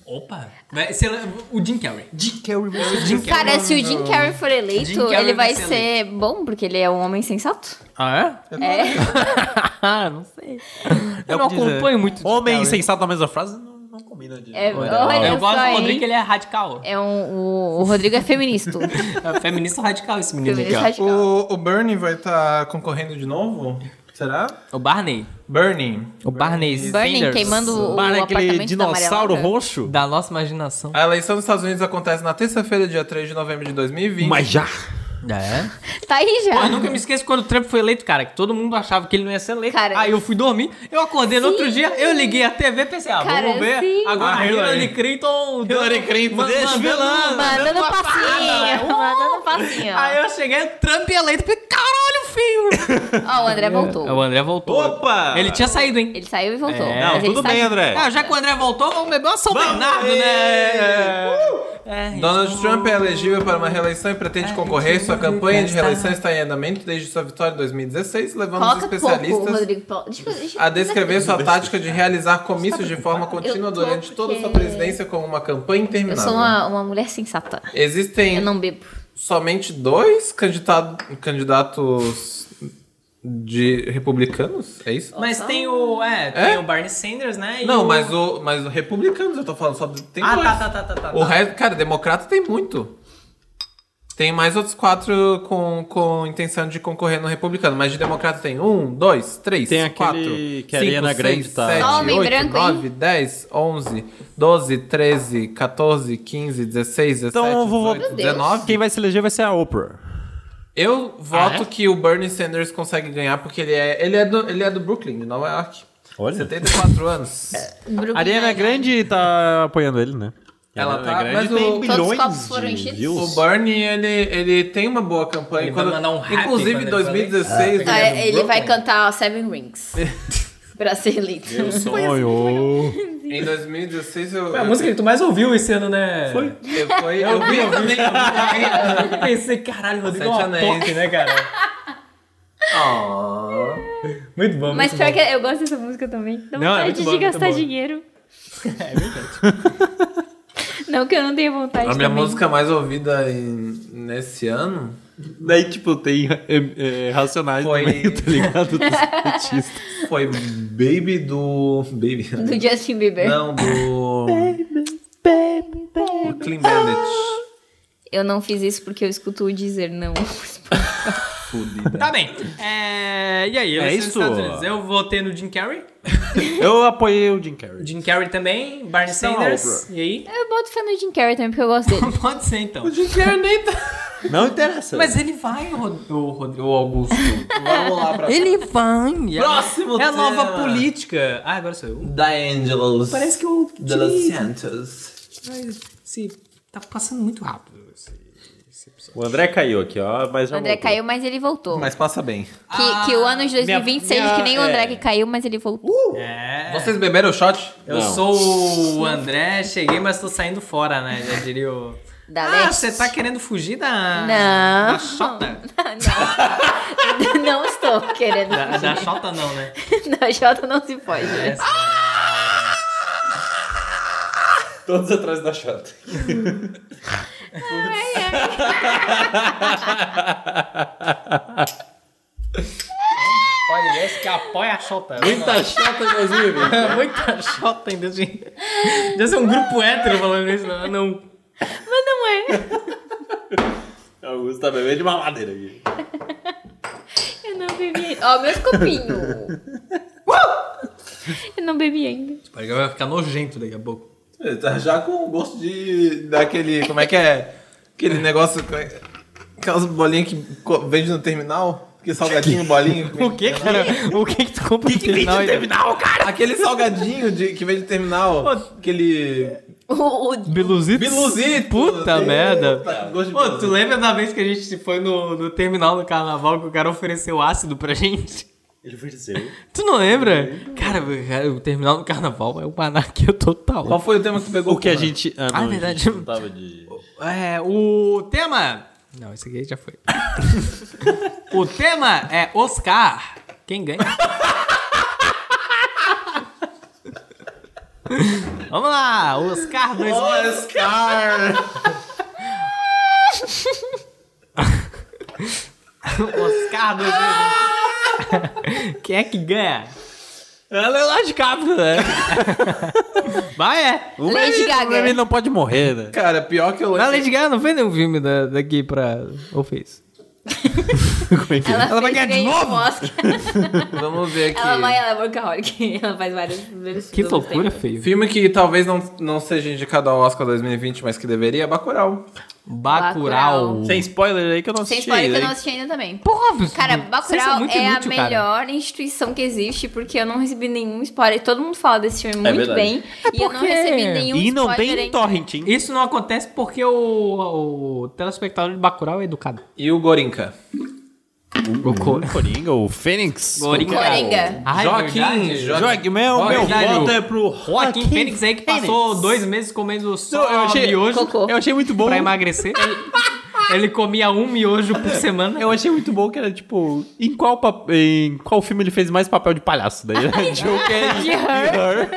Speaker 2: Opa. Vai ser o Jim Carrey. Jim Carrey. Jim Carrey.
Speaker 3: Cara, se o Jim Carrey for eleito,
Speaker 2: Jim Carrey
Speaker 3: ele
Speaker 2: vai
Speaker 3: vai
Speaker 2: ser
Speaker 3: ser bom, porque ele é um homem sensato.
Speaker 2: Ah,
Speaker 3: É. [LAUGHS]
Speaker 2: é? não sei.
Speaker 5: É
Speaker 2: Eu
Speaker 5: o
Speaker 2: não
Speaker 5: que diz,
Speaker 2: acompanho
Speaker 5: né?
Speaker 2: muito Jim
Speaker 5: Homem
Speaker 2: Carrey.
Speaker 5: sensato na mesma frase não, não combina de.
Speaker 3: É,
Speaker 5: Olha,
Speaker 3: olha
Speaker 2: né? Eu gosto
Speaker 3: só,
Speaker 2: do
Speaker 3: hein?
Speaker 2: Rodrigo, ele é radical.
Speaker 3: É um, o, o Rodrigo é feminista. [LAUGHS]
Speaker 2: É feminista radical esse menino aqui,
Speaker 3: feminista
Speaker 2: ó.
Speaker 3: radical.
Speaker 1: O, o Bernie vai estar concorrendo de novo? Será?
Speaker 2: O Barney.
Speaker 1: Bernie.
Speaker 2: O Barney
Speaker 3: Burning,
Speaker 2: Sanders.
Speaker 3: queimando o
Speaker 5: Para aquele
Speaker 3: apartamento tá né?
Speaker 5: dinossauro
Speaker 3: da Maria Laura.
Speaker 5: roxo.
Speaker 2: Da nossa imaginação.
Speaker 1: A eleição dos Estados Unidos acontece na terça-feira, dia 3 de novembro de 2020.
Speaker 5: Mas já.
Speaker 2: É.
Speaker 3: Tá aí já.
Speaker 2: Eu nunca me esqueço quando o Trump foi eleito, cara, que todo mundo achava que ele não ia ser eleito.
Speaker 3: Cara,
Speaker 2: Aí eu fui dormir, eu acordei no outro dia, eu liguei a TV e pensei, ah,
Speaker 3: Cara,
Speaker 2: vamos ver.
Speaker 3: sim.
Speaker 2: Agora
Speaker 1: Ah,
Speaker 2: Hillary.
Speaker 1: Hillary.
Speaker 2: Clinton.
Speaker 1: Hillary Clinton
Speaker 2: man-
Speaker 5: desfilando.
Speaker 2: mandando-
Speaker 3: Mandando
Speaker 2: mandando uma parada, né?
Speaker 3: passinho. Mandando é um [LAUGHS] passinho.
Speaker 2: Aí eu cheguei, Trump eleito, falei, caralho, filho!
Speaker 3: Ó, o André
Speaker 5: É.
Speaker 3: voltou.
Speaker 2: o André voltou.
Speaker 5: Opa!
Speaker 2: Ele tinha saído, hein?
Speaker 3: Ele saiu e voltou.
Speaker 2: É,
Speaker 5: Não,
Speaker 3: mas ele
Speaker 5: tudo
Speaker 3: tá
Speaker 5: bem,
Speaker 3: aqui.
Speaker 5: André. é,
Speaker 2: Ah, já que o André voltou, vamos beber uma São Bernardo, né? É,
Speaker 1: Donald Trump é elegível para uma reeleição e
Speaker 3: É,
Speaker 1: pretende concorrer. Sua campanha de reeleição está em andamento desde sua vitória em 2016, levando os
Speaker 3: Coloca pouco,
Speaker 1: especialistas
Speaker 3: Rodrigo. po- Deixa, eu- deixa eu-
Speaker 1: a descrever sua tática de realizar comícios de forma contínua
Speaker 3: Eu tô
Speaker 1: durante toda sua
Speaker 3: porque-
Speaker 1: presidência como uma campanha
Speaker 3: Eu sou
Speaker 1: interminável.
Speaker 3: uma, uma mulher sensata. Eu
Speaker 1: Existem
Speaker 3: não bebo.
Speaker 1: somente dois candidato- candidatos de republicanos? É isso?
Speaker 2: Mas tem o. É, tem o Barney Sanders, né? E
Speaker 1: Não,
Speaker 2: o-
Speaker 1: mas o, mas o republicanos, eu tô falando só do- tem
Speaker 2: Ah,
Speaker 1: dois.
Speaker 2: tá, tá, tá, tá, tá.
Speaker 1: O resto, cara, democrata tem muito. Tem mais outros quatro com, com intenção de concorrer no republicano, mas de democrata tem um, dois, três,
Speaker 5: Tem aquele
Speaker 1: quatro,
Speaker 5: que a
Speaker 1: cinco,
Speaker 5: Ariana Grande
Speaker 1: seis,
Speaker 5: tá-
Speaker 1: sete,
Speaker 3: Só homem
Speaker 1: oito,
Speaker 3: branco, hein?
Speaker 1: nove, dez, onze, doze, treze, quatorze, quinze, dezesseis,
Speaker 5: Então
Speaker 1: dezessete,
Speaker 5: eu vou
Speaker 1: dezoito,
Speaker 3: Deus.
Speaker 1: dezenove.
Speaker 5: Quem vai se eleger vai ser a Oprah.
Speaker 1: Eu voto
Speaker 2: Ah, é?
Speaker 1: que o Bernie Sanders consegue ganhar porque ele é, ele é, do, ele é do Brooklyn, de Nova York.
Speaker 5: Olha.
Speaker 1: 74
Speaker 5: [LAUGHS]
Speaker 1: anos.
Speaker 3: Brooklyn
Speaker 5: Ariana
Speaker 3: Nine-Nine.
Speaker 5: Grande tá apoiando ele, né?
Speaker 1: Ela
Speaker 5: Ariana
Speaker 1: tá, mas o- Todos os
Speaker 3: copos foram enchidos?
Speaker 1: O Bernie, ele, ele tem uma boa campanha.
Speaker 2: Ele vai
Speaker 1: quando,
Speaker 2: mandar um rap quando
Speaker 1: inclusive, em
Speaker 2: ele
Speaker 1: 2016.
Speaker 3: Ah,
Speaker 5: é
Speaker 1: né,
Speaker 3: ele vai
Speaker 1: Brooklyn.
Speaker 3: cantar Seven
Speaker 5: [LAUGHS]
Speaker 3: Rings. pra ser eleito. assim,
Speaker 5: Sonhou.
Speaker 1: Em 2016, eu.
Speaker 2: Foi a música que tu mais ouviu esse ano, né? Foi.
Speaker 1: Eu, eu, fui- eu vi, eu vi. eu vi.
Speaker 2: Eu [LAUGHS] pensei, caralho, Rodrigo é
Speaker 1: Sete
Speaker 2: uma
Speaker 1: Anéis.
Speaker 2: porca, né, cara?
Speaker 1: Ó.
Speaker 2: Muito bom,
Speaker 3: Mas
Speaker 2: muito
Speaker 3: pior
Speaker 2: bom.
Speaker 3: que eu gosto dessa música também. Dá
Speaker 5: Não, é
Speaker 3: vontade
Speaker 5: muito
Speaker 3: de
Speaker 5: boa, muito
Speaker 3: gastar
Speaker 5: boa. É,
Speaker 3: dinheiro. [LAUGHS] não que eu não tenha vontade
Speaker 1: A minha
Speaker 3: também.
Speaker 1: música mais ouvida em- nesse ano
Speaker 5: Daí, tipo, tem é, é, Racionais
Speaker 1: Foi.
Speaker 5: no meio, [LAUGHS] tá ligado? Dos
Speaker 3: [LAUGHS]
Speaker 5: artistas.
Speaker 1: foi Baby do. Baby.
Speaker 3: Do Justin Bieber.
Speaker 1: Não, do. Baby, baby. Do Clean Bandit.
Speaker 3: Eu não fiz isso porque eu escuto o dizer não.
Speaker 1: Fudida.
Speaker 2: Tá bem. É... E aí, eu
Speaker 5: É
Speaker 2: nos
Speaker 5: isso.
Speaker 2: Estados Unidos. Eu votei no Jim Carrey.
Speaker 5: Eu apoiei o Jim Carrey.
Speaker 2: Jim Carrey também. Barney
Speaker 5: Então,
Speaker 2: Sanders. E aí?
Speaker 3: Eu boto fé no Jim Carrey também porque eu gosto dele.
Speaker 2: [LAUGHS] Pode ser, então.
Speaker 5: Não interessa.
Speaker 2: Mas ele vai, o Rod- o Rodrigo o Augusto.
Speaker 1: Vamos lá
Speaker 2: [LAUGHS]
Speaker 1: pra.
Speaker 2: Ele vai. E a-
Speaker 1: Próximo
Speaker 2: É a nova
Speaker 1: tema.
Speaker 2: política. Ah, agora sou eu.
Speaker 1: Da Angelos.
Speaker 2: Parece que eu...
Speaker 1: De Los Santos.
Speaker 2: Esse... Tá passando muito rápido. esse- esse episódio.
Speaker 5: O André caiu aqui, ó, mas já
Speaker 3: O André
Speaker 5: voltou.
Speaker 3: caiu, mas ele voltou.
Speaker 1: Mas passa bem.
Speaker 3: Que, que o ano de 2020 seja
Speaker 5: minha-
Speaker 3: que nem o André
Speaker 5: é.
Speaker 3: que caiu, mas ele voltou.
Speaker 2: É.
Speaker 1: Vocês beberam o shot?
Speaker 2: Eu
Speaker 5: Não.
Speaker 2: sou o André, cheguei, mas tô saindo fora, né? Já diria o.
Speaker 3: Da
Speaker 2: ah,
Speaker 3: leste.
Speaker 2: você tá querendo fugir da.
Speaker 3: Não.
Speaker 2: Da Xota?
Speaker 3: [LAUGHS] não [LAUGHS] estou querendo.
Speaker 2: Da, da Xota, não, né?
Speaker 3: Na Jota não se Ah, pode.
Speaker 5: Todos atrás da chata.
Speaker 2: Olha, esse que apoia a Xota. [LAUGHS]
Speaker 5: Muita chata em 2020.
Speaker 2: Muita Xota ainda, gente. Já ser um grupo hétero falando isso, não. não.
Speaker 3: Mas não é.
Speaker 5: [LAUGHS] Augusto tá bebendo de mamadeira aqui.
Speaker 3: Eu não bebi ainda. Ó, meus copinhos. Eu não bebi ainda.
Speaker 2: O Tipo, vai ficar nojento daqui a pouco.
Speaker 1: Tá já com o gosto de. daquele. Como é que é? Aquele negócio. como é que- Aquelas bolinhas que co- vende no terminal. Que salgadinho, [LAUGHS] bolinho. que
Speaker 2: O
Speaker 1: vende-
Speaker 2: que, cara? O que que tu compra no terminal?
Speaker 1: Aquele salgadinho de, que vende no terminal. Aquele.
Speaker 3: O, o
Speaker 2: Biluzito?
Speaker 1: Biluzito!
Speaker 2: Puta
Speaker 1: Tem-
Speaker 2: merda.
Speaker 1: Tá, gosto de
Speaker 2: Pô, tu
Speaker 1: biluzito.
Speaker 2: lembra da vez que a gente se foi no, no terminal no carnaval que o cara ofereceu ácido pra gente?
Speaker 6: Ele venceu.
Speaker 2: Tu não lembra? Cara, o- cara, o terminal do carnaval é uma anarquia total.
Speaker 1: Qual foi o tema que tu pegou?
Speaker 5: O que a
Speaker 1: porra?
Speaker 5: gente. Ah,
Speaker 2: Ah,
Speaker 5: não,
Speaker 2: verdade.
Speaker 5: gente não tava de.
Speaker 2: É, o tema. Não, esse aqui já foi. o tema é Oscar. Quem ganha? Vamos lá, Oscar 2000.
Speaker 1: Oscar!
Speaker 2: Oscar 2000. Quem é que ganha? É Leonardo DiCaprio, né? Vai, é.
Speaker 5: O
Speaker 3: Lady
Speaker 5: Remy-
Speaker 3: Gaga.
Speaker 5: O Remy não pode morrer, né?
Speaker 1: Cara, pior que eu
Speaker 2: Mas a
Speaker 1: lembro.
Speaker 2: Lady Gaga não fez nenhum filme da, daqui pra... Ou fez?
Speaker 3: Ela,
Speaker 2: vai
Speaker 3: vai
Speaker 2: ganhar de
Speaker 3: ganhar
Speaker 2: novo?
Speaker 1: Vamos ver aqui.
Speaker 3: Ela vai, ela é workaholic. [LAUGHS] Ela faz vários, vários
Speaker 2: Que
Speaker 3: filmes ao
Speaker 2: loucura,
Speaker 3: tempo.
Speaker 2: feio.
Speaker 1: Filme que talvez não, não seja indicado ao Oscar 2020, mas que deveria, é Bacurau.
Speaker 2: Bacurau.
Speaker 3: Bacurau.
Speaker 5: Sem spoiler aí que eu não
Speaker 3: Sem
Speaker 5: assisti.
Speaker 3: spoiler que eu
Speaker 5: hein?
Speaker 3: não assisti ainda também.
Speaker 2: Porra,
Speaker 3: Cara,
Speaker 2: vocês são
Speaker 3: Bacurau
Speaker 2: muito
Speaker 3: é
Speaker 2: inútil,
Speaker 3: a
Speaker 2: cara.
Speaker 3: melhor instituição que existe, porque eu não recebi nenhum spoiler. Todo mundo fala desse filme
Speaker 6: É
Speaker 3: muito
Speaker 6: verdade.
Speaker 3: bem. E eu não
Speaker 2: porque-
Speaker 3: recebi nenhum
Speaker 5: E não
Speaker 3: um spoiler.
Speaker 5: tem
Speaker 3: ainda.
Speaker 5: torrent, hein?
Speaker 2: Isso não acontece porque o, o telespectador de Bacurau é educado.
Speaker 1: E o Gorinca.
Speaker 2: O Cor...
Speaker 5: Coringa, o Fênix.
Speaker 2: Coringa.
Speaker 3: Coringa.
Speaker 2: Ai,
Speaker 1: Joaquim,
Speaker 2: verdade.
Speaker 1: Jo-
Speaker 5: Jogue, meu, meu
Speaker 2: Verdade.
Speaker 5: voto é pro
Speaker 2: Joaquim Fênix aí que passou dois meses comendo só
Speaker 5: Eu achei- um-
Speaker 2: miojo
Speaker 3: Cocô.
Speaker 5: Eu achei muito bom.
Speaker 2: pra emagrecer. Ele comia um miojo por semana.
Speaker 5: Eu achei muito bom que era tipo, em qual, pa- em qual filme ele fez mais papel [LAUGHS] de palhaço? Daí era Joker e Her.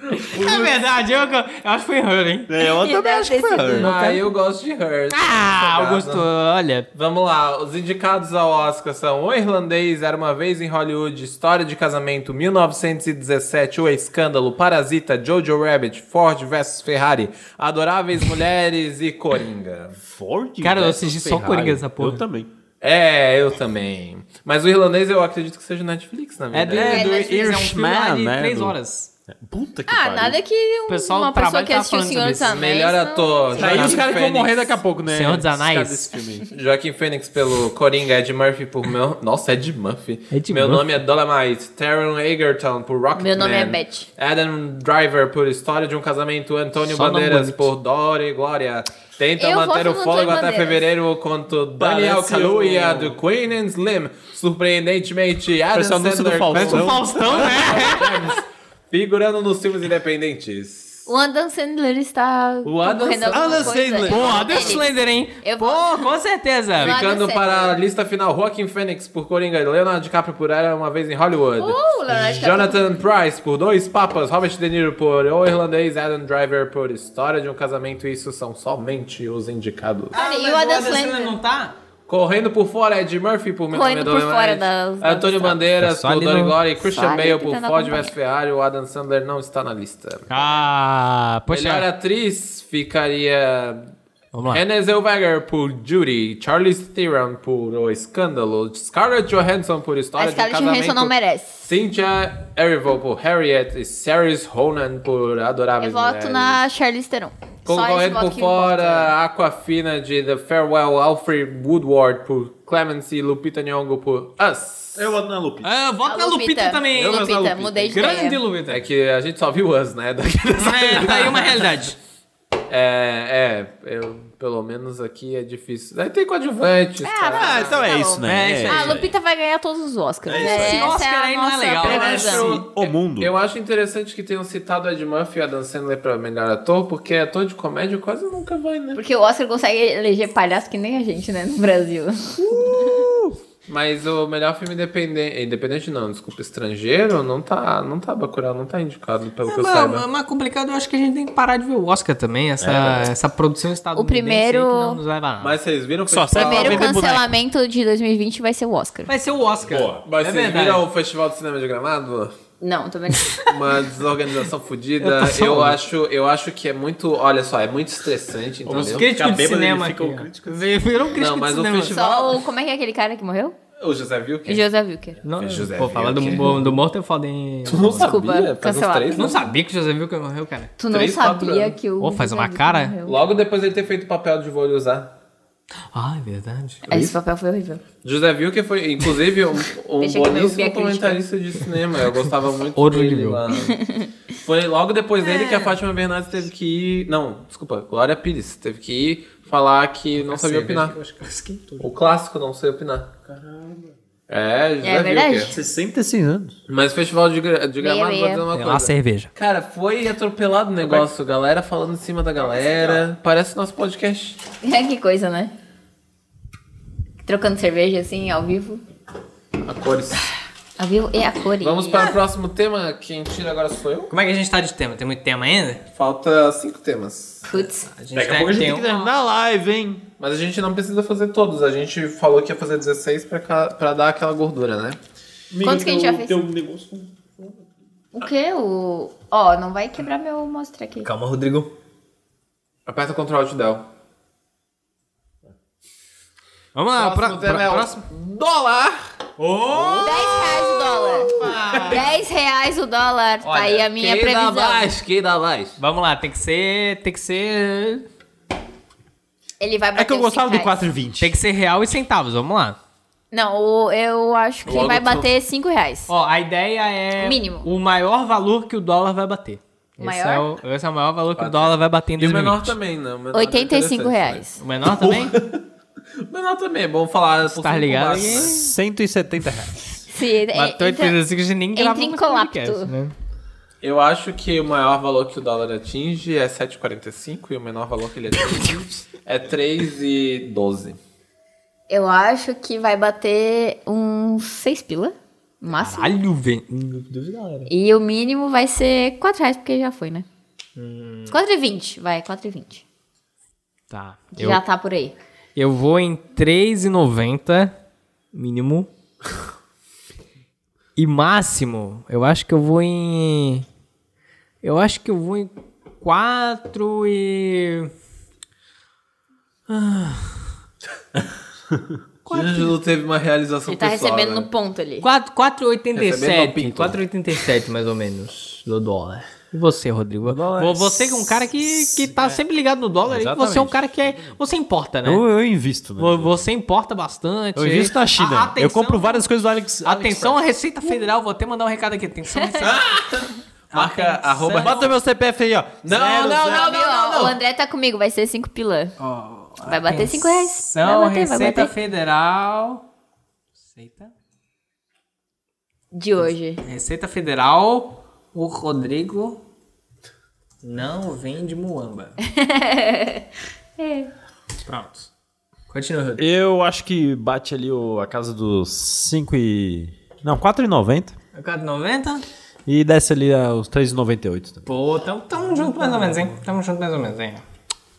Speaker 2: É verdade, eu, eu acho que foi Her, hein?
Speaker 5: É, Eu
Speaker 3: E
Speaker 5: também
Speaker 3: deve
Speaker 5: acho que
Speaker 3: ter
Speaker 5: foi
Speaker 3: sido.
Speaker 5: Her.
Speaker 1: Ah, eu gosto de Her.
Speaker 2: Ah,
Speaker 1: Chegada.
Speaker 2: Augusto, olha.
Speaker 1: Vamos lá, os indicados ao Oscar são O Irlandês, Era Uma Vez em Hollywood, História de Casamento, 1917, O Escândalo, Parasita, Jojo Rabbit, Ford vs Ferrari, Adoráveis Mulheres e Coringa.
Speaker 5: Ford?
Speaker 2: Cara, eu
Speaker 5: versus
Speaker 2: assisti só
Speaker 5: Ferrari.
Speaker 2: Coringa essa porra.
Speaker 5: Eu também.
Speaker 1: É, eu também. Mas o Irlandês eu acredito que seja Netflix, na
Speaker 2: É
Speaker 1: verdade.
Speaker 2: do,
Speaker 3: É,
Speaker 2: do
Speaker 3: Netflix, é um
Speaker 2: Irishman,
Speaker 5: filme lá de
Speaker 2: né? Três
Speaker 5: do-
Speaker 2: horas.
Speaker 5: É, Puta que
Speaker 3: Ah,
Speaker 5: pariu.
Speaker 3: nada que um-
Speaker 2: O pessoal
Speaker 3: uma
Speaker 2: do
Speaker 3: pessoa
Speaker 2: trabalho
Speaker 3: que
Speaker 2: tá
Speaker 3: assistiu o
Speaker 2: falando
Speaker 3: Senhor dos
Speaker 2: sobre isso.
Speaker 3: Anéis.
Speaker 1: Melhor
Speaker 3: não-
Speaker 1: ator,
Speaker 3: não-
Speaker 5: Aí os
Speaker 1: Joaquim
Speaker 5: caras que vão
Speaker 1: Fênix.
Speaker 5: morrer daqui a pouco, né?
Speaker 2: Senhor dos
Speaker 5: Esses
Speaker 2: Anéis.
Speaker 5: caras desse filme aí.
Speaker 1: Joaquim Phoenix pelo Coringa, Ed Murphy por meu... Nossa, Ed Murphy.
Speaker 2: Ed
Speaker 1: meu
Speaker 2: Murphy.
Speaker 1: nome é Dolomite. Taron Egerton por Rocketman.
Speaker 3: Meu nome é Beth.
Speaker 1: Adam Driver por História de um Casamento. Antônio
Speaker 2: Só nome
Speaker 1: Bandeiras
Speaker 2: bonito.
Speaker 1: por Dora e Glória. Tenta
Speaker 3: Eu
Speaker 1: manter
Speaker 3: voto
Speaker 1: o
Speaker 3: no
Speaker 1: fôlego
Speaker 3: Antônio
Speaker 1: até
Speaker 3: Bandeiras.
Speaker 1: fevereiro o conto Daniel
Speaker 5: Parece
Speaker 1: Kaluuya
Speaker 5: o-
Speaker 1: do Queen and Slim. Surpreendentemente, Adam
Speaker 5: Parece o anúncio do
Speaker 1: Sandler
Speaker 5: Faustão.
Speaker 2: Parece o Faustão, né?
Speaker 1: figurando nos filmes independentes.
Speaker 3: O Adam Sandler está.
Speaker 1: O Adam
Speaker 3: concorrendo a alguma
Speaker 1: Adam
Speaker 3: coisa.
Speaker 1: Sandler.
Speaker 2: Pô, Adam
Speaker 3: Ele-
Speaker 2: Slender, hein?
Speaker 3: Eu
Speaker 2: Pô,
Speaker 3: vou-
Speaker 2: com certeza.
Speaker 3: Adam
Speaker 1: Ficando
Speaker 3: Sandler.
Speaker 1: para a lista final, Joaquin Phoenix por Coringa, Leonardo DiCaprio por Era Uma Vez em Hollywood,
Speaker 3: Uh, Leonardo DiCaprio.
Speaker 1: Jonathan Price por Dois Papas, Robert De Niro por O Irlandês, Adam Driver por História de um Casamento, isso são somente os indicados.
Speaker 2: Ah,
Speaker 3: Cara, e o Adam Sandler.
Speaker 2: não tá?
Speaker 1: Correndo por fora, Ed Murphy por Meu
Speaker 3: Correndo
Speaker 1: Nome é
Speaker 3: por fora das- das
Speaker 1: Antônio
Speaker 3: listadas.
Speaker 1: Bandeiras
Speaker 2: Só
Speaker 1: por
Speaker 2: ali
Speaker 1: Donnie
Speaker 2: no-
Speaker 1: Glory, Christian
Speaker 3: ali
Speaker 1: Bale por
Speaker 3: tentando
Speaker 1: Ford
Speaker 3: acompanhar.
Speaker 1: vs Ferrari, o Adam Sandler não está na lista.
Speaker 2: Ah, poxa.
Speaker 1: Melhor atriz ficaria
Speaker 2: Vamos lá.
Speaker 1: Renée Zellweger por Judy, Charlize Theron por O Escândalo, Scarlett Johansson por
Speaker 3: A
Speaker 1: História de um
Speaker 3: Scarlett
Speaker 1: Casamento,
Speaker 3: Johansson não merece.
Speaker 1: Cynthia Erivo por Harriet e Saoirse Ronan por Adoráveis
Speaker 3: Eu voto
Speaker 1: Mulheres.
Speaker 3: na Charlize Theron. Só esse
Speaker 1: Concorrendo
Speaker 3: voto
Speaker 1: por
Speaker 3: que importa.
Speaker 1: fora, Aquafina de The Farewell, Alfred Woodward por Clemency, Lupita Nyong'o por Us.
Speaker 5: Eu vou na Lupita.
Speaker 2: Ah, eu voto na
Speaker 3: A
Speaker 2: Lupita, também, hein?
Speaker 3: Lupita,
Speaker 5: gosto da Lupita.
Speaker 3: mudei de
Speaker 2: Grande
Speaker 3: ideia.
Speaker 2: Lupita.
Speaker 1: É que a gente só viu Us, né? [LAUGHS] Daqui dessa-
Speaker 2: É, tá aí uma realidade.
Speaker 1: É, é, eu- pelo menos aqui é difícil. Daí tem coadjuvantes, cara.
Speaker 5: Ah, então é isso, né?
Speaker 2: É isso aí.
Speaker 3: A Lupita vai ganhar todos os Oscars.
Speaker 5: isso aí.
Speaker 3: Essa
Speaker 2: Esse Oscar
Speaker 3: é a
Speaker 2: aí não é
Speaker 3: nossa
Speaker 2: legal, né?
Speaker 3: previsão.
Speaker 1: acho-
Speaker 5: O mundo.
Speaker 1: Eu acho interessante que tenham citado Ed Murphy e Adam Sandler pra melhor ator, porque é ator de comédia quase nunca vai, né?
Speaker 3: Porque o Oscar consegue eleger palhaço que nem a gente, né? No Brasil.
Speaker 1: Mas o melhor filme independente, independente não, desculpa, estrangeiro, não tá, não tá Bacurau, não tá indicado, pelo que eu
Speaker 2: mas,
Speaker 1: saiba.
Speaker 2: mas complicado, eu acho que a gente tem que parar de ver o Oscar também, essa, essa produção estadunidense
Speaker 3: O primeiro-
Speaker 2: aí que não nos leva a nada.
Speaker 1: Mas vocês viram o
Speaker 5: Só
Speaker 1: festival...
Speaker 5: serve pra
Speaker 3: Primeiro
Speaker 5: vender boneco.
Speaker 3: cancelamento de 2020 vai ser o Oscar.
Speaker 2: Vai ser o Oscar.
Speaker 1: Mas
Speaker 2: é
Speaker 1: vocês
Speaker 2: verdade.
Speaker 1: viram o Festival de Cinema de Gramado?
Speaker 3: Não, também
Speaker 1: [LAUGHS]
Speaker 3: [LAUGHS] não.
Speaker 1: Uma desorganização fodida.
Speaker 2: Eu tô só
Speaker 1: Eu,
Speaker 2: olhando.
Speaker 1: acho, eu acho que é muito, olha só, é muito estressante, entendeu?
Speaker 2: Crítico de
Speaker 5: Fica bêbado, ele
Speaker 2: cinema
Speaker 5: fica
Speaker 2: aqui.
Speaker 5: o
Speaker 2: ó.
Speaker 5: crítico
Speaker 2: Virou um crítico
Speaker 1: mas
Speaker 2: de
Speaker 1: o
Speaker 2: cinema.
Speaker 1: festival-
Speaker 3: Só o... Como é que é aquele cara que morreu?
Speaker 1: O José viu que
Speaker 3: José Wilker.
Speaker 2: Não,
Speaker 1: José
Speaker 2: pô,
Speaker 1: Wilker.
Speaker 2: falar do, mo- do morto é foda, hein?
Speaker 6: Não
Speaker 3: Desculpa,
Speaker 6: sabia, faz uns
Speaker 3: cancelado.
Speaker 6: três
Speaker 2: Não sabia que o José Wilker morreu, cara.
Speaker 3: Tu não
Speaker 1: Três, quatro
Speaker 3: sabia
Speaker 1: anos.
Speaker 3: que o.
Speaker 2: Ô, faz
Speaker 3: José
Speaker 2: uma
Speaker 3: Wilker
Speaker 2: cara.
Speaker 3: morreu.
Speaker 1: Logo depois ele ter feito o papel de vou lhe usar.
Speaker 2: Ah, é verdade.
Speaker 3: Esse papel foi horrível.
Speaker 1: José viu que foi, inclusive, um, um
Speaker 3: Deixa que eu vi a
Speaker 1: boníssimo
Speaker 3: crítica.
Speaker 1: comentarista de cinema. Eu gostava muito
Speaker 2: Horrível.
Speaker 1: dele lá. Foi logo depois dele
Speaker 3: É.
Speaker 1: que a Fátima Bernardes teve que ir. Não, desculpa, Glória Pires teve que ir falar que não sabia opinar. O clássico não sei opinar. Caramba. É, José
Speaker 3: É verdade?
Speaker 1: Wilker.
Speaker 5: 66 anos.
Speaker 1: Mas o festival de, gra de gramado,
Speaker 3: meia.
Speaker 1: vou dizer uma
Speaker 2: É
Speaker 1: coisa.
Speaker 2: uma cerveja.
Speaker 1: Cara, foi atropelado o
Speaker 6: é
Speaker 1: negócio. Galera falando em cima da
Speaker 3: é
Speaker 1: galera. Parece nosso podcast.
Speaker 3: que coisa, né? Trocando cerveja assim, ao vivo.
Speaker 1: A cores.
Speaker 3: Ao vivo e a cor.
Speaker 1: Vamos para o próximo tema. Quem tira agora sou eu.
Speaker 2: Como é que a gente tá de tema? Tem muito tema ainda?
Speaker 1: Falta cinco temas.
Speaker 3: Putz.
Speaker 2: A gente
Speaker 5: Daqui a pouco a gente tem que
Speaker 2: um-
Speaker 5: terminar a live, hein?
Speaker 1: Mas a gente não precisa fazer todos. A gente falou que ia fazer 16 pra, ca- pra dar aquela gordura, né?
Speaker 3: Quantos que a gente já fez?
Speaker 6: Tem um negócio
Speaker 5: É
Speaker 6: com...
Speaker 3: O quê? O. Ó, não vai quebrar meu mostra aqui.
Speaker 2: Calma, Rodrigo.
Speaker 1: Aperta Ctrl Alt Del.
Speaker 2: Vamos lá, próximo.
Speaker 1: Próximo tema é o
Speaker 2: próximo.
Speaker 1: Dólar!
Speaker 3: 10 reais o dólar. 10 reais o dólar. tá aí a minha previsão.
Speaker 1: quem dá mais?
Speaker 2: Vamos lá, tem que ser. Tem que ser.
Speaker 3: Ele vai bater
Speaker 5: É que eu
Speaker 3: os
Speaker 5: gostava do
Speaker 3: cinco reais.
Speaker 5: 4,20.
Speaker 2: Tem que ser real e centavos, vamos lá.
Speaker 3: Não, o- eu acho que
Speaker 1: Logo
Speaker 3: vai
Speaker 1: tu-
Speaker 3: bater 5 reais.
Speaker 2: Ó, a ideia é.
Speaker 3: Mínimo.
Speaker 2: O maior valor que o dólar vai bater. Esse,
Speaker 3: Maior?
Speaker 2: é o, esse é o maior valor que o dólar vai bater em
Speaker 1: E o
Speaker 2: 2020.
Speaker 1: menor também, né? O menor é
Speaker 3: 85
Speaker 1: interessante,
Speaker 3: reais.
Speaker 2: O menor também?
Speaker 3: [LAUGHS]
Speaker 1: né? O menor também, é bom falar. por
Speaker 2: tá
Speaker 1: cinco
Speaker 2: ligado?
Speaker 1: baixos.
Speaker 5: 170 reais.
Speaker 3: Se,
Speaker 2: Matou
Speaker 3: É, entra-
Speaker 2: 85 de ninguém
Speaker 3: entra
Speaker 2: gravou
Speaker 3: em
Speaker 2: mais
Speaker 3: colapso.
Speaker 2: podcast, né?
Speaker 1: Eu acho que o maior valor que o dólar atinge é 7,45 e o menor valor que ele atinge
Speaker 3: [LAUGHS]
Speaker 1: é 3,12.
Speaker 3: Eu acho que vai bater uns 6 pila. no Máximo.
Speaker 2: Caralho, velho. Hum, Dúvida, galera.
Speaker 3: E o mínimo vai ser 4 reais, porque já foi, né?
Speaker 2: Hum.
Speaker 3: 4,20, vai, 4,20.
Speaker 2: Tá. Eu,
Speaker 3: Já tá por aí.
Speaker 2: eu vou em 3,90 mínimo. E máximo, eu acho que eu vou em. Eu acho que eu vou em 4 e.
Speaker 1: Ângelo teve uma realização
Speaker 3: Ele tá
Speaker 1: pessoal.
Speaker 3: recebendo
Speaker 1: né?
Speaker 3: no ponto
Speaker 2: 4-
Speaker 3: ali.
Speaker 5: é
Speaker 1: Recebendo ao
Speaker 2: 4,87.
Speaker 1: pinto.
Speaker 2: 4,87 mais ou menos do dólar. E você, Rodrigo? Vo- Você que é um cara que, que tá sempre ligado no dólar. e Você é um
Speaker 5: é. Exatamente.
Speaker 2: cara que é, você importa, né?
Speaker 5: Eu, eu invisto, né?
Speaker 2: Vo- Você importa bastante.
Speaker 5: Eu invisto na China.
Speaker 2: A- atenção-
Speaker 5: eu compro várias
Speaker 3: é
Speaker 5: coisas do Alex.
Speaker 2: Atenção à Receita Federal, vou até mandar um recado aqui.
Speaker 3: [LAUGHS]
Speaker 2: Atenção à Receita
Speaker 1: Marca arroba.
Speaker 5: Alex- Bota meu CPF aí, ó.
Speaker 1: Não, não, não, não,
Speaker 3: Viu?
Speaker 1: não,
Speaker 3: O
Speaker 1: não.
Speaker 3: André tá comigo, vai ser 5 pila. vai bater 5 reais. Vai
Speaker 2: Atenção,
Speaker 3: bater, vai
Speaker 2: Receita
Speaker 3: bater.
Speaker 2: Federal. Receita?
Speaker 3: De hoje.
Speaker 2: Receita Federal, o Rodrigo não vende
Speaker 3: [LAUGHS]
Speaker 2: muamba.
Speaker 3: É.
Speaker 2: Pronto. Continua, Rodrigo.
Speaker 5: Eu acho que bate ali o, a casa dos 5 e... Não, 4,90.
Speaker 2: 4,90?
Speaker 5: E desce ali ah, aos 3,98 também.
Speaker 2: Pô, tamo, tamo junto mais ou menos, hein? Tamo junto mais ou menos, hein?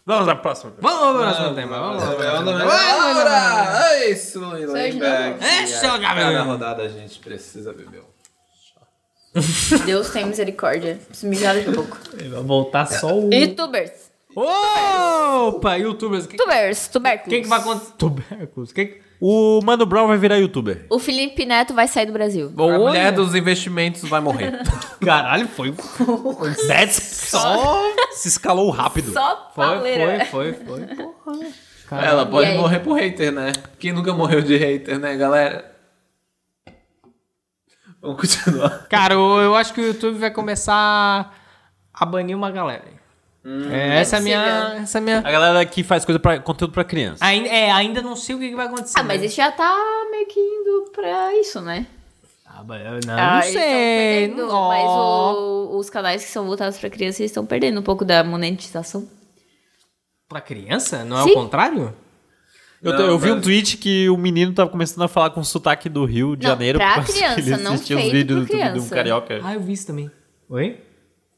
Speaker 5: Vamos à próxima.
Speaker 2: Vamos pro próximo tema, vamos lá.
Speaker 1: É Laura! Ei, isso não me
Speaker 3: Sou
Speaker 1: lembra.
Speaker 3: eu de
Speaker 1: que
Speaker 2: É, seu
Speaker 1: a
Speaker 2: Gabriel.
Speaker 1: Cada rodada a gente precisa beber. um.
Speaker 3: Deus tem misericórdia. Preciso mijar daqui a pouco.
Speaker 2: Vai voltar só o...
Speaker 3: Youtubers.
Speaker 2: Opa, youtubers. Quem,
Speaker 3: Youtubers, tubérculos.
Speaker 2: quem que vai acontecer? Tubérculos. Quem que...
Speaker 5: O Mano Brown vai virar youtuber.
Speaker 3: O Felipe Neto vai sair do Brasil.
Speaker 1: A
Speaker 2: Olha.
Speaker 1: mulher dos investimentos vai
Speaker 3: [LAUGHS]
Speaker 1: morrer.
Speaker 5: Caralho,
Speaker 3: um
Speaker 5: foi... [LAUGHS] That's... Só se escalou rápido.
Speaker 3: Só
Speaker 2: Foi,
Speaker 3: pauleira.
Speaker 2: foi, foi, foi. Porra.
Speaker 1: Ela
Speaker 3: E
Speaker 1: pode
Speaker 3: aí?
Speaker 1: morrer por hater, né? Quem nunca morreu de hater, né, galera? Vamos continuar.
Speaker 2: Cara, eu, eu acho que o YouTube vai começar a banir uma galera. é, essa é a minha.
Speaker 3: possível.
Speaker 2: Essa é a minha.
Speaker 5: A galera que faz coisa pra, conteúdo pra criança.
Speaker 2: Ainda, é, ainda não sei o que, que vai acontecer.
Speaker 3: Ah, mas
Speaker 2: né?
Speaker 3: isso já tá meio que indo pra isso, né?
Speaker 2: Ah, mas eu não,
Speaker 3: Ah,
Speaker 2: não
Speaker 3: eles tão
Speaker 2: sei.
Speaker 3: perdendo,
Speaker 2: não-
Speaker 3: Mas o- os canais que são voltados pra criança, eles estão perdendo um pouco da monetização.
Speaker 2: Pra criança? Não é o
Speaker 3: Sim.
Speaker 2: contrário?
Speaker 5: Eu,
Speaker 1: Não,
Speaker 5: eu vi um
Speaker 1: mas-
Speaker 5: tweet que o menino tava começando a falar com sotaque do Rio de
Speaker 3: Não,
Speaker 5: Janeiro. [LAUGHS]
Speaker 3: pra
Speaker 5: por causa que
Speaker 3: criança,
Speaker 5: ele
Speaker 3: não
Speaker 5: assistia os
Speaker 3: feito
Speaker 5: vídeos
Speaker 3: pra
Speaker 5: do YouTube de um
Speaker 3: criança.
Speaker 5: carioca.
Speaker 2: Ah, eu vi isso também. Oi?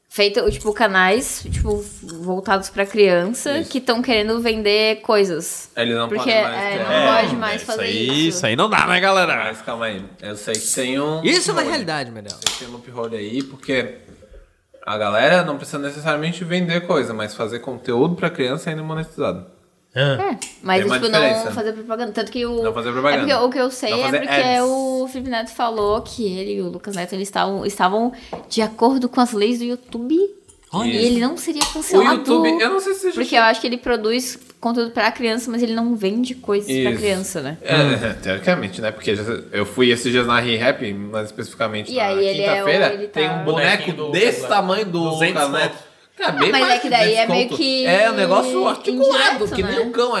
Speaker 3: Feito, tipo, canais, tipo, voltados pra criança que estão querendo vender coisas.
Speaker 1: Ele não
Speaker 3: Porque
Speaker 1: pode mais.
Speaker 3: é,
Speaker 1: ter- É,
Speaker 3: não pode mais
Speaker 5: isso
Speaker 3: fazer
Speaker 5: aí,
Speaker 3: isso.
Speaker 5: aí não dá, né, galera?
Speaker 1: Mas calma aí. Eu sei que tem um.
Speaker 2: Isso é uma
Speaker 1: um-
Speaker 2: realidade, Medel.
Speaker 1: Tem um uphold aí, porque a galera não precisa necessariamente vender coisa, mas fazer conteúdo pra criança ainda é monetizado.
Speaker 7: Ah,
Speaker 3: Mas,
Speaker 1: Tem uma
Speaker 3: tipo,
Speaker 1: diferença.
Speaker 3: não fazer propaganda. Tanto que o.
Speaker 1: Não fazer propaganda.
Speaker 3: É porque o que eu sei
Speaker 1: Não
Speaker 3: é
Speaker 1: fazer
Speaker 3: porque
Speaker 1: ads.
Speaker 3: o Felipe Neto falou que ele e o Lucas Neto eles estavam, estavam de acordo com as leis do YouTube.
Speaker 1: Olha.
Speaker 3: E ele não seria
Speaker 1: O
Speaker 3: cancelado.
Speaker 1: YouTube, eu não sei se
Speaker 3: é um Porque eu acho que ele produz conteúdo pra criança, mas ele não vende coisas pra
Speaker 1: Isso.
Speaker 3: criança, né?
Speaker 1: É, teoricamente, né? Porque já- eu fui esses dias na Re-Rap, mas especificamente
Speaker 3: E
Speaker 1: na
Speaker 3: aí ele é o-
Speaker 1: quinta-feira,
Speaker 3: ele tá-
Speaker 1: tem um boneco
Speaker 7: Bonequinho do-
Speaker 1: desse tamanho do
Speaker 7: 200
Speaker 1: Lucas Neto.
Speaker 7: conto.
Speaker 1: Cara, bem
Speaker 3: mas
Speaker 1: mais
Speaker 3: é que daí é
Speaker 1: 200
Speaker 3: meio
Speaker 1: conto.
Speaker 3: que
Speaker 1: É um negócio articulado,
Speaker 3: indireto,
Speaker 1: que
Speaker 3: né?
Speaker 1: nem um cão, é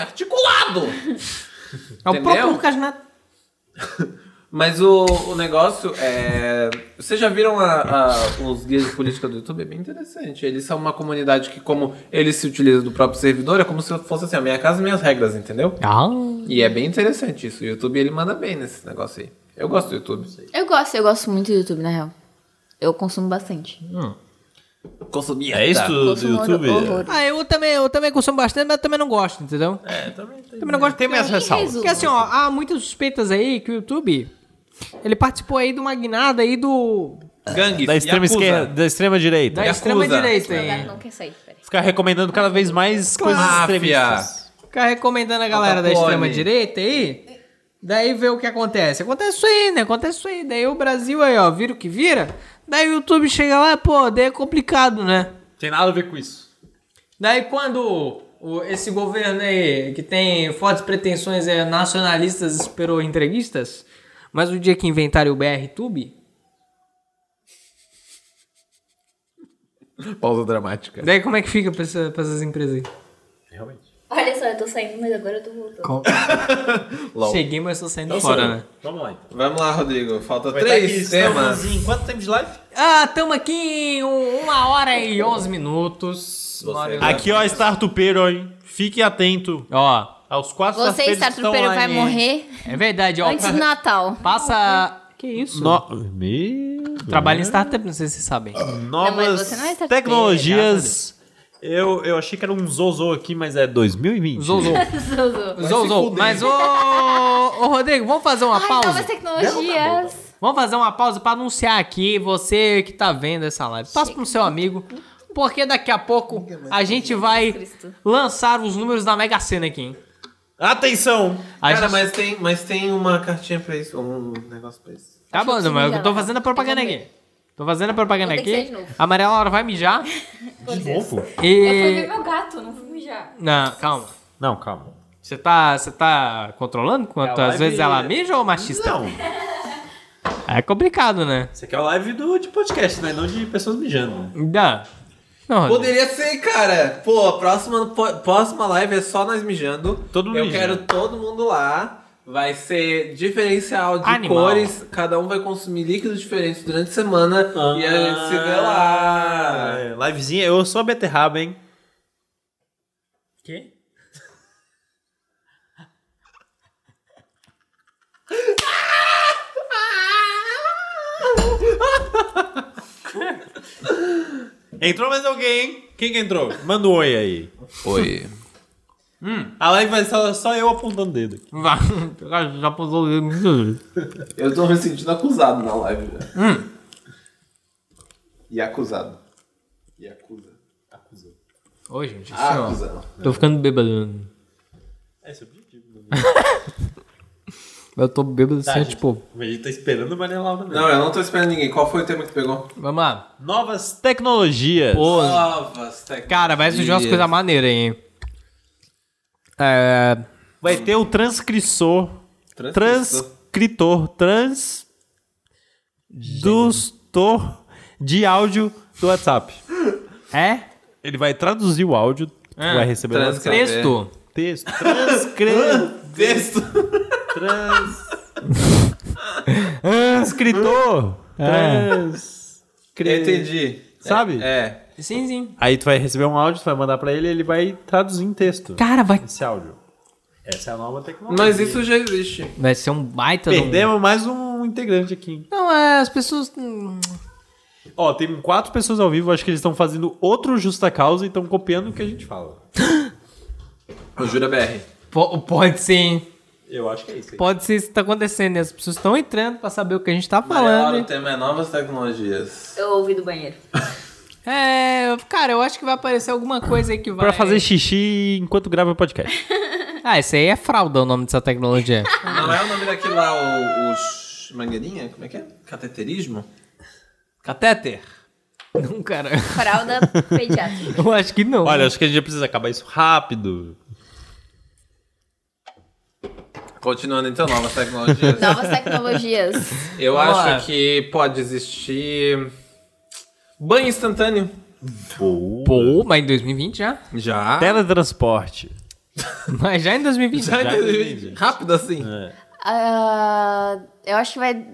Speaker 2: É
Speaker 1: articulado!
Speaker 2: o
Speaker 1: Entendeu?
Speaker 2: próprio Lucas Neto.
Speaker 1: Mas o, o negócio é. Vocês já viram a- a- os guias de política do YouTube? É bem interessante. Eles são uma comunidade que, como eles se utilizam do próprio servidor, é como se fosse assim: a minha casa, minhas regras, entendeu?
Speaker 2: Ah.
Speaker 1: E é bem interessante isso. O YouTube ele manda bem nesse negócio aí. Eu gosto do YouTube.
Speaker 3: Eu gosto, eu gosto muito do YouTube, na real. Eu consumo bastante.
Speaker 1: Consumia.
Speaker 7: É
Speaker 5: Tá.
Speaker 7: isso do, do
Speaker 3: Consumo
Speaker 7: YouTube?
Speaker 3: horror-
Speaker 2: Ah, eu também, eu também consumo bastante, mas também não gosto, entendeu?
Speaker 7: É, também tem.
Speaker 3: né?
Speaker 2: Também não gosto.
Speaker 5: Tem minhas
Speaker 3: Em
Speaker 5: ressalvas.
Speaker 3: resumo,
Speaker 2: Porque assim, ó, há muitas suspeitas aí que o YouTube, ele participou aí de uma guinada aí do...
Speaker 1: Gangue.
Speaker 5: Da extrema esquerda, da extrema direita.
Speaker 2: Da
Speaker 1: Yakuza.
Speaker 2: extrema direita aí.
Speaker 3: Cara, não quer sair, peraí.
Speaker 5: Ficar recomendando cada vez mais coisas
Speaker 1: Máfia.
Speaker 5: extremistas.
Speaker 2: Ficar recomendando a galera da
Speaker 1: Capone.
Speaker 2: extrema direita aí. Daí vê o que acontece. Acontece isso aí, né? Acontece isso aí. Daí o Brasil aí, ó, vira o que vira. Daí o YouTube chega lá, pô, daí é complicado, né?
Speaker 5: Tem nada a ver com isso.
Speaker 2: Daí quando o- esse governo aí, que tem fortes pretensões é, nacionalistas, esperou entreguistas, mas o dia que inventaram o BR-Tube,
Speaker 1: Pausa dramática.
Speaker 2: daí como é que fica pra, essa- pra essas empresas aí?
Speaker 3: Olha só, eu tô saindo, mas agora eu tô voltando.
Speaker 1: Lol.
Speaker 2: Cheguei, mas tô saindo fora, né?
Speaker 7: Vamos lá. então.
Speaker 1: Vamos lá, Rodrigo. Falta
Speaker 7: Aproveitar que
Speaker 1: três
Speaker 7: estamos
Speaker 1: temas.
Speaker 7: Em quanto tempo de live?
Speaker 2: Ah, tamo aqui em um- uma hora e onze minutos. Uma hora e onze.
Speaker 5: Aqui, ó, startupeiro, hein? Fique atento.
Speaker 2: Ó,
Speaker 5: Aos quatro
Speaker 3: Você,
Speaker 5: startupeiros que
Speaker 3: está
Speaker 5: estão
Speaker 3: tropeiro,
Speaker 5: lá
Speaker 3: vai
Speaker 5: em-
Speaker 3: morrer
Speaker 2: é verdade, ó. [LAUGHS]
Speaker 3: antes do Natal.
Speaker 2: Passa. Que isso? É.
Speaker 5: No... Meu...
Speaker 2: Trabalho em startup, não sei se vocês sabem.
Speaker 3: Não, mas
Speaker 5: Novas
Speaker 3: você não é startupeiro,
Speaker 5: tecnologias. Eu, eu achei que era um Zozo aqui, mas é 2020.
Speaker 2: Zouzou.
Speaker 3: Zuzu.
Speaker 2: Zouzou. Mas ô. Ô, Rodrigo, vamos fazer uma
Speaker 3: Ai,
Speaker 2: pausa?
Speaker 3: novas tecnologias.
Speaker 2: Vamos fazer uma pausa pra anunciar aqui, você que tá vendo essa live. Passa pro seu amigo, porque daqui a pouco a gente vai
Speaker 3: Cristo.
Speaker 2: lançar os números da Mega Sena aqui, hein?
Speaker 5: Atenção!
Speaker 2: A
Speaker 1: Cara,
Speaker 2: gente-
Speaker 1: mas tem, mas tem uma cartinha pra isso, um negócio pra isso.
Speaker 2: Tá bom,
Speaker 3: Acho que
Speaker 2: mas
Speaker 3: mijar
Speaker 2: eu tô
Speaker 3: lá.
Speaker 2: fazendo a propaganda
Speaker 3: Eu vou
Speaker 2: aqui. Tô fazendo a propaganda
Speaker 3: Vou ter que
Speaker 2: aqui.
Speaker 3: sair de novo.
Speaker 2: A Maria Laura vai
Speaker 3: [LAUGHS]
Speaker 2: mijar
Speaker 7: De novo?
Speaker 3: Eu fui ver
Speaker 2: e...
Speaker 3: meu gato, não fui mijar.
Speaker 2: Não, calma.
Speaker 5: Não, calma.
Speaker 2: Você tá, você tá controlando quanto
Speaker 5: É a
Speaker 2: às vezes
Speaker 5: live-
Speaker 2: ela mija ou machista?
Speaker 5: Não.
Speaker 2: É complicado, né?
Speaker 5: Você quer a é live do, de podcast, né? Não de pessoas mijando. né?
Speaker 2: Não. Não,
Speaker 1: Poderia ser, cara. Pô, a próxima, po- próxima live é só nós mijando.
Speaker 5: Todo mundo
Speaker 1: Eu
Speaker 5: mijando.
Speaker 1: quero todo mundo lá. Vai ser diferencial de
Speaker 2: Animal.
Speaker 1: cores. Cada um vai consumir líquidos diferentes durante a semana. E a gente se vê
Speaker 5: Ah,
Speaker 1: lá.
Speaker 5: é, livezinha, eu sou a beterraba, hein?
Speaker 2: Quê?
Speaker 5: [LAUGHS] Entrou mais alguém, hein? Quem que entrou? Manda um oi aí.
Speaker 1: Oi.
Speaker 5: A live vai ser só eu apontando o dedo.
Speaker 2: Vai. [LAUGHS] Já pousou o dedo muito.
Speaker 6: Eu tô me sentindo acusado na live já.
Speaker 2: Hum.
Speaker 6: E acusado. E acusa. Acusou. Ah,
Speaker 2: Ô, gente, assim, ó.
Speaker 6: Acusado.
Speaker 2: Tô ficando bêbado.
Speaker 5: Esse é o objetivo.
Speaker 2: Eu tô bêbado assim,
Speaker 5: gente.
Speaker 2: tipo.
Speaker 5: A gente tá esperando a Maria Laura. né?
Speaker 1: Não, eu não tô esperando ninguém. Qual foi o tema que tu pegou?
Speaker 2: Vamos lá.
Speaker 5: Novas tecnologias.
Speaker 2: Pô,
Speaker 1: Novas tecnologias.
Speaker 2: cara, vai surgir umas coisas maneiras aí. hein? É.
Speaker 5: Vai ter o transcriçor.
Speaker 1: Transcrição.
Speaker 5: Transcritor. Trans. Dustor de áudio do WhatsApp.
Speaker 2: É?
Speaker 5: Ele vai traduzir o áudio, tu
Speaker 2: Ah,
Speaker 5: vai receber lá no
Speaker 1: transcri-
Speaker 5: WhatsApp.
Speaker 2: Texto.
Speaker 5: texto. Transcre...
Speaker 1: Texto.
Speaker 5: trans... Transcritor. Trans...
Speaker 1: Ah. Eu entendi.
Speaker 5: Sabe?
Speaker 1: É.
Speaker 2: Sim, sim.
Speaker 5: Aí tu vai receber um áudio, tu vai mandar pra ele, ele vai traduzir em texto
Speaker 2: Cara, vai.
Speaker 5: esse áudio. Essa é a nova tecnologia.
Speaker 1: Mas isso já existe.
Speaker 2: Vai ser um baita de um-
Speaker 5: Perdemos mais um integrante aqui. hein?
Speaker 2: Não, é, as pessoas. hum,
Speaker 5: Ó, tem quatro pessoas ao vivo, acho que eles estão fazendo outro Justa Causa e estão copiando o que a gente fala.
Speaker 1: O Jura BR.
Speaker 2: po- Pode ser, hein?
Speaker 5: Eu acho que é isso aí.
Speaker 2: Pode ser isso que tá acontecendo. né? As pessoas estão entrando pra saber o que a gente tá
Speaker 1: Maior,
Speaker 2: falando.
Speaker 1: o
Speaker 2: hein?
Speaker 1: tema é novas tecnologias.
Speaker 3: Eu ouvi do banheiro.
Speaker 2: É, eu- cara, eu acho que vai aparecer alguma coisa aí que vai.
Speaker 5: Pra fazer xixi enquanto grava o podcast.
Speaker 2: Ah, esse aí é frauda o nome dessa tecnologia.
Speaker 1: Não é o nome daquilo lá, o, o ch- mangueirinha? Como é que é? Cateterismo? Catéter.
Speaker 2: não, cara.
Speaker 3: Fralda pediátrica.
Speaker 2: Eu acho que não.
Speaker 5: Olha, acho que a gente já precisa acabar isso rápido.
Speaker 1: Continuando então, novas tecnologias.
Speaker 3: [LAUGHS] Novas tecnologias.
Speaker 1: Eu
Speaker 2: Vamos
Speaker 1: acho
Speaker 2: lá.
Speaker 1: que pode existir banho instantâneo.
Speaker 2: Pô, mas em 2020 já? [LAUGHS]
Speaker 1: Já.
Speaker 5: Teletransporte.
Speaker 2: Mas já em 2020.
Speaker 1: [LAUGHS] Já,
Speaker 5: Já entendi.
Speaker 1: rápido assim.
Speaker 3: Ah, eu acho que vai.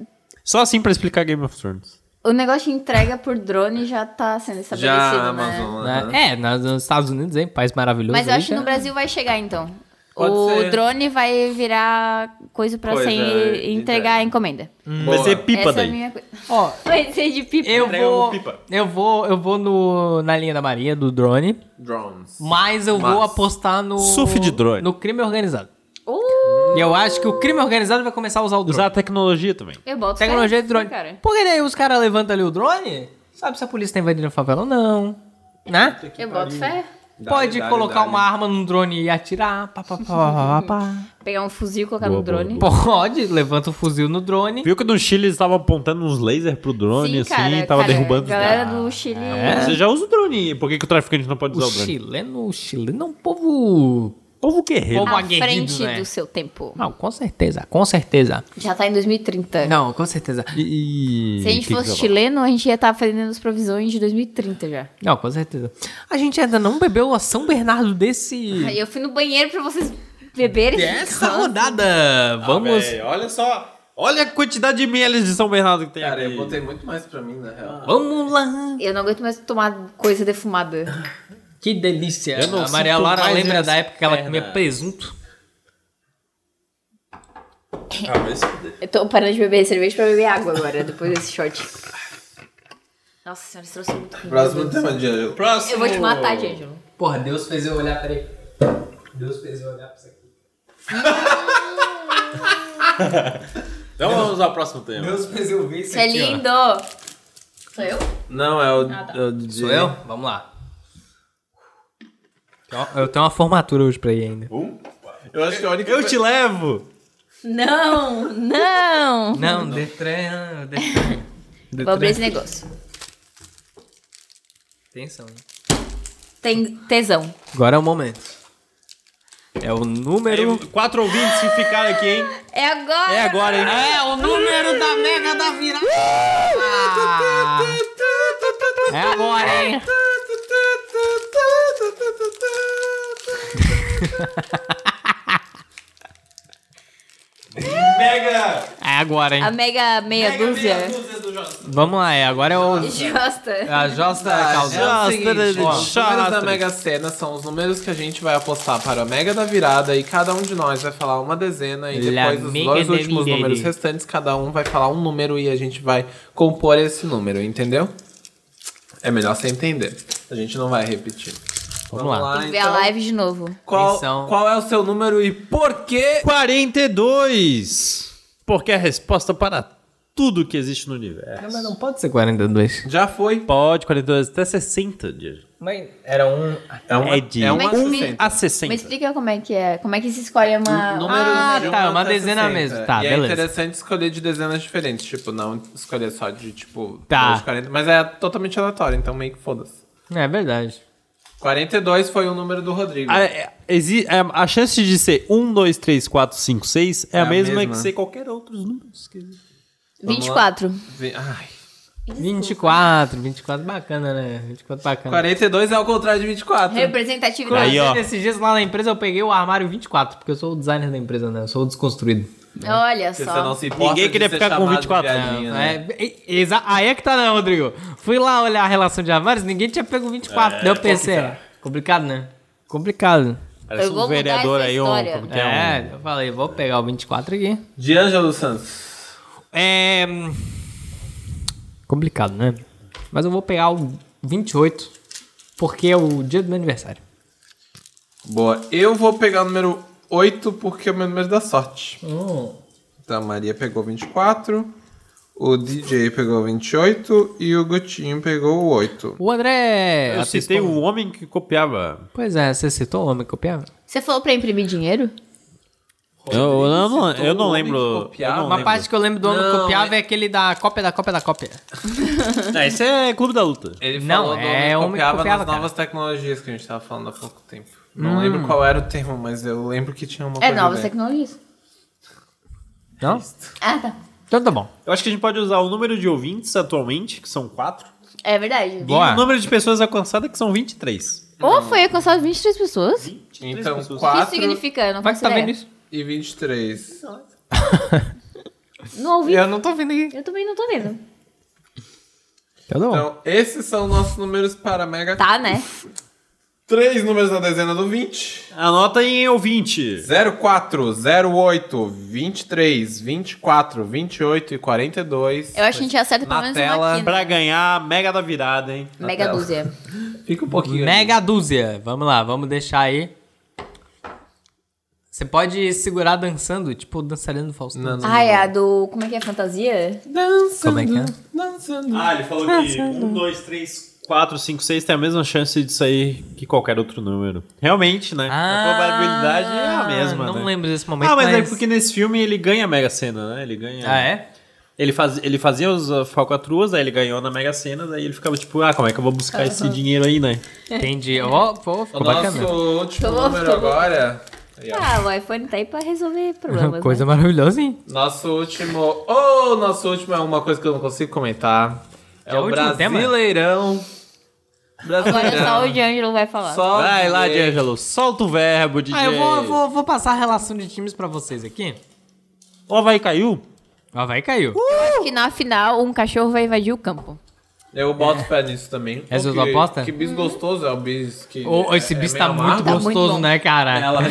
Speaker 5: Só assim pra explicar Game of Thrones.
Speaker 3: O negócio de entrega por drone já tá sendo
Speaker 1: Já
Speaker 3: estabelecido,
Speaker 1: a
Speaker 3: né?
Speaker 1: Amazon. aham.
Speaker 2: É, nos nos Estados Unidos, hein? País maravilhoso.
Speaker 3: Mas eu
Speaker 2: aí,
Speaker 3: acho que no
Speaker 2: já.
Speaker 3: Brasil vai chegar, então.
Speaker 1: Pode
Speaker 3: o
Speaker 1: ser.
Speaker 3: drone vai virar coisa pra
Speaker 1: Coisa
Speaker 3: ser
Speaker 1: de
Speaker 3: entregar
Speaker 1: entrega.
Speaker 3: a encomenda.
Speaker 5: Vai
Speaker 1: Boa.
Speaker 5: ser Hum. pipa
Speaker 3: Essa é
Speaker 5: daí.
Speaker 3: a minha coisa. [LAUGHS]
Speaker 2: Ó,
Speaker 3: Vai ser de pipa.
Speaker 2: eu
Speaker 5: Entrega
Speaker 2: vou.
Speaker 5: o pipa.
Speaker 2: Eu vou, eu vou no, na linha da Maria, do drone.
Speaker 1: Drones.
Speaker 2: Mas eu vou
Speaker 1: Mas-
Speaker 2: apostar no.
Speaker 5: Surf de drone.
Speaker 2: No crime organizado.
Speaker 3: Uh,
Speaker 2: E eu acho que o crime organizado vai começar a usar o drone.
Speaker 5: Usar a tecnologia também.
Speaker 3: eu boto
Speaker 2: Tecnologia
Speaker 3: fé,
Speaker 2: de drone.
Speaker 3: Cara.
Speaker 2: Porque daí os caras levantam ali o drone, sabe se a polícia tá invadindo a favela ou não. Né?
Speaker 3: Eu boto fé.
Speaker 1: Dá-lhe,
Speaker 2: Pode
Speaker 1: dá-lhe,
Speaker 2: colocar
Speaker 1: dá-lhe.
Speaker 2: uma arma num drone e atirar. Pá, pá, pá, pá, pá, pá.
Speaker 3: Pegar um fuzil e colocar
Speaker 5: Boa,
Speaker 3: no
Speaker 5: boa,
Speaker 3: drone.
Speaker 2: Pode, levanta o fuzil no drone.
Speaker 5: Viu que no Chile eles estavam apontando uns lasers pro drone,
Speaker 3: Sim,
Speaker 5: assim,
Speaker 3: cara,
Speaker 5: e tava
Speaker 3: cara,
Speaker 5: derrubando os
Speaker 3: galera
Speaker 5: caras.
Speaker 3: do Chile.
Speaker 5: É, Você já usa o drone. Por que, que o traficante não pode
Speaker 2: O
Speaker 5: usar o drone?
Speaker 2: chileno, o chileno é um povo.
Speaker 5: Povo guerreiro.
Speaker 2: Povo-
Speaker 3: À
Speaker 2: aguerrido,
Speaker 3: frente
Speaker 2: né?
Speaker 3: do seu tempo.
Speaker 2: Não, com certeza, com certeza.
Speaker 3: Já tá em 2030.
Speaker 2: Não, com certeza.
Speaker 5: E- e-
Speaker 3: Se a gente
Speaker 5: que que
Speaker 3: fosse
Speaker 5: eu falo?
Speaker 3: chileno, a gente ia estar fazendo as provisões de 2030 já.
Speaker 2: Não, com certeza. A gente ainda não bebeu a São Bernardo desse.
Speaker 3: Aí eu fui no banheiro pra vocês beberem.
Speaker 2: Essa rodada! Vamos.
Speaker 5: Véi, olha só. Olha a quantidade de ml de São Bernardo que tem
Speaker 1: Cara,
Speaker 5: aqui.
Speaker 1: eu botei muito mais pra mim, na real.
Speaker 2: Vamos lá!
Speaker 3: Eu não aguento mais tomar coisa defumada.
Speaker 2: Que delícia!
Speaker 5: Eu não
Speaker 2: A Maria
Speaker 5: sinto
Speaker 2: Laura
Speaker 5: mais
Speaker 2: lembra
Speaker 5: essa
Speaker 2: da época que ela
Speaker 5: perna.
Speaker 2: comia presunto.
Speaker 6: Ah, vai se fuder.
Speaker 3: Eu tô parando de beber cerveja pra beber água agora, depois desse shot. Nossa senhora, isso trouxe muito ruim.
Speaker 1: Próximo tema de hoje.
Speaker 5: Próximo.
Speaker 3: Eu vou te matar, D'Angelo.
Speaker 2: Porra, Deus fez eu olhar pra ele. Deus fez eu olhar pra isso aqui.
Speaker 5: Então vamos ao próximo tema.
Speaker 2: Deus fez eu ver isso
Speaker 3: Isso é lindo! Sou eu?
Speaker 1: Não, é o,
Speaker 3: Ah, tá.
Speaker 1: é o DJ.
Speaker 2: Sou eu? Vamos lá. Então, Eu tenho uma formatura hoje pra ir ainda.
Speaker 1: Eu acho que é a única
Speaker 5: Eu te levo.
Speaker 3: Não, não!
Speaker 2: Não, Detran, Detran.
Speaker 3: Vou abrir esse negócio.
Speaker 2: Atenção. né?
Speaker 3: Tem tesão.
Speaker 2: Agora é o momento. É o número.
Speaker 5: Aí, quatro ouvintes que ficaram aqui, hein?
Speaker 3: É agora!
Speaker 5: É agora, hein?
Speaker 2: É o número da Mega da Virada! É agora, hein?
Speaker 5: Mega!
Speaker 2: É agora, hein?
Speaker 3: A mega meia dúzia.
Speaker 2: Vamos lá, é agora é o. é
Speaker 3: Justa.
Speaker 5: Ah,
Speaker 2: A Josta
Speaker 1: É o
Speaker 2: Calzada.
Speaker 1: seguinte,
Speaker 5: tá
Speaker 1: ó, os números da
Speaker 5: Chastres.
Speaker 1: Mega Sena são os números que a gente vai apostar para a Mega da Virada e cada um de nós vai falar uma dezena e
Speaker 2: La
Speaker 1: depois os
Speaker 2: Mega
Speaker 1: dois
Speaker 2: da
Speaker 1: últimos
Speaker 2: Virada.
Speaker 1: números restantes, cada um vai falar um número e a gente vai compor esse número, entendeu? É melhor você entender. A gente não vai repetir. então,
Speaker 2: Vamos lá.
Speaker 5: então
Speaker 3: Vê a live de novo.
Speaker 1: Qual,
Speaker 2: Atenção.
Speaker 1: qual é o seu número e por quê?
Speaker 5: 42! Porque é a resposta para tudo que existe no universo.
Speaker 2: Mas não pode ser 42.
Speaker 1: Já foi.
Speaker 5: Pode, 42 até 60, Diego.
Speaker 2: Mas era um.
Speaker 1: É uma,
Speaker 5: É de-
Speaker 1: é uma
Speaker 3: Mas-
Speaker 1: 60.
Speaker 5: A 60.
Speaker 3: Me explica como é que é. Como é que se escolhe uma.
Speaker 1: Números
Speaker 2: Ah,
Speaker 1: de
Speaker 2: tá,
Speaker 1: uma
Speaker 2: uma
Speaker 1: até
Speaker 2: dezena
Speaker 1: 60.
Speaker 2: mesmo. Tá,
Speaker 1: e é
Speaker 2: beleza.
Speaker 1: interessante escolher de dezenas diferentes. Tipo, não escolher só de, tipo,
Speaker 2: Tá.
Speaker 1: 2, 40. Mas é totalmente aleatório, então meio que foda-se.
Speaker 2: É verdade.
Speaker 1: 42 foi o número do Rodrigo.
Speaker 5: A, é- exi- é- a chance de ser 1, 2, 3, 4, 5, 6 é, a mesma,
Speaker 1: mesma.
Speaker 5: que ser qualquer outros números que existem.
Speaker 1: Vamos
Speaker 3: 24.
Speaker 1: Vi- Ai.
Speaker 2: 24, 24 bacana, né? 24 bacana.
Speaker 1: 42 é ao contrário de 24.
Speaker 3: Representatividade.
Speaker 5: Aí, ó.
Speaker 2: Esses dias lá na empresa eu peguei o armário 24, porque eu sou o designer da empresa, né? Eu sou o desconstruído.
Speaker 1: né?
Speaker 3: Olha
Speaker 1: Porque é
Speaker 3: só.
Speaker 1: se importa
Speaker 5: Ninguém
Speaker 1: de
Speaker 5: queria
Speaker 1: ser
Speaker 5: ficar com
Speaker 1: chamado de
Speaker 5: 24,
Speaker 1: viadinho, né?
Speaker 2: É, e- exa- aí é que tá, né, Rodrigo? Fui lá olhar a relação de armários, ninguém tinha pego 24. daí eu pensei, É, complicado. né? Complicado.
Speaker 5: Parece
Speaker 3: Eu vou
Speaker 5: um
Speaker 3: mudar
Speaker 5: vereador
Speaker 3: essa
Speaker 5: aí, um,
Speaker 3: história.
Speaker 5: como que é,
Speaker 2: É, eu falei, vou pegar o 24 aqui.
Speaker 1: Diângelo Santos.
Speaker 2: É. hum, Complicado, né? Mas eu vou pegar o 28, porque é o dia do meu aniversário.
Speaker 1: Boa. Eu vou pegar o número
Speaker 2: Hum.
Speaker 1: 8 porque é o meu número da sorte. Então a Maria pegou 24. O DJ pegou 28 e o Gotinho pegou 8.
Speaker 2: O André.
Speaker 5: Eu
Speaker 2: apistou-
Speaker 5: citei o homem que copiava.
Speaker 2: Pois é, você citou o homem que copiava?
Speaker 3: Você falou pra imprimir dinheiro?
Speaker 5: Eu, eu não, eu não
Speaker 1: o homem
Speaker 5: lembro.
Speaker 1: que copiava.
Speaker 5: eu não
Speaker 1: Uma
Speaker 5: lembro.
Speaker 2: que eu lembro do homem
Speaker 1: Não,
Speaker 2: é aquele da cópia da cópia da cópia.
Speaker 5: Ah, esse é Clube da Luta.
Speaker 1: Ele
Speaker 2: Não,
Speaker 1: falou do
Speaker 2: é
Speaker 1: homem que
Speaker 2: homem que
Speaker 1: copiava
Speaker 2: copiava,
Speaker 1: nas
Speaker 2: cara. Hum.
Speaker 1: novas tecnologias que a gente tava falando há pouco tempo. Não lembro qual era o termo, mas eu lembro que tinha uma
Speaker 3: É
Speaker 1: coisa
Speaker 3: novas
Speaker 1: bem-
Speaker 3: tecnologias.
Speaker 2: Não?
Speaker 3: Ah, tá.
Speaker 2: Então tá bom.
Speaker 5: Eu acho que a gente pode usar o número de ouvintes atualmente, que são 4,
Speaker 3: É verdade.
Speaker 2: Boa.
Speaker 5: e o número de pessoas alcançadas, que são 23.
Speaker 3: Ou foi alcançado 23 pessoas? O
Speaker 1: Então,
Speaker 5: pessoas.
Speaker 3: que
Speaker 1: 4
Speaker 3: isso significa? Eu não
Speaker 2: Vai que
Speaker 3: faço
Speaker 2: tá
Speaker 3: ideia.
Speaker 2: vendo isso?
Speaker 1: e 23.
Speaker 3: Não ouvi.
Speaker 2: Eu não tô vendo aqui.
Speaker 3: Eu também não tô vendo.
Speaker 2: Tá bom.
Speaker 1: Então, esses são nossos números para Mega.
Speaker 3: Tá, né?
Speaker 1: Três números na dezena do 20.
Speaker 5: Anota em ouvinte.
Speaker 1: 04, 08, 23, 24, 28 e 42.
Speaker 3: Eu acho que a gente acerta pelo
Speaker 1: Na
Speaker 3: menos
Speaker 1: tela,
Speaker 3: uma aqui. né?
Speaker 5: Pra ganhar a mega da virada, hein?
Speaker 3: Mega dúzia.
Speaker 1: Fica um pouquinho.
Speaker 2: Mega dúzia. Vamos lá, vamos deixar aí. Você pode segurar dançando, tipo o dançarino do Faustão.
Speaker 1: [LAUGHS] Não, não.
Speaker 3: Ah, é a do. Como é que é? Fantasia?
Speaker 1: Dançando,
Speaker 2: Como é que é?
Speaker 1: Dançando.
Speaker 5: Ah, ele falou que 1, 2, 3, 4, 5, 6 tem a mesma chance de sair que qualquer outro número. Realmente, né? a probabilidade é a mesma.
Speaker 2: Ah, Não
Speaker 5: né?
Speaker 2: lembro desse momento.
Speaker 5: Ah, mas, é
Speaker 2: mas
Speaker 5: porque nesse filme ele ganha a Mega Sena, né? Ele ganha.
Speaker 2: Ah, é?
Speaker 5: Ele, faz, ele fazia os uh, falcatruas, aí ele ganhou na Mega Sena, daí ele ficava tipo, ah, como é que eu vou buscar esse dinheiro aí, né?
Speaker 2: Entendi. Ó, pô,
Speaker 1: O
Speaker 2: ficou
Speaker 1: nosso
Speaker 2: bacana.
Speaker 1: último
Speaker 3: Tô louco,
Speaker 1: número
Speaker 3: tô louco.
Speaker 1: agora. Aí, ó.
Speaker 3: Ah, o iPhone tá aí pra resolver problemas.
Speaker 2: Coisa
Speaker 3: né?
Speaker 2: maravilhosa, hein?
Speaker 1: Nosso último. Oh, nosso último é uma coisa que eu não consigo comentar. É,
Speaker 2: Já
Speaker 1: o
Speaker 2: é o último tema?
Speaker 1: Brasileirão.
Speaker 3: Agora é só o
Speaker 1: Brasileirão.
Speaker 3: D'Angelo vai falar.
Speaker 1: Só
Speaker 5: Vai lá,
Speaker 1: dizer-
Speaker 5: D'Angelo, solta o verbo, DJ.
Speaker 2: Ah, eu vou, vou, vou passar a relação de times pra vocês aqui. Uh!
Speaker 5: Ó, vai, caiu.
Speaker 2: Ó, vai caiu.
Speaker 3: Que na final um cachorro vai invadir o campo.
Speaker 1: Eu boto pé nisso também.
Speaker 2: Essa
Speaker 1: Pô,
Speaker 2: tua
Speaker 1: que-
Speaker 2: aposta?
Speaker 1: Que bis gostoso é o bis que.
Speaker 2: Ô, esse
Speaker 1: é-
Speaker 2: bis
Speaker 1: é
Speaker 2: tá
Speaker 1: meio
Speaker 2: muito
Speaker 1: amargo. É,
Speaker 3: muito
Speaker 2: gostoso,
Speaker 3: bom.
Speaker 2: né, cara? [LAUGHS]
Speaker 1: Ela-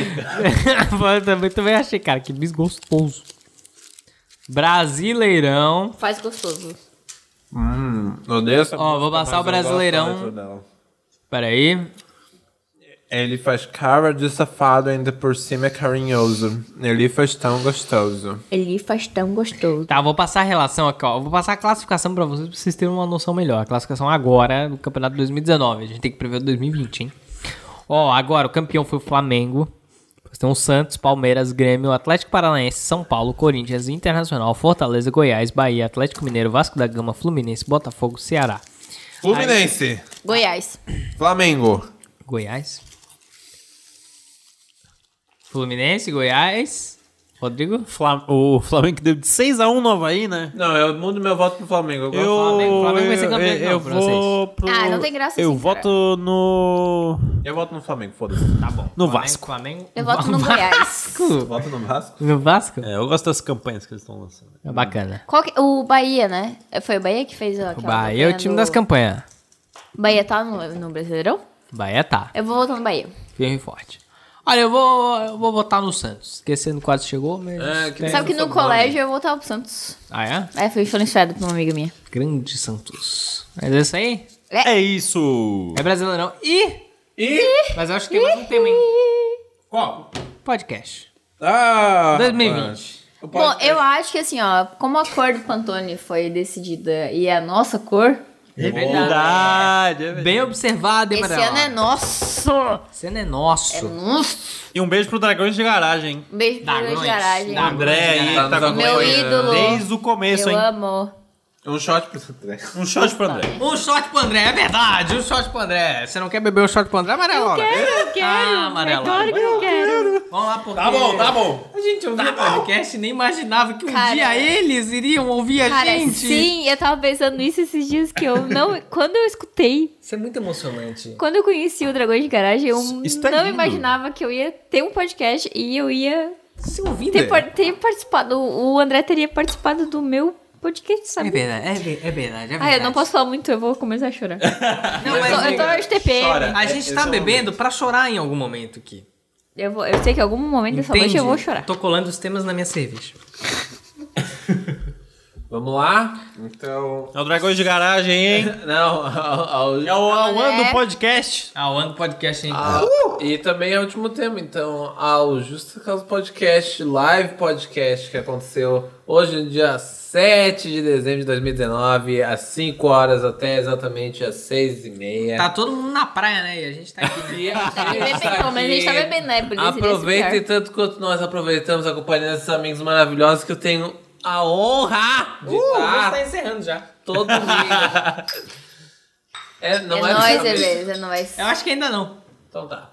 Speaker 2: Eu também, também achei, cara, que bis gostoso. Brasileirão.
Speaker 3: Faz gostoso.
Speaker 1: Hum, odeio essa
Speaker 2: Ó, vou
Speaker 1: música,
Speaker 2: passar
Speaker 1: mas
Speaker 2: o
Speaker 1: eu gosto
Speaker 2: Brasileirão.
Speaker 1: muito dela.
Speaker 2: Peraí.
Speaker 1: Ele faz cara de safado, ainda por cima é carinhoso. Ele faz tão gostoso.
Speaker 3: Ele faz tão gostoso.
Speaker 2: Tá, vou passar a relação aqui, ó. Vou passar a classificação pra vocês, pra vocês terem uma noção melhor. A classificação agora é do campeonato 2019. A gente tem que prever o 2020, hein? Ó, agora o campeão foi o Flamengo. Depois tem o Santos, Palmeiras, Grêmio, Atlético Paranaense, São Paulo, Corinthians, Internacional, Fortaleza, Goiás, Bahia, Atlético Mineiro, Vasco da Gama, Fluminense, Botafogo, Ceará.
Speaker 1: Fluminense,
Speaker 3: Goiás.
Speaker 1: Flamengo,
Speaker 2: Goiás. Fluminense, Goiás. Rodrigo?
Speaker 5: Flam- o Flamengo que deu de 6x1 no Havaí, né?
Speaker 1: Não, eu mudo meu voto pro Flamengo. Eu gosto
Speaker 5: Eu,
Speaker 1: do Flamengo.
Speaker 2: Flamengo vai ser campeão
Speaker 5: eu,
Speaker 2: de novo
Speaker 5: eu
Speaker 2: pra
Speaker 5: vou pro...
Speaker 3: Ah, não tem graça
Speaker 5: Eu
Speaker 3: assim, cara.
Speaker 5: voto no...
Speaker 1: Eu voto no Flamengo, foda-se.
Speaker 2: Tá bom.
Speaker 5: No
Speaker 2: Flamengo,
Speaker 5: Vasco.
Speaker 2: Flamengo.
Speaker 3: Eu voto no Goiás.
Speaker 2: Vasco.
Speaker 1: Voto no Vasco?
Speaker 2: No Vasco?
Speaker 5: É, eu gosto das campanhas que eles estão lançando.
Speaker 2: É bacana.
Speaker 3: Qual que- O Bahia, né? Foi o Bahia que fez aquela
Speaker 2: O Bahia é o
Speaker 3: campanha
Speaker 2: time
Speaker 3: do-
Speaker 2: das campanhas.
Speaker 3: Bahia tá no, no Brasileirão?
Speaker 2: O Bahia tá.
Speaker 3: Eu vou votar no Bahia.
Speaker 2: Firme e forte. Olha, eu vou, eu vou votar no Santos. Esquecendo quase chegou, mas.
Speaker 1: É, que-
Speaker 3: Sabe que
Speaker 1: eu sou
Speaker 3: no
Speaker 1: bom,
Speaker 3: colégio eu votava pro Santos.
Speaker 2: Ah, é?
Speaker 3: Aí fui influenciado por uma amiga minha.
Speaker 2: Grande Santos. Mas é isso aí.
Speaker 5: É isso!
Speaker 2: É brasileirão. E.
Speaker 1: E?
Speaker 2: Mas eu acho que tem mais um tema, hein?
Speaker 1: Qual?
Speaker 2: Podcast.
Speaker 1: Ah!
Speaker 2: 2020.
Speaker 1: rapaz.
Speaker 3: Bom, eu acho que assim, ó, como a cor do Pantone foi decidida e é a nossa cor,
Speaker 2: É
Speaker 5: Verdade, é verdade.
Speaker 2: Bem observado, hein,
Speaker 3: esse
Speaker 2: Manuela?
Speaker 3: ano é nosso.
Speaker 2: Esse ano é nosso.
Speaker 3: Nosso.
Speaker 5: E um beijo pro Dragões de Garagem.
Speaker 3: Um beijo pro
Speaker 2: Dragões.
Speaker 3: Dragões de Garagem.
Speaker 2: Dragões.
Speaker 5: André aí,
Speaker 1: Tá
Speaker 5: tá
Speaker 1: nos
Speaker 3: Meu
Speaker 1: acompanhando.
Speaker 3: ídolo.
Speaker 5: Desde o começo,
Speaker 3: Eu
Speaker 5: hein?
Speaker 3: amo.
Speaker 1: Um shot pro André.
Speaker 5: Um shot pro André.
Speaker 2: Um shot pro André, é verdade. Um shot pro André. Você não quer beber o shot pro André, Amarelo?
Speaker 3: Eu quero, é
Speaker 2: Ah, amarelo.
Speaker 3: Claro que eu quero.
Speaker 2: Vamos lá, porque...
Speaker 5: Tá bom, tá bom.
Speaker 2: A gente ouviu o podcast e nem imaginava que um
Speaker 3: Tá Cara.
Speaker 2: dia eles iriam ouvir a
Speaker 3: Cara,
Speaker 2: gente.
Speaker 3: sim, eu tava pensando nisso esses dias que eu não. quando eu escutei,
Speaker 2: Isso é muito emocionante.
Speaker 3: quando eu conheci o Dragões de Garagem, eu
Speaker 5: Isso tá
Speaker 3: não
Speaker 5: lindo.
Speaker 3: imaginava que eu ia ter um podcast e eu ia
Speaker 2: Se ouvindo. É
Speaker 3: ter, par- ter participado. O André teria participado do meu podcast,
Speaker 2: É
Speaker 3: sabe?
Speaker 2: verdade, é, ver- é verdade, é verdade.
Speaker 3: Ah, eu não posso falar muito, eu vou começar a chorar.
Speaker 2: Não, mas
Speaker 3: eu, tô, eu
Speaker 2: diga,
Speaker 3: tô hoje TPM.
Speaker 2: A gente tá bebendo pra chorar em algum momento aqui.
Speaker 3: Eu, vou, eu sei que em algum momento dessa
Speaker 2: Entende?
Speaker 3: noite eu vou chorar.
Speaker 2: Tô colando os temas na minha cerveja.
Speaker 1: Vamos lá? Então.
Speaker 5: É o Dragões de Garagem, hein?
Speaker 1: Não, ao- ao-
Speaker 5: É o Awan
Speaker 3: É.
Speaker 5: do podcast.
Speaker 2: Ah, o ano do podcast, hein?
Speaker 1: ao- e também é o último tema, então, ao Justa Causa Podcast, live podcast que aconteceu hoje, no dia 7 de dezembro de 2019, às 5 horas até exatamente às 6 e meia.
Speaker 2: Tá todo mundo na praia, né? E a gente tá [LAUGHS] aqui.
Speaker 1: E a gente tá
Speaker 3: Depende, mas a gente tá
Speaker 1: aqui.
Speaker 3: bebendo, né? Por isso seria
Speaker 1: Aproveitem
Speaker 3: esse
Speaker 1: tanto quanto nós aproveitamos a companhia desses amigos maravilhosos que eu tenho a honra de
Speaker 2: Uh,
Speaker 1: estar
Speaker 2: tá encerrando já. [LAUGHS]
Speaker 1: todo domingo. É, não
Speaker 3: pior.
Speaker 1: é,
Speaker 3: É nóis,
Speaker 1: dessa vez.
Speaker 3: beleza, é nóis.
Speaker 2: Eu acho que ainda não.
Speaker 1: Então tá.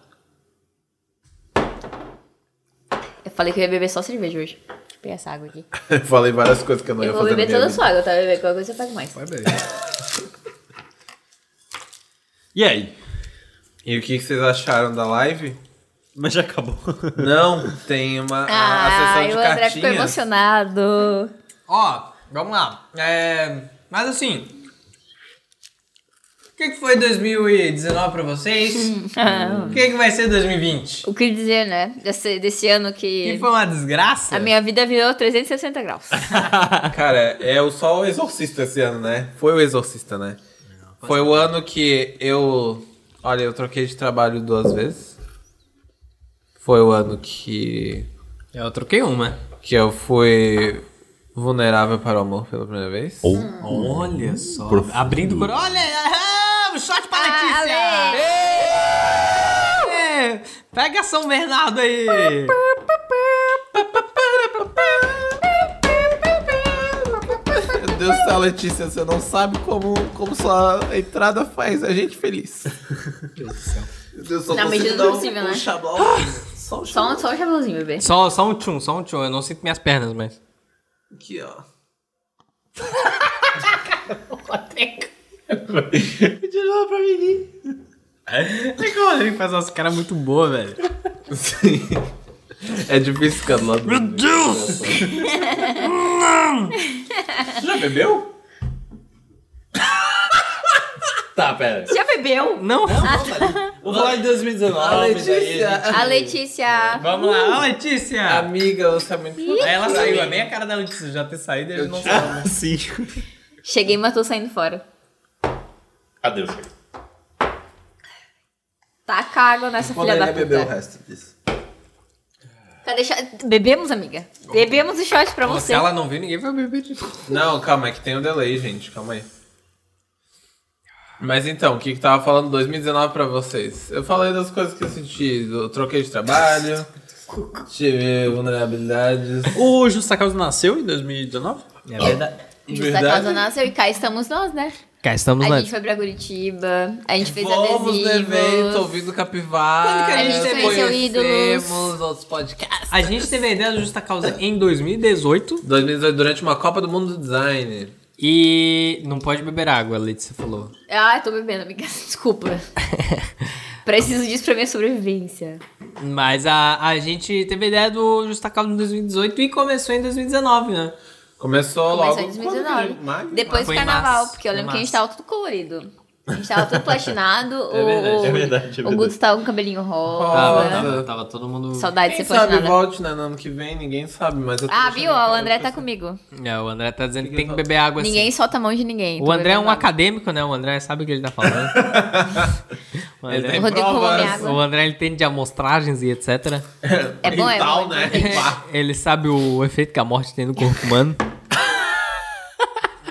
Speaker 3: Eu falei que eu ia beber só cerveja hoje. Deixa eu pegar essa água aqui.
Speaker 6: Eu [LAUGHS] falei várias coisas que eu não
Speaker 3: Eu,
Speaker 6: ia
Speaker 3: vou
Speaker 6: fazer. na
Speaker 1: um
Speaker 3: beber
Speaker 6: minha
Speaker 3: toda a
Speaker 6: vida.
Speaker 3: sua água, tá? Beber qualquer coisa eu pago mais.
Speaker 6: Vai bem.
Speaker 5: E aí?
Speaker 1: E o que que vocês acharam da live?
Speaker 5: Mas já acabou.
Speaker 1: Não, tem uma a, a
Speaker 3: Ah,
Speaker 1: sessão
Speaker 3: e
Speaker 1: de
Speaker 3: o André ficou
Speaker 1: cartinhas.
Speaker 3: emocionado.
Speaker 2: Ó, vamos lá. É, mas assim. O que, que foi 2019 pra
Speaker 3: [LAUGHS]
Speaker 2: vocês? O que, que vai ser 2020?
Speaker 3: O que dizer, né? Desse, desse ano
Speaker 2: Que
Speaker 3: que
Speaker 2: foi uma desgraça?
Speaker 3: a minha vida virou 360 graus.
Speaker 1: Cara, é o só o Exorcista esse ano, né? Foi o Exorcista, né? Foi o ano que eu. Olha, eu troquei de trabalho duas vezes. Foi o ano que.
Speaker 2: [LAUGHS] Eu troquei uma.
Speaker 1: Que eu fui vulnerável para o amor pela primeira vez.
Speaker 2: Olha só. Abrindo o coração. Olha! ah, um shot pra Letícia!
Speaker 3: amei.
Speaker 2: É, Pega São Bernardo aí!
Speaker 1: Meu Deus do céu, Letícia, você não sabe como, como sua entrada faz a gente feliz.
Speaker 6: Eu só
Speaker 3: Na medida
Speaker 6: consigo dar
Speaker 3: do
Speaker 6: um-
Speaker 3: possível,
Speaker 6: um
Speaker 3: né?
Speaker 6: xablau. Só um
Speaker 3: [LAUGHS] Só
Speaker 6: xablau
Speaker 3: um, só um chapéuzinho, bebê.
Speaker 2: Só, só um tchum, só um tchum. Eu não sinto minhas pernas, mas.
Speaker 6: aqui, ó.
Speaker 5: De novo pra mim rir.
Speaker 2: É que o Rodrigo faz umas caras muito boas, velho.
Speaker 1: É difícil ficar do lado Meu Deus! Você já bebeu?
Speaker 5: Tá, pera.
Speaker 3: Já bebeu?
Speaker 2: Não?
Speaker 5: Vamos falar de 2019.
Speaker 3: Ah,
Speaker 5: daí a gente-
Speaker 3: A Letícia.
Speaker 2: Vamos lá, Ó, Letícia!
Speaker 1: Amiga, você é muito foda.
Speaker 2: Aí ela saiu, é bem a cara da Letícia já ter saído e a gente não sabe.
Speaker 5: Ah, sim.
Speaker 3: Cheguei, mas tô saindo fora.
Speaker 5: Adeus.
Speaker 3: Taca água nessa filha da
Speaker 6: Poderia beber o
Speaker 3: puta.
Speaker 6: resto disso.
Speaker 3: Cadê cha- Bebemos, amiga? Bebemos o shot pra
Speaker 2: Se
Speaker 3: você.
Speaker 2: ela não viu, ninguém vai beber de novo.
Speaker 1: Não, calma, é que tem um delay, gente, calma aí. Mas então, o que que tava falando 2019 pra vocês? Eu falei das coisas que eu senti, eu troquei de trabalho, tive vulnerabilidades.
Speaker 5: O Justa Causa nasceu em 2019?
Speaker 2: É verdade.
Speaker 3: Justa causa nasceu e cá estamos nós, né?
Speaker 2: Cá estamos
Speaker 3: A
Speaker 2: lá.
Speaker 3: gente foi pra Curitiba, a gente fez
Speaker 1: Fomos no evento,
Speaker 3: adesivos.
Speaker 1: ouvindo Capivara.
Speaker 2: Quando que a gente teve
Speaker 3: seu
Speaker 1: conhecemos outros
Speaker 3: tá
Speaker 1: podcasts.
Speaker 2: A gente teve a ideia do Justa Causa em 2018
Speaker 1: 2018, durante uma Copa do Mundo do Design.
Speaker 2: e. Não pode beber água, a Letícia [LAUGHS] falou.
Speaker 3: Ah, eu tô bebendo, amiga. [LAUGHS] Desculpa. Preciso disso pra minha sobrevivência.
Speaker 2: Mas a, a gente teve a ideia do Justa Causa em 2018 e começou em 2019, né?
Speaker 1: Começou, logo.
Speaker 3: Começou em
Speaker 1: quando que-
Speaker 3: 2019.
Speaker 1: maio?
Speaker 3: Depois
Speaker 2: Foi
Speaker 3: do
Speaker 2: em
Speaker 3: carnaval,
Speaker 2: março,
Speaker 3: porque eu
Speaker 2: foi em
Speaker 3: lembro que a gente
Speaker 2: março.
Speaker 3: tava tudo colorido. A gente tava tudo platinado. o,
Speaker 1: verdade,
Speaker 3: o,
Speaker 5: é verdade, é
Speaker 3: O
Speaker 5: verdade.
Speaker 3: Guto tava com cabelinho rosa.
Speaker 1: Tava,
Speaker 2: Tava, tava todo mundo.
Speaker 3: Saudade de
Speaker 1: Quem
Speaker 3: ser
Speaker 1: sabe né?
Speaker 3: platinada.
Speaker 1: volte né, no ano que vem, ninguém sabe, mas eu tô
Speaker 3: Ah,
Speaker 1: deixando
Speaker 3: viu?
Speaker 1: aqui
Speaker 3: Ó, O
Speaker 1: pra
Speaker 3: André tá
Speaker 1: vocês.
Speaker 3: comigo.
Speaker 2: É, o André tá dizendo que tem que beber água assim.
Speaker 3: Ninguém solta a mão de ninguém.
Speaker 2: O
Speaker 3: tô
Speaker 2: André é um
Speaker 3: bebendo água.
Speaker 2: acadêmico, né? O André sabe o que ele tá
Speaker 3: [LAUGHS]
Speaker 2: falando. o,
Speaker 1: Ele
Speaker 2: André,
Speaker 1: tem
Speaker 3: O Rodrigo roubou
Speaker 1: provas. [LAUGHS]
Speaker 3: minha água.
Speaker 2: o André entende de amostragens e etc.
Speaker 3: É bom, é
Speaker 1: Tal,
Speaker 3: bom.
Speaker 1: né?
Speaker 2: É, ele sabe o efeito que a morte tem no corpo humano.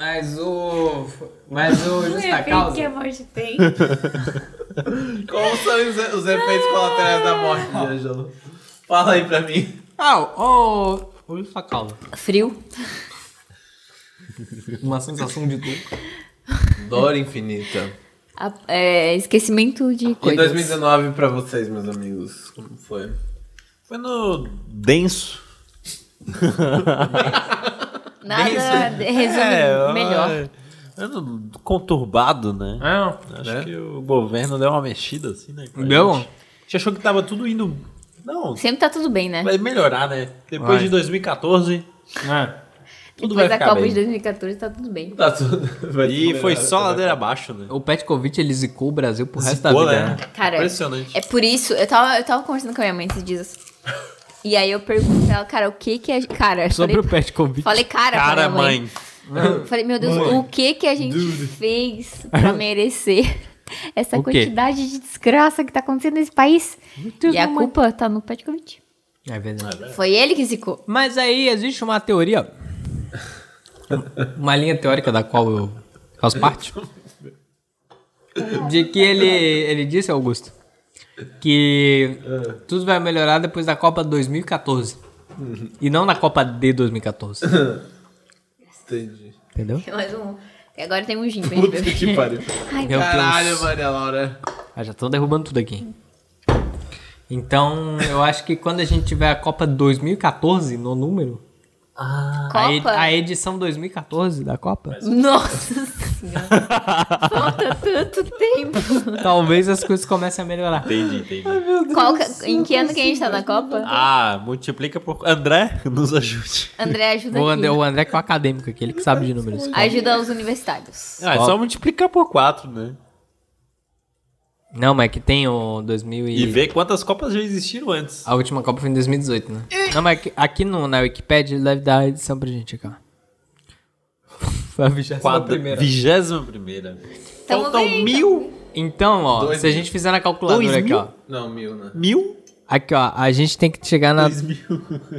Speaker 2: Mas o. Mas o Justa Causa.
Speaker 3: morte tem.
Speaker 1: Como são os, os efeitos colaterais da morte,
Speaker 3: [LAUGHS]
Speaker 1: Angelo? Fala aí pra mim.
Speaker 2: Ah, o. O Justa Causa.
Speaker 3: Frio.
Speaker 2: Uma sensação de tudo.
Speaker 1: Dor infinita.
Speaker 3: A- é, esquecimento de
Speaker 1: E
Speaker 3: coisas.
Speaker 1: 2019 pra vocês, meus amigos, como foi?
Speaker 5: Foi no denso.
Speaker 3: Nada de- resume
Speaker 5: [LAUGHS]
Speaker 3: melhor.
Speaker 5: é no conturbado, né?
Speaker 2: É,
Speaker 5: Acho que o governo deu uma mexida assim, né? com a
Speaker 2: Deu?
Speaker 5: gente. A gente achou que tava tudo indo. Não,
Speaker 3: Sempre tá tudo bem, né?
Speaker 5: vai melhorar, né? Depois
Speaker 2: Vai.
Speaker 5: de 2014,
Speaker 2: é.
Speaker 3: Depois
Speaker 5: tudo vai
Speaker 3: da
Speaker 5: ficar
Speaker 3: Copa
Speaker 5: bem.
Speaker 3: de 2014 tá tudo bem.
Speaker 1: Tá tudo. [LAUGHS] vai
Speaker 5: E
Speaker 1: tudo
Speaker 5: foi
Speaker 1: melhor,
Speaker 5: só
Speaker 1: tá
Speaker 5: ladeira abaixo, né?
Speaker 2: O Petkovic ele zicou o Brasil pro resto
Speaker 5: Zicou,
Speaker 2: da vida.
Speaker 5: né?
Speaker 2: né?
Speaker 3: Cara,
Speaker 5: Impressionante.
Speaker 3: é por isso. Eu tava, eu tava conversando com a minha mãe esses dias. E aí eu pergunto pra ela, cara, o que que é. Cara, eu
Speaker 2: Sobre
Speaker 3: falei,
Speaker 2: o Petkovic.
Speaker 3: falei, cara, pra
Speaker 5: Cara,
Speaker 3: minha mãe.
Speaker 5: mãe.
Speaker 3: Falei, meu Deus, o que que a gente fez
Speaker 6: [LAUGHS]
Speaker 3: pra merecer essa
Speaker 5: O quê?
Speaker 3: quantidade de desgraça que tá acontecendo nesse país? e a culpa tá no Pet Covid.
Speaker 2: É verdade.
Speaker 3: Foi ele que zicou. [LAUGHS]
Speaker 2: Mas aí existe uma teoria. Uma linha teórica da qual eu faço parte. De que ele, ele disse, Augusto, que tudo vai melhorar depois da Copa 2014. E não na Copa de 2014.
Speaker 6: Entendi.
Speaker 2: Entendeu?
Speaker 3: Mais um. E agora tem um gin pra gente
Speaker 6: Puta
Speaker 3: beber.
Speaker 6: que
Speaker 2: É
Speaker 6: pariu.
Speaker 3: Ai,
Speaker 2: Meu
Speaker 1: Caralho,
Speaker 2: Deus.
Speaker 1: Maria Laura.
Speaker 2: Ah, já estão derrubando tudo aqui. Então, eu acho que quando a gente tiver a Copa 2014 no número, a, ed-
Speaker 3: Copa?
Speaker 2: a edição 2014 da Copa,
Speaker 3: Nossa
Speaker 6: [LAUGHS]
Speaker 3: senhora. Falta tanto tempo.
Speaker 2: talvez as coisas comecem a melhorar.
Speaker 5: Entendi, entendi.
Speaker 3: Qual que- em que ano que a gente tá
Speaker 6: é
Speaker 3: na Copa?
Speaker 5: Ah, multiplica por. André, [LAUGHS] nos ajude.
Speaker 3: André, ajuda
Speaker 2: O André,
Speaker 3: aqui.
Speaker 2: o André que é o acadêmico aqui, ele que sabe de números.
Speaker 1: Tá
Speaker 3: Ajuda os universitários.
Speaker 5: Ah, é só multiplicar por 4, né?
Speaker 2: Não, mas é que tem o 2000
Speaker 5: E
Speaker 2: e...
Speaker 5: ver quantas copas já existiram antes.
Speaker 2: A última Copa foi em 2018, né? Não, mas aqui, aqui no, na Wikipedia ele deve dar a edição pra gente aqui, ó. [LAUGHS] Foi a
Speaker 5: é
Speaker 2: 21 primeira.
Speaker 5: Vigésima primeira.
Speaker 3: Tamo
Speaker 5: Faltam
Speaker 3: bem,
Speaker 5: mil,
Speaker 2: Então, ó,
Speaker 6: Dois
Speaker 2: se a
Speaker 6: mil.
Speaker 2: gente fizer na calculadora aqui, ó.
Speaker 1: Não, mil, né?
Speaker 5: mil,
Speaker 2: Aqui, ó, a gente tem que chegar na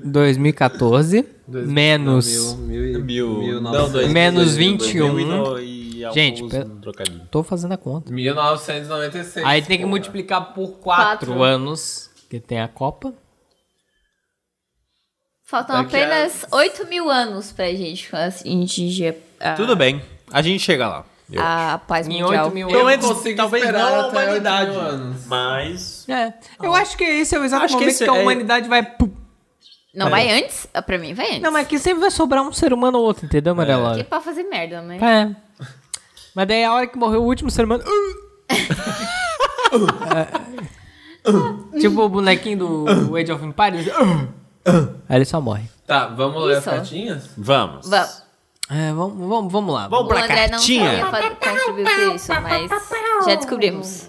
Speaker 2: 2014 menos.
Speaker 1: Mil,
Speaker 5: mil,
Speaker 1: É mil,
Speaker 5: não, dois,
Speaker 2: Menos
Speaker 5: dois mil,
Speaker 2: 21.
Speaker 5: dois mil e no- e
Speaker 2: né? Gente,
Speaker 5: alguns
Speaker 2: pera-
Speaker 5: no trocadilho.
Speaker 2: Tô fazendo a conta.
Speaker 1: 1996.
Speaker 2: Aí tem que
Speaker 1: porra.
Speaker 2: multiplicar por 4
Speaker 3: Quatro.
Speaker 2: anos, que tem a Copa.
Speaker 3: Faltam
Speaker 1: Daqui a-
Speaker 3: apenas 8 mil anos pra gente atingir a,
Speaker 5: Tudo bem, a gente chega lá. Eu.
Speaker 3: a paz
Speaker 2: Em
Speaker 3: mundial.
Speaker 2: 8 mil
Speaker 1: Eu
Speaker 5: Pelo
Speaker 2: anos.
Speaker 5: menos,
Speaker 1: consigo
Speaker 5: talvez
Speaker 1: esperar
Speaker 5: não a
Speaker 1: até oito mil
Speaker 5: humanidade.
Speaker 1: anos.
Speaker 5: Mas.
Speaker 2: É, eu acho que esse é o exato
Speaker 5: Acho que
Speaker 2: momento
Speaker 5: esse
Speaker 2: que, a
Speaker 5: é-
Speaker 2: humanidade vai. pu-
Speaker 3: Não, vai antes? Ah, Pra mim vai antes.
Speaker 2: Não, mas que sempre vai sobrar um ser humano ou outro, entendeu, Maria
Speaker 3: Que é
Speaker 2: Laura?
Speaker 3: pra fazer merda, né?
Speaker 2: É. Mas daí a hora que morreu o último ser humano. uh! [LAUGHS] É, tipo o bonequinho do Age of Empires. uh! Aí ele só morre.
Speaker 1: Tá, vamos ler as
Speaker 3: Isso.
Speaker 1: cartinhas?
Speaker 5: Vamos.
Speaker 3: Vamos.
Speaker 2: É, vamos, vamos, vamos lá.
Speaker 5: Vamos
Speaker 3: O
Speaker 5: pra
Speaker 3: André não
Speaker 5: cartinha.
Speaker 3: sabia fa- contribuir pra isso, mas já descobrimos.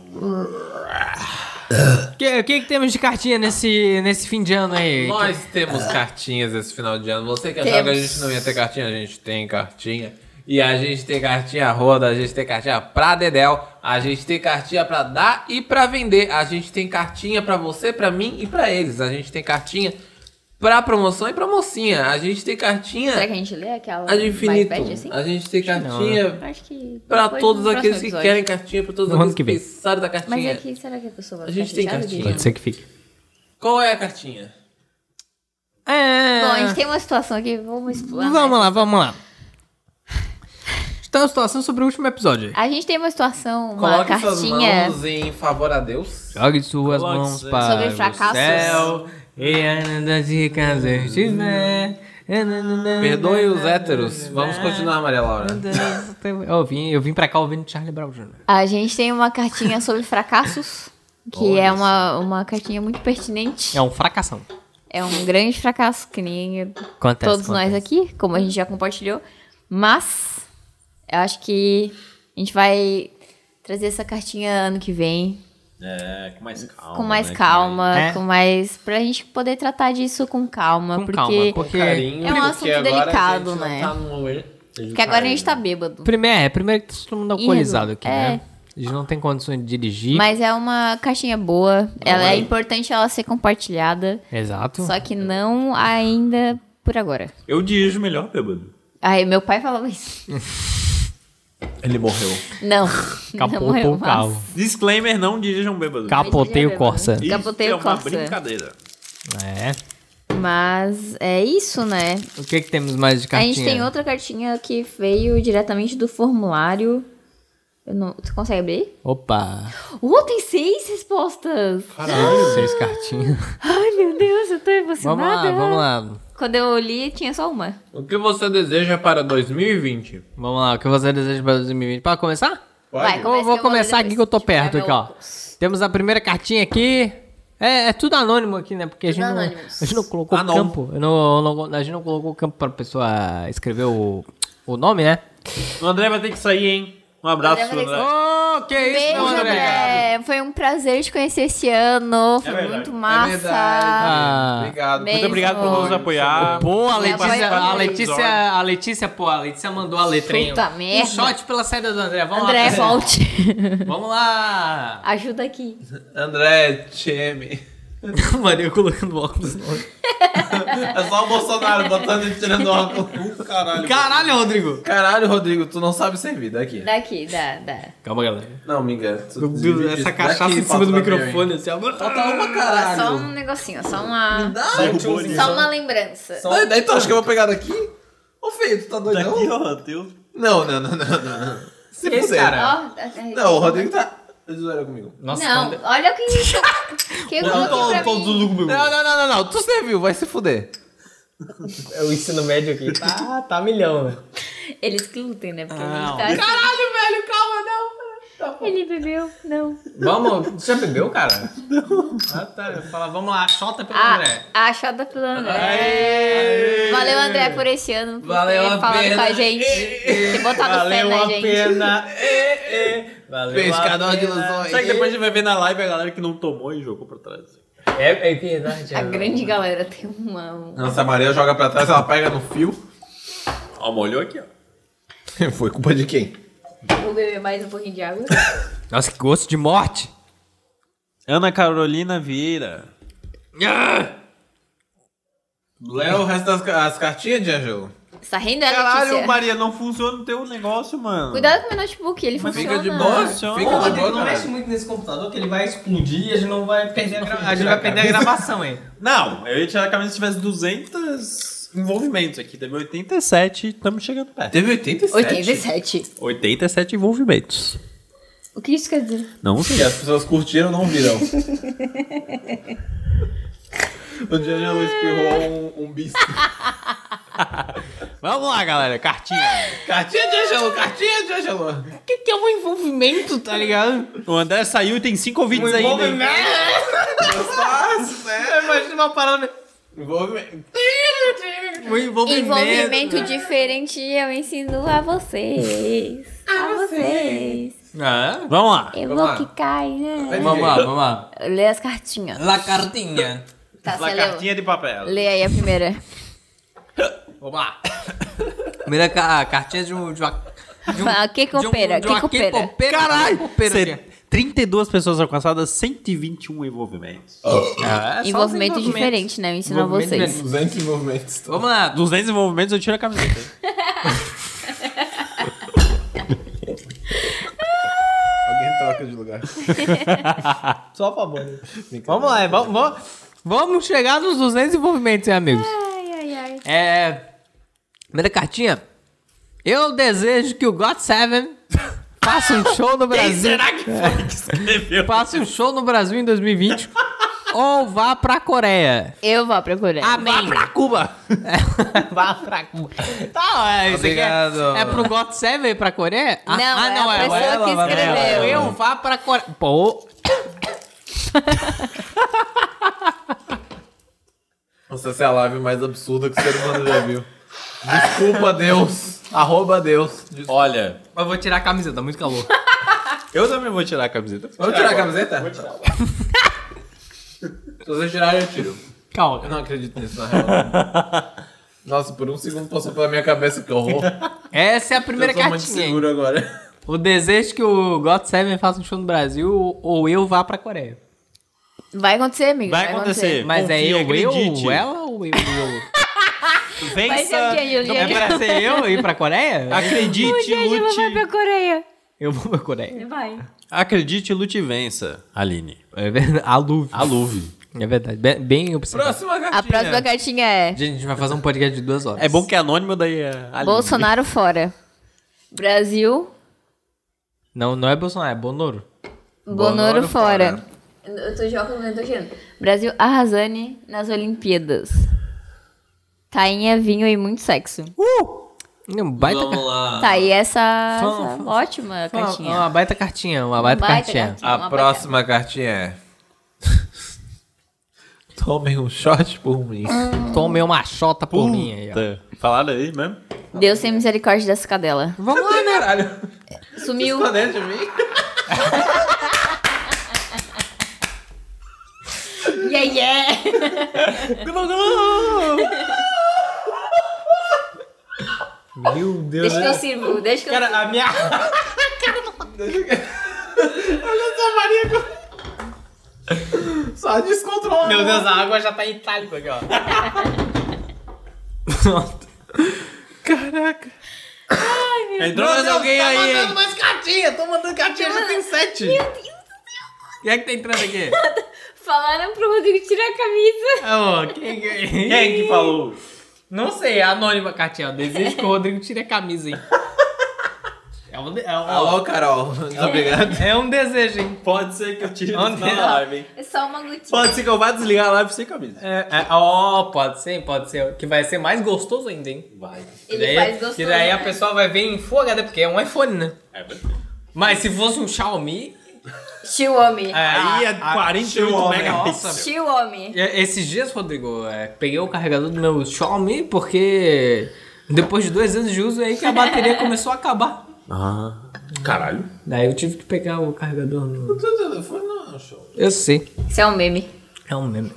Speaker 2: O que, que, que temos de cartinha nesse, nesse fim de ano aí?
Speaker 1: Nós temos
Speaker 3: ah.
Speaker 1: cartinhas esse final de ano. Você que achava que a gente não ia ter cartinha, a gente tem cartinha. E a gente tem cartinha roda, a gente tem cartinha pra Dedel, a gente tem cartinha pra dar e pra vender. A gente tem cartinha pra você, pra mim e pra eles. A gente tem cartinha pra promoção e pra mocinha. A gente tem
Speaker 3: Será
Speaker 1: cartinha
Speaker 3: que a gente lê aquela
Speaker 1: a de infinito.
Speaker 3: mais bad, assim?
Speaker 1: A gente tem cartinha
Speaker 3: Acho que
Speaker 1: É. pra
Speaker 3: depois,
Speaker 1: todos
Speaker 3: no
Speaker 1: aqueles
Speaker 3: próximo
Speaker 1: que
Speaker 3: episódio.
Speaker 1: querem cartinha, pra todos
Speaker 2: né? No ano
Speaker 1: aqueles
Speaker 2: que
Speaker 1: que
Speaker 2: vem.
Speaker 1: precisaram da
Speaker 3: Mas
Speaker 1: cartinha.
Speaker 3: é que será que a pessoa vai
Speaker 1: A
Speaker 3: ficar
Speaker 1: gente tem
Speaker 3: chateada de
Speaker 1: cartinha.
Speaker 3: gente?
Speaker 1: Pode
Speaker 2: que fique.
Speaker 1: Qual é a cartinha?
Speaker 2: É...
Speaker 3: Bom, a gente tem uma situação aqui, vamos explorar.
Speaker 2: Vamos lá, vamos lá. Estamos situação sobre o último episódio.
Speaker 3: A gente tem uma situação, uma
Speaker 1: Coloque
Speaker 3: cartinha.
Speaker 1: suas mãos em favor a Deus.
Speaker 2: Jogue suas
Speaker 5: Coloque
Speaker 2: mãos
Speaker 5: suas-
Speaker 2: para
Speaker 3: Sobre
Speaker 2: o
Speaker 3: fracassos.
Speaker 2: céu e ainda de casa eu estiver.
Speaker 1: Perdoe os héteros. Vamos continuar, Maria Laura.
Speaker 2: Eu vim, eu vim pra cá ouvindo Charlie Brown Jr.
Speaker 3: A gente tem uma cartinha
Speaker 2: [LAUGHS]
Speaker 3: sobre fracassos, que é uma, uma cartinha muito pertinente.
Speaker 2: É um fracassão.
Speaker 3: É um grande fracasso, que nem
Speaker 2: Acontece,
Speaker 3: todos nós
Speaker 2: acontece.
Speaker 3: aqui, como a gente já compartilhou. Mas eu acho que a gente vai trazer essa cartinha ano que vem,
Speaker 5: É, com mais calma.
Speaker 3: com mais
Speaker 5: né?
Speaker 3: calma,
Speaker 2: mais-
Speaker 3: com mais. pra gente poder tratar disso com calma.
Speaker 2: É? Com
Speaker 3: porque.
Speaker 2: calma, porque...
Speaker 3: É um
Speaker 1: porque
Speaker 3: assunto
Speaker 1: agora
Speaker 3: delicado,
Speaker 1: a gente não
Speaker 3: né?
Speaker 1: tá num-
Speaker 3: Porque agora a gente tá bêbado.
Speaker 2: Primeiro, é, primeiro que tá todo mundo alcoolizado aqui,
Speaker 3: é.
Speaker 2: né? A gente não tem condições de dirigir.
Speaker 3: Mas é uma caixinha boa. ela é importante ela ser compartilhada.
Speaker 2: Exato.
Speaker 3: Só que não ainda por agora.
Speaker 5: Eu dirijo melhor, bêbado.
Speaker 3: Ai, meu pai falava isso.
Speaker 5: Ele morreu.
Speaker 3: Não. [LAUGHS] não é morreu,
Speaker 2: Capotou o
Speaker 3: mas-
Speaker 2: carro.
Speaker 5: Disclaimer: não dirijam bêbado.
Speaker 2: Capotei o Corsa.
Speaker 5: Isso
Speaker 3: Capotei
Speaker 5: é
Speaker 3: o
Speaker 5: uma
Speaker 3: Corsa.
Speaker 5: brincadeira.
Speaker 2: É.
Speaker 3: Mas é isso, né?
Speaker 2: O que que temos mais de cartinha?
Speaker 3: A gente tem outra cartinha que veio diretamente do formulário. Eu não... Tu consegue abrir?
Speaker 2: Opa.
Speaker 3: Uh, tem seis respostas!
Speaker 2: Seis
Speaker 3: [LAUGHS]
Speaker 2: cartinhas.
Speaker 3: Ai, meu Deus, eu tô emocionada.
Speaker 2: Vamos lá, vamos lá.
Speaker 3: Quando eu li, tinha só uma.
Speaker 1: O que você deseja para 2020?
Speaker 2: Vamos lá, o que você deseja para 2020? Pode começar?
Speaker 3: Vai,
Speaker 2: Eu
Speaker 3: começa
Speaker 2: vou
Speaker 3: que eu
Speaker 2: começar
Speaker 3: ler
Speaker 2: aqui que eu tô
Speaker 3: depois.
Speaker 2: perto aqui, ó. Temos a primeira cartinha aqui. É, é tudo anônimo aqui, né? Porque a gente, não, a
Speaker 3: anônimos.
Speaker 2: gente não colocou o
Speaker 5: Anônimo.
Speaker 2: campo. Eu não- eu não- a gente não colocou o campo pra pessoa escrever o, o nome, né?
Speaker 5: O André vai ter que sair, hein? Um abraço,
Speaker 3: Valeu,
Speaker 2: É.
Speaker 3: André.
Speaker 5: André.
Speaker 2: Ô, que isso,
Speaker 3: Beijo,
Speaker 2: meu André.
Speaker 3: André. Foi um prazer te conhecer esse ano. Foi
Speaker 5: verdade.
Speaker 3: muito
Speaker 1: É
Speaker 3: massa.
Speaker 1: verdade. Ah. Obrigado.
Speaker 3: Beijo.
Speaker 5: Muito obrigado por nos apoiar.
Speaker 2: Pô, a Letícia,
Speaker 3: participar
Speaker 2: a
Speaker 3: do
Speaker 2: Letícia, a Letícia, pô, a Letícia mandou a letrinha.
Speaker 3: Puta
Speaker 2: um
Speaker 3: merda.
Speaker 2: shot pela saída do André. Ah, Vamos lá,
Speaker 3: André,
Speaker 2: pessoal.
Speaker 3: volte.
Speaker 2: [LAUGHS] Vamos lá.
Speaker 3: Ajuda aqui.
Speaker 1: André, Tcheme.
Speaker 2: [LAUGHS] Mano, eu colocando óculos.
Speaker 1: É só o Bolsonaro botando e tirando
Speaker 3: [LAUGHS]
Speaker 1: óculos.
Speaker 3: Uh,
Speaker 6: Caralho.
Speaker 2: Caralho, Rodrigo.
Speaker 1: Caralho, Rodrigo, tu não sabe servir. Daqui.
Speaker 3: Daqui, dá, dá.
Speaker 2: Calma, galera.
Speaker 1: Não, me engano. Tu
Speaker 2: Meu
Speaker 1: divide
Speaker 2: Deus,
Speaker 1: isso
Speaker 2: essa
Speaker 1: daqui,
Speaker 2: cachaça em cima
Speaker 1: falta
Speaker 2: do
Speaker 1: pra mim,
Speaker 2: microfone, assim, ó.
Speaker 1: Falta uma,
Speaker 3: Só
Speaker 1: caralho.
Speaker 3: um negocinho, só uma.
Speaker 5: Derrubou ali.
Speaker 3: Só uma lembrança.
Speaker 1: Só- Daí
Speaker 2: então,
Speaker 1: tu acha que eu vou pegar daqui? Ô, feio, tu tá doidão?
Speaker 5: Daqui, ó, teu.
Speaker 1: Não, não, não, não, não. não. Se
Speaker 2: Esse
Speaker 1: puder.
Speaker 2: cara-
Speaker 3: Ó, tá- tá-
Speaker 1: Não, o Rodrigo tá. Eles zoaram comigo.
Speaker 7: Nossa,
Speaker 3: Não,
Speaker 7: quando-
Speaker 3: olha o que isso. que eu coloquei pra mim.
Speaker 1: Não, não, não, não, não. Tu serviu, vai se fuder.
Speaker 7: é o ensino médio aqui tá, tá milhão. né?
Speaker 3: Eles glúten, né? Porque
Speaker 2: Não.
Speaker 3: não. Tá... Caralho, velho, calma, não. Ele bebeu, não.
Speaker 7: Vamos, você já bebeu, cara?
Speaker 2: Ah, tá. Eu ia falar, vamos lá, chota pelo
Speaker 3: Ah.
Speaker 2: André.
Speaker 3: A, a achada pelo André. Valeu, André, por esse ano. Por
Speaker 2: Valeu
Speaker 3: ter
Speaker 2: a
Speaker 3: falado
Speaker 2: pena.
Speaker 3: com a gente. Ter botado
Speaker 7: Valeu
Speaker 3: Tá fé na
Speaker 7: a
Speaker 3: gente.
Speaker 7: pena. ê, ê. Valeu
Speaker 1: Pescador
Speaker 7: a
Speaker 1: de
Speaker 7: pena.
Speaker 1: ilusões.
Speaker 5: Será que depois a gente vai ver na live a galera que não tomou e jogou pra trás?
Speaker 7: É, é verdade.
Speaker 3: A
Speaker 7: é.
Speaker 3: grande galera tem uma. um-
Speaker 1: Nossa, a Maria joga pra trás, ela pega no fio.
Speaker 5: Ó, molhou aqui, ó.
Speaker 1: Foi culpa de quem?
Speaker 3: Vou beber mais um pouquinho de água.
Speaker 2: Nossa, que gosto de morte.
Speaker 5: Ana Carolina Vieira.
Speaker 1: Lê o resto das ca- as cartinhas, de Angelo.
Speaker 3: Você tá rindo, é,
Speaker 5: Caralho,
Speaker 3: Letícia?
Speaker 5: Maria, não funciona o teu negócio, mano.
Speaker 3: Cuidado com o meu notebook, ele
Speaker 1: Mas
Speaker 3: funciona.
Speaker 1: fica de boa,
Speaker 5: Funciona.
Speaker 1: fica de boa, é?
Speaker 2: Não mexe
Speaker 1: caralho.
Speaker 2: muito nesse computador que ele vai explodir e a gente não vai perder a, gra... a, gente vai
Speaker 1: Já,
Speaker 2: perder a
Speaker 1: cara.
Speaker 2: gravação, hein?
Speaker 5: Não, eu ia tirar a camisa se tivesse 200 envolvimentos aqui. Teve 87 estamos chegando
Speaker 1: [LAUGHS]
Speaker 5: perto.
Speaker 1: Teve 87.
Speaker 3: 87.
Speaker 5: 87 envolvimentos.
Speaker 3: O que isso quer dizer?
Speaker 5: Não
Speaker 1: E as pessoas curtiram
Speaker 2: [LAUGHS]
Speaker 1: não viram. o de Angelo espirrou um, um bis.
Speaker 5: Vamos lá, galera. Cartinha.
Speaker 1: Cartinha de Angelo, cartinha de Angelo.
Speaker 2: O que, que é um envolvimento, tá ligado?
Speaker 5: o André saiu e tem 5 ouvintes ainda. hein?
Speaker 1: Gostoso, né?
Speaker 2: Imagina né? uma parada.
Speaker 1: Envolvimento.
Speaker 2: Um envolvimento.
Speaker 3: Envolvimento diferente eu ensino a vocês. A vocês.
Speaker 2: Ah,
Speaker 5: Vamos lá.
Speaker 3: Eu
Speaker 1: Vamos
Speaker 3: vou
Speaker 1: lá.
Speaker 3: que cai, né?
Speaker 2: vamos lá, vamos lá.
Speaker 3: Lê as cartinhas.
Speaker 2: La cartinha.
Speaker 3: Tá,
Speaker 5: Uma
Speaker 3: você leu.
Speaker 5: cartinha de papel.
Speaker 3: Lê aí a primeira.
Speaker 2: Vamos lá. Primeira ca- a cartinha de um. De uma, de um
Speaker 3: Ah, que coopera,
Speaker 2: de um- de uma
Speaker 3: que coopera.
Speaker 2: K-popera,
Speaker 5: Caralho!
Speaker 2: K-popera,
Speaker 3: é
Speaker 5: Cê-
Speaker 2: tia.
Speaker 5: 32 pessoas alcançadas, 121 envolvimentos.
Speaker 2: Ah, é só
Speaker 3: Envolvimento
Speaker 2: os envolvimentos.
Speaker 3: diferente, né? Eu ensino a
Speaker 2: Envolvimento
Speaker 3: vocês.
Speaker 2: diferente.
Speaker 1: 200 movimentos.
Speaker 2: Vamos lá.
Speaker 5: 200 envolvimentos, eu tiro a camiseta. [LAUGHS]
Speaker 1: Alguém troca de
Speaker 5: [LAUGHS]
Speaker 1: lugar.
Speaker 7: Só a favor. né?
Speaker 2: Vamos lá, é, vamos, vamos, vamos chegar nos 200 envolvimentos, hein, amigos.
Speaker 3: Ai, ai, ai.
Speaker 2: É. Primeira cartinha. Eu desejo que o God Seven faça um show no Brasil. será
Speaker 5: [LAUGHS]
Speaker 2: que Faça um show no Brasil em 2020 ou vá pra Coreia.
Speaker 3: Eu vou procurar.
Speaker 2: Amém. Vá pra Cuba. [LAUGHS] vá pra Cuba. Tá, é, isso aqui
Speaker 1: Obrigado.
Speaker 2: é, é pro God Seven ir pra Coreia? Ah,
Speaker 3: Não,
Speaker 2: ah,
Speaker 3: é a pessoa
Speaker 2: ela,
Speaker 3: que
Speaker 2: vai pra ela.
Speaker 3: escreveu.
Speaker 2: Eu vá pra Coreia. Pô,
Speaker 1: Nossa, essa é a live mais absurda que o ser humano já viu. Desculpa, Deus. Arroba Deus. Des-
Speaker 5: Olha,
Speaker 2: mas vou tirar a camisa, tá muito calor.
Speaker 5: eu também vou tirar a camiseta.
Speaker 1: Vamos tirar a camiseta? Se vocês tirarem, eu tiro.
Speaker 2: Calma.
Speaker 1: Eu não acredito nisso, na real. Nossa, por um segundo passou pela minha cabeça que horror.
Speaker 2: Essa é a primeira
Speaker 1: eu tô muito
Speaker 2: cartinha. hein?
Speaker 1: seguro agora.
Speaker 2: O desejo que o God Seven faça um show no Brasil ou eu vá pra Coreia.
Speaker 3: Vai acontecer, amigo.
Speaker 5: Vai acontecer.
Speaker 2: Mas é
Speaker 5: Confia,
Speaker 2: eu,
Speaker 5: acredite.
Speaker 2: eu, ela ou eu? eu?
Speaker 3: Vai ser o
Speaker 5: Vença.
Speaker 3: quê,
Speaker 2: é
Speaker 3: Juliana?
Speaker 2: pra ser eu ir pra Coreia?
Speaker 5: Acredite,
Speaker 3: Angela vai
Speaker 5: lute.
Speaker 3: pra Coreia.
Speaker 2: Eu vou pra Coreia.
Speaker 3: Vai.
Speaker 5: Acredite, lute e vença, Aline.
Speaker 2: É verdade. Aluve.
Speaker 5: Aluve.
Speaker 2: É verdade. Bem, bem observado.
Speaker 1: Próxima cartinha.
Speaker 3: A próxima cartinha é
Speaker 2: Gente, a gente vai fazer um podcast de duas horas.
Speaker 5: É bom que é anônimo, daí é Aline.
Speaker 3: Bolsonaro fora. Brasil,
Speaker 2: Não, não é Bolsonaro, é Bonoro.
Speaker 3: Bonoro fora. Eu tô jogando, eu tô jogando. Brasil arrasane nas Olimpíadas. Tainha, vinho e muito sexo. É um
Speaker 2: Uma baita cartinha.
Speaker 3: Tá, e essa,
Speaker 2: Fã-
Speaker 3: essa
Speaker 2: fã-
Speaker 3: ótima cartinha. Um
Speaker 2: Uma, uma baita cartinha, uma baita,
Speaker 3: Baita
Speaker 2: cartinha.
Speaker 3: cartinha.
Speaker 1: A próxima cartinha é... [LAUGHS] Tomem um shot por mim.
Speaker 2: Tomei uma chota por mim é aí, ó.
Speaker 5: Puta. Falaram aí mesmo?
Speaker 1: [LAUGHS]
Speaker 3: Deus tem misericórdia dessa cadela.
Speaker 2: Vamos lá, né?
Speaker 1: Caralho.
Speaker 3: Sumiu.
Speaker 1: Escondendo de mim?
Speaker 3: Yeah, yeah.
Speaker 7: Meu Deus.
Speaker 3: Deixa que eu sirvo, deixa que eu
Speaker 7: Cara, a minha.
Speaker 1: Só né? descontrole.
Speaker 7: Meu Deus, a água já tá em itálico aqui, ó.
Speaker 1: Caraca.
Speaker 5: Entrou mais alguém aí, hein?
Speaker 7: mais catinha, tô mandando catinha,
Speaker 3: já tem
Speaker 7: sete.
Speaker 3: Meu Deus.
Speaker 2: Quem é que tá entrando aqui?
Speaker 3: Falaram pro Rodrigo tirar a camisa.
Speaker 2: Ô, quem, quem...
Speaker 5: Quem que falou?
Speaker 2: Não sei, é anônima, Katia. Eu desejo que o Rodrigo tire a camisa, hein? É um, de- é um-
Speaker 1: Alô, Carol.
Speaker 2: [LAUGHS]
Speaker 1: Muito obrigado.
Speaker 2: é um desejo, hein?
Speaker 5: Pode ser que eu tire
Speaker 2: Onde
Speaker 5: na
Speaker 2: é?
Speaker 5: live, hein?
Speaker 3: É só uma gotinha.
Speaker 5: Pode ser que eu vá desligar a live sem camisa.
Speaker 2: É, é- ó, pode ser, pode ser. Que vai ser mais gostoso ainda, hein?
Speaker 5: Vai.
Speaker 3: Ele
Speaker 2: daí, é,
Speaker 3: faz gostoso.
Speaker 2: Que daí a
Speaker 3: né?
Speaker 2: pessoa vai ver em Full HD, porque é um iPhone, né?
Speaker 5: É, mas...
Speaker 2: Mas se fosse um Xiaomi,
Speaker 3: Xiaomi.
Speaker 5: Aí é
Speaker 2: Ah,
Speaker 5: 48
Speaker 2: Xiaomi,
Speaker 5: megapixels.
Speaker 3: Xiaomi.
Speaker 2: É, Esses dias, Rodrigo, é, peguei o carregador do meu Xiaomi porque depois de dois anos de uso é aí que a bateria [LAUGHS] começou a acabar.
Speaker 5: Ah, caralho.
Speaker 2: Daí eu tive que pegar o carregador no.
Speaker 1: Seu telefone não é um show.
Speaker 2: Eu sei,
Speaker 3: Isso é um meme.
Speaker 2: é um [LAUGHS] meme.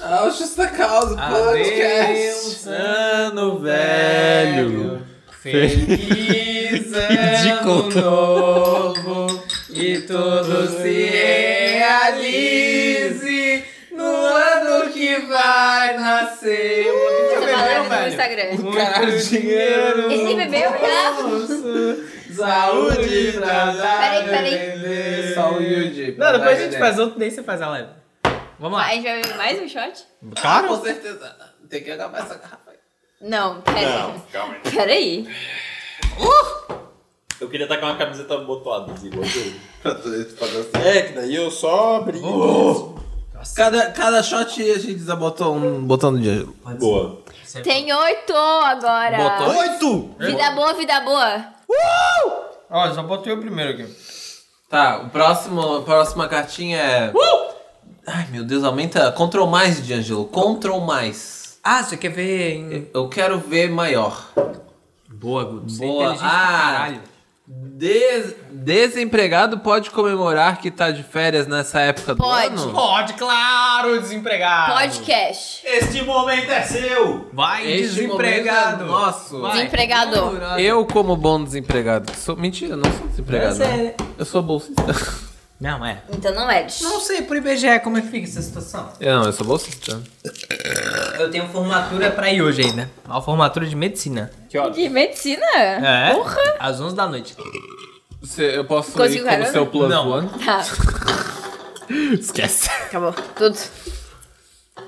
Speaker 1: Ah, o Justa Causa Podcast.
Speaker 5: Ano velho.
Speaker 2: [LAUGHS] Feliz ano novo e tudo se realize no ano que vai nascer.
Speaker 3: Essa palavra no Instagram.
Speaker 1: Caralho, dinheiro.
Speaker 3: Ele bebeu? Ah,
Speaker 1: Saúde pra dar.
Speaker 3: Peraí, peraí.
Speaker 1: Só humilde.
Speaker 2: Não, depois a gente faz outro, daí você faz a live. Vamos lá.
Speaker 3: A gente vai beber mais um shot?
Speaker 1: Claro. Com certeza. Tem que acabar essa garrafa aí.
Speaker 3: Não, peraí.
Speaker 5: Não, calma aí.
Speaker 3: Peraí.
Speaker 5: Eu ququeria estar com uma camiseta botoada, assim, igual eu.
Speaker 6: Pra tu fazer assim.
Speaker 5: É, que daí eu só brinco. Oh!
Speaker 1: Cada, cada shot a gente desabotou um botão de gelo.
Speaker 5: Boa.
Speaker 3: Tem oito agora.
Speaker 1: Botou?
Speaker 5: Oito!
Speaker 3: Vida boa, vida boa.
Speaker 2: Ó, já botei o primeiro aqui.
Speaker 1: Tá, o próximo, a próxima cartinha é.
Speaker 3: Uh!
Speaker 1: Ai meu Deus, aumenta. Ctrl mais, D'Angelo. Ctrl mais.
Speaker 2: Ah, você quer ver em...
Speaker 1: Eu quero ver maior.
Speaker 2: Boa, Guto. é
Speaker 1: Boa. Ah, des- desempregado pode comemorar que tá de férias nessa época
Speaker 3: Pode.
Speaker 1: do ano?
Speaker 2: Pode, claro, desempregado.
Speaker 3: Podcast.
Speaker 5: Este momento é seu!
Speaker 2: Vai,
Speaker 1: Este
Speaker 2: desempregado.
Speaker 1: momento é nosso.
Speaker 2: Vai.
Speaker 3: Desempregador.
Speaker 1: Eu, como bom desempregado, que sou. Mentira, não sou desempregado.
Speaker 2: Você
Speaker 1: né? Eu sou bolsista. [LAUGHS]
Speaker 2: Não, é.
Speaker 3: Então não é. de-
Speaker 2: Não sei pro IBGE como é que fica essa situação.
Speaker 1: não, eu sou bolsista.
Speaker 2: Eu tenho formatura pra ir hoje ainda. Uma formatura de medicina.
Speaker 3: De medicina?
Speaker 2: É?
Speaker 3: Porra.
Speaker 2: Às 11 da noite.
Speaker 1: Você- eu posso ir
Speaker 3: Conseguiu
Speaker 1: como
Speaker 3: carona?
Speaker 1: seu plus
Speaker 2: Não.
Speaker 1: one?
Speaker 2: [LAUGHS]
Speaker 3: Tá,
Speaker 1: Esquece.
Speaker 3: acabou. Tudo.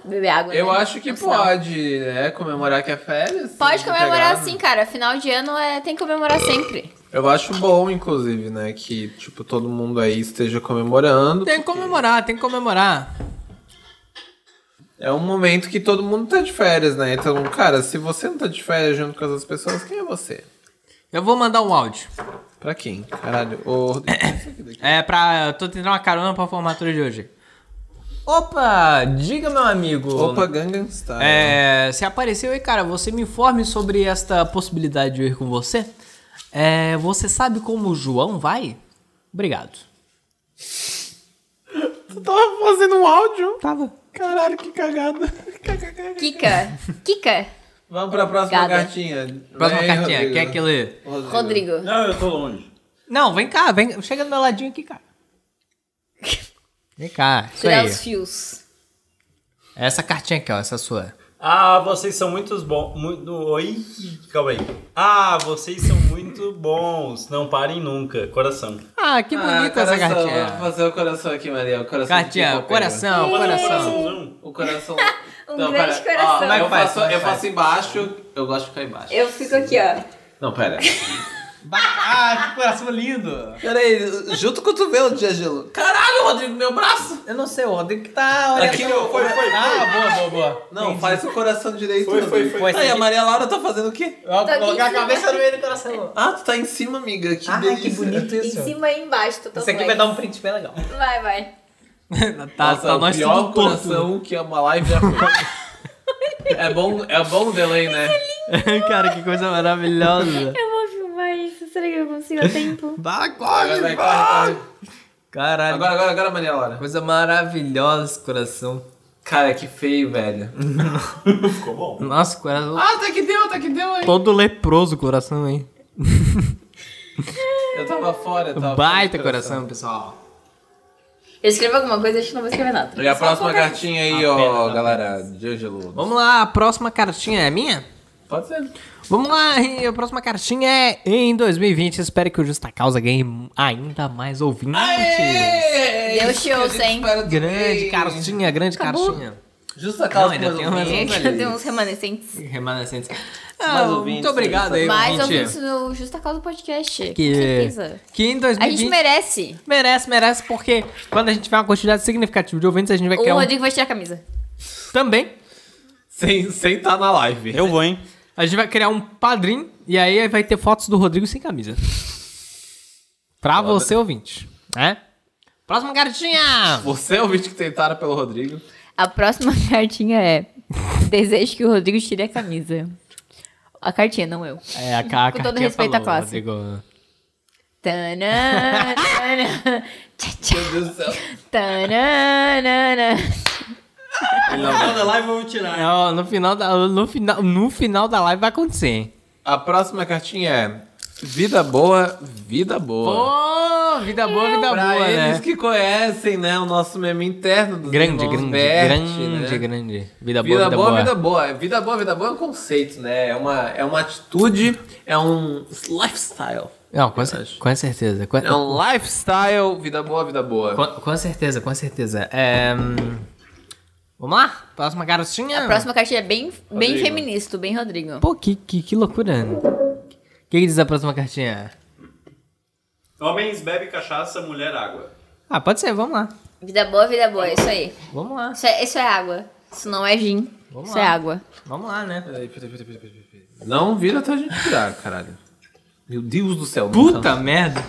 Speaker 3: Beber água.
Speaker 1: Eu
Speaker 3: né?
Speaker 1: acho que
Speaker 3: Não sei não.
Speaker 2: é
Speaker 1: pode, né? Comemorar que é férias.
Speaker 3: Pode comemorar
Speaker 1: desempregado.
Speaker 3: sim, cara. Final de ano é... tem que comemorar sempre.
Speaker 1: Eu acho bom, inclusive, né? Que, tipo, todo mundo aí esteja comemorando.
Speaker 2: Tem que comemorar, tem que comemorar.
Speaker 1: É um momento que todo mundo tá de férias, né? Então, cara, se você não tá de férias junto com as outras pessoas, quem é você?
Speaker 2: Eu vou mandar um áudio.
Speaker 1: Pra quem? Caralho. Ô, Rodrigo,
Speaker 2: É pra. Eu tô tentando uma carona pra formatura de hoje. Opa! Diga, meu amigo.
Speaker 1: Opa, Gangnam Style.
Speaker 2: É, se apareceu aí, cara, você me informe sobre esta possibilidade de eu ir com você. É, você sabe como o João vai? Obrigado.
Speaker 1: Tu tava fazendo um áudio?
Speaker 2: Tava.
Speaker 1: Caralho, que cagada.
Speaker 2: [LAUGHS]
Speaker 3: Kika. Kika.
Speaker 1: Vamos pra próxima
Speaker 3: Gada.
Speaker 1: cartinha.
Speaker 2: Próxima
Speaker 1: Vem aí,
Speaker 2: cartinha,
Speaker 1: Rodrigo.
Speaker 2: quem é que lê?
Speaker 1: Rodrigo.
Speaker 3: Rodrigo.
Speaker 5: Não, eu tô longe.
Speaker 2: Não, vem cá, vem, chega do meu ladinho aqui, cara. Vem cá, isso
Speaker 3: Tirar
Speaker 2: aí. É
Speaker 3: os fios.
Speaker 2: Essa cartinha aqui, ó, essa sua.
Speaker 5: Ah, vocês são muitos bons. Muito... Oi? Calma aí. Ah, vocês são muito bons. Não parem nunca. Coração.
Speaker 2: Ah, que
Speaker 1: Ah,
Speaker 2: bonita essa
Speaker 1: coração, Vamos
Speaker 2: cartinha.
Speaker 1: fazer o coração aqui, Maria. O coração
Speaker 2: Cartinha,
Speaker 1: de
Speaker 2: coração, coração.
Speaker 5: Coraçãozão.
Speaker 1: O coração.
Speaker 3: [LAUGHS] Um grande coração.
Speaker 1: Ó,
Speaker 2: Como é que
Speaker 1: eu,
Speaker 2: faz?
Speaker 1: faço,
Speaker 2: Como é que
Speaker 1: eu
Speaker 2: faz?
Speaker 1: faço embaixo, eu gosto de ficar embaixo.
Speaker 3: Eu fico aqui, ó.
Speaker 1: Não, pera.
Speaker 2: Ah, que coração lindo.
Speaker 1: Pera aí, junto com o cotovelo, Diagelo. Caralho, Rodrigo, meu braço!
Speaker 2: Eu não sei, o Rodrigo que tá olhando.
Speaker 1: Aqui, ó, foi, foi.
Speaker 2: Ah, boa, boa, boa.
Speaker 1: Não, faz o coração direito.
Speaker 5: Foi, foi,
Speaker 1: Rodrigo.
Speaker 5: foi.
Speaker 1: Aí, a Maria Laura tá fazendo o quê?
Speaker 2: Eu vou
Speaker 3: aqui
Speaker 2: colocar
Speaker 3: em
Speaker 2: a
Speaker 3: cima.
Speaker 2: cabeça no meio do coração.
Speaker 1: Ah, tu tá em cima, amiga. Que
Speaker 2: Ah,
Speaker 1: delícia.
Speaker 2: que bonito
Speaker 3: Em
Speaker 2: isso.
Speaker 3: cima e embaixo. Tô
Speaker 2: Isso aqui vai dar um print bem legal.
Speaker 3: Vai, vai.
Speaker 2: Tá,
Speaker 1: Nossa, o pior coração que é uma live já foi. [LAUGHS] é bom, é bom o delay, né?
Speaker 2: [LAUGHS] Cara, que coisa maravilhosa.
Speaker 3: Eu vou ouvir Será que eu consigo a tempo?
Speaker 2: Vai,
Speaker 1: Vai,
Speaker 2: corre, vai.
Speaker 1: vai, corre, corre.
Speaker 2: Caralho,
Speaker 1: Agora, agora, agora, Maria Laura.
Speaker 2: coisa maravilhosa, coração.
Speaker 1: Cara, que feio, velho.
Speaker 8: Ficou bom.
Speaker 2: Nossa, coração.
Speaker 1: Ah, tá que deu, tá que deu, hein?
Speaker 2: Todo leproso o coração, hein?
Speaker 1: Eu tava fora, eu tava
Speaker 2: Baita
Speaker 1: fora do
Speaker 2: coração, pessoal.
Speaker 3: Eu escrevo alguma coisa, acho que não vou escrever nada.
Speaker 1: E a próxima cartinha aí, ó, galera. D'Angelo.
Speaker 2: Vamos lá, a próxima cartinha é minha?
Speaker 1: Pode ser.
Speaker 2: Vamos lá, e a próxima cartinha é em 2020. Espero que o Justa Causa ganhe ainda mais ouvintes.
Speaker 1: É
Speaker 3: Deu show, hein?
Speaker 2: Grande cartinha, grande cartinha.
Speaker 1: Justa causa
Speaker 2: Não, ainda
Speaker 1: que
Speaker 2: tem mais
Speaker 1: mais um
Speaker 2: um.
Speaker 1: fim,
Speaker 3: Cadê
Speaker 1: velho.
Speaker 3: uns remanescentes?
Speaker 2: Remanescentes.
Speaker 1: Mais
Speaker 2: Ah,
Speaker 1: ouvintes,
Speaker 2: muito obrigado aí,
Speaker 3: Mais ouvintes
Speaker 2: ouvinte.
Speaker 3: do Justa Causa Podcast. Com
Speaker 2: Que,
Speaker 3: certeza.
Speaker 2: que em
Speaker 3: A gente
Speaker 2: 2020
Speaker 3: merece.
Speaker 2: merece, merece, porque quando a gente tiver uma quantidade significativa de ouvintes, a gente vai
Speaker 3: O
Speaker 2: criar um
Speaker 3: Rodrigo vai tirar a camisa.
Speaker 2: também.
Speaker 1: Sem, sem tá na live.
Speaker 5: Eu vou, hein?
Speaker 2: A gente vai criar um padrinho e aí vai ter fotos do Rodrigo sem camisa. Pra você, ouvinte. Né? Próxima cartinha!
Speaker 1: Você é o vídeo que tentaram pelo Rodrigo.
Speaker 3: A próxima [LAUGHS] cartinha é: Desejo que o Rodrigo tire a camisa. A cartinha, não eu.
Speaker 2: É, a, a
Speaker 3: Com todo respeito à classe.
Speaker 2: Rodrigo.
Speaker 3: Tanã,
Speaker 2: [LAUGHS]
Speaker 3: tanã, tchá, tchá,
Speaker 1: Meu Deus do céu.
Speaker 3: tanã, nanã.
Speaker 5: Toda live eu vou tirar.
Speaker 2: É, ó, no, final da, no, final, no final da live vai acontecer, hein?
Speaker 1: A próxima cartinha é Vida Boa, Vida Boa.
Speaker 2: Pô, vida boa, vida
Speaker 1: pra
Speaker 2: boa,
Speaker 1: eles
Speaker 2: né?
Speaker 1: que conhecem, né, o nosso meme interno do
Speaker 2: Grande, grande, grande,
Speaker 1: né?
Speaker 2: grande. Vida, boa,
Speaker 1: Vida
Speaker 2: vida boa.
Speaker 1: vida boa. Vida boa, vida boa é um conceito, né? É uma, é uma atitude, é um lifestyle.
Speaker 2: Não, com, cer- com certeza. Com,
Speaker 1: É um lifestyle, vida boa, vida boa.
Speaker 2: com- com certeza, com certeza. É, hum, vamos lá? Próxima garotinha.
Speaker 3: A próxima cartinha é bem, bem feminista, bem Rodrigo.
Speaker 2: Pô, que, que, que loucura. O que, que diz a próxima cartinha?
Speaker 5: Homens bebe cachaça, mulher água.
Speaker 2: Ah, pode ser, vamos lá.
Speaker 3: Vida boa, vida boa, é isso aí.
Speaker 2: Vamos lá,
Speaker 3: Isso é, isso é água. Isso não é gin.
Speaker 2: Vamos
Speaker 3: isso
Speaker 2: lá.
Speaker 3: é água.
Speaker 2: vamos lá, né?
Speaker 1: Peraí, peraí, peraí, peraí, peraí, peraí. Não vira até a gente virar, caralho. Meu Deus do céu.
Speaker 2: Puta merda.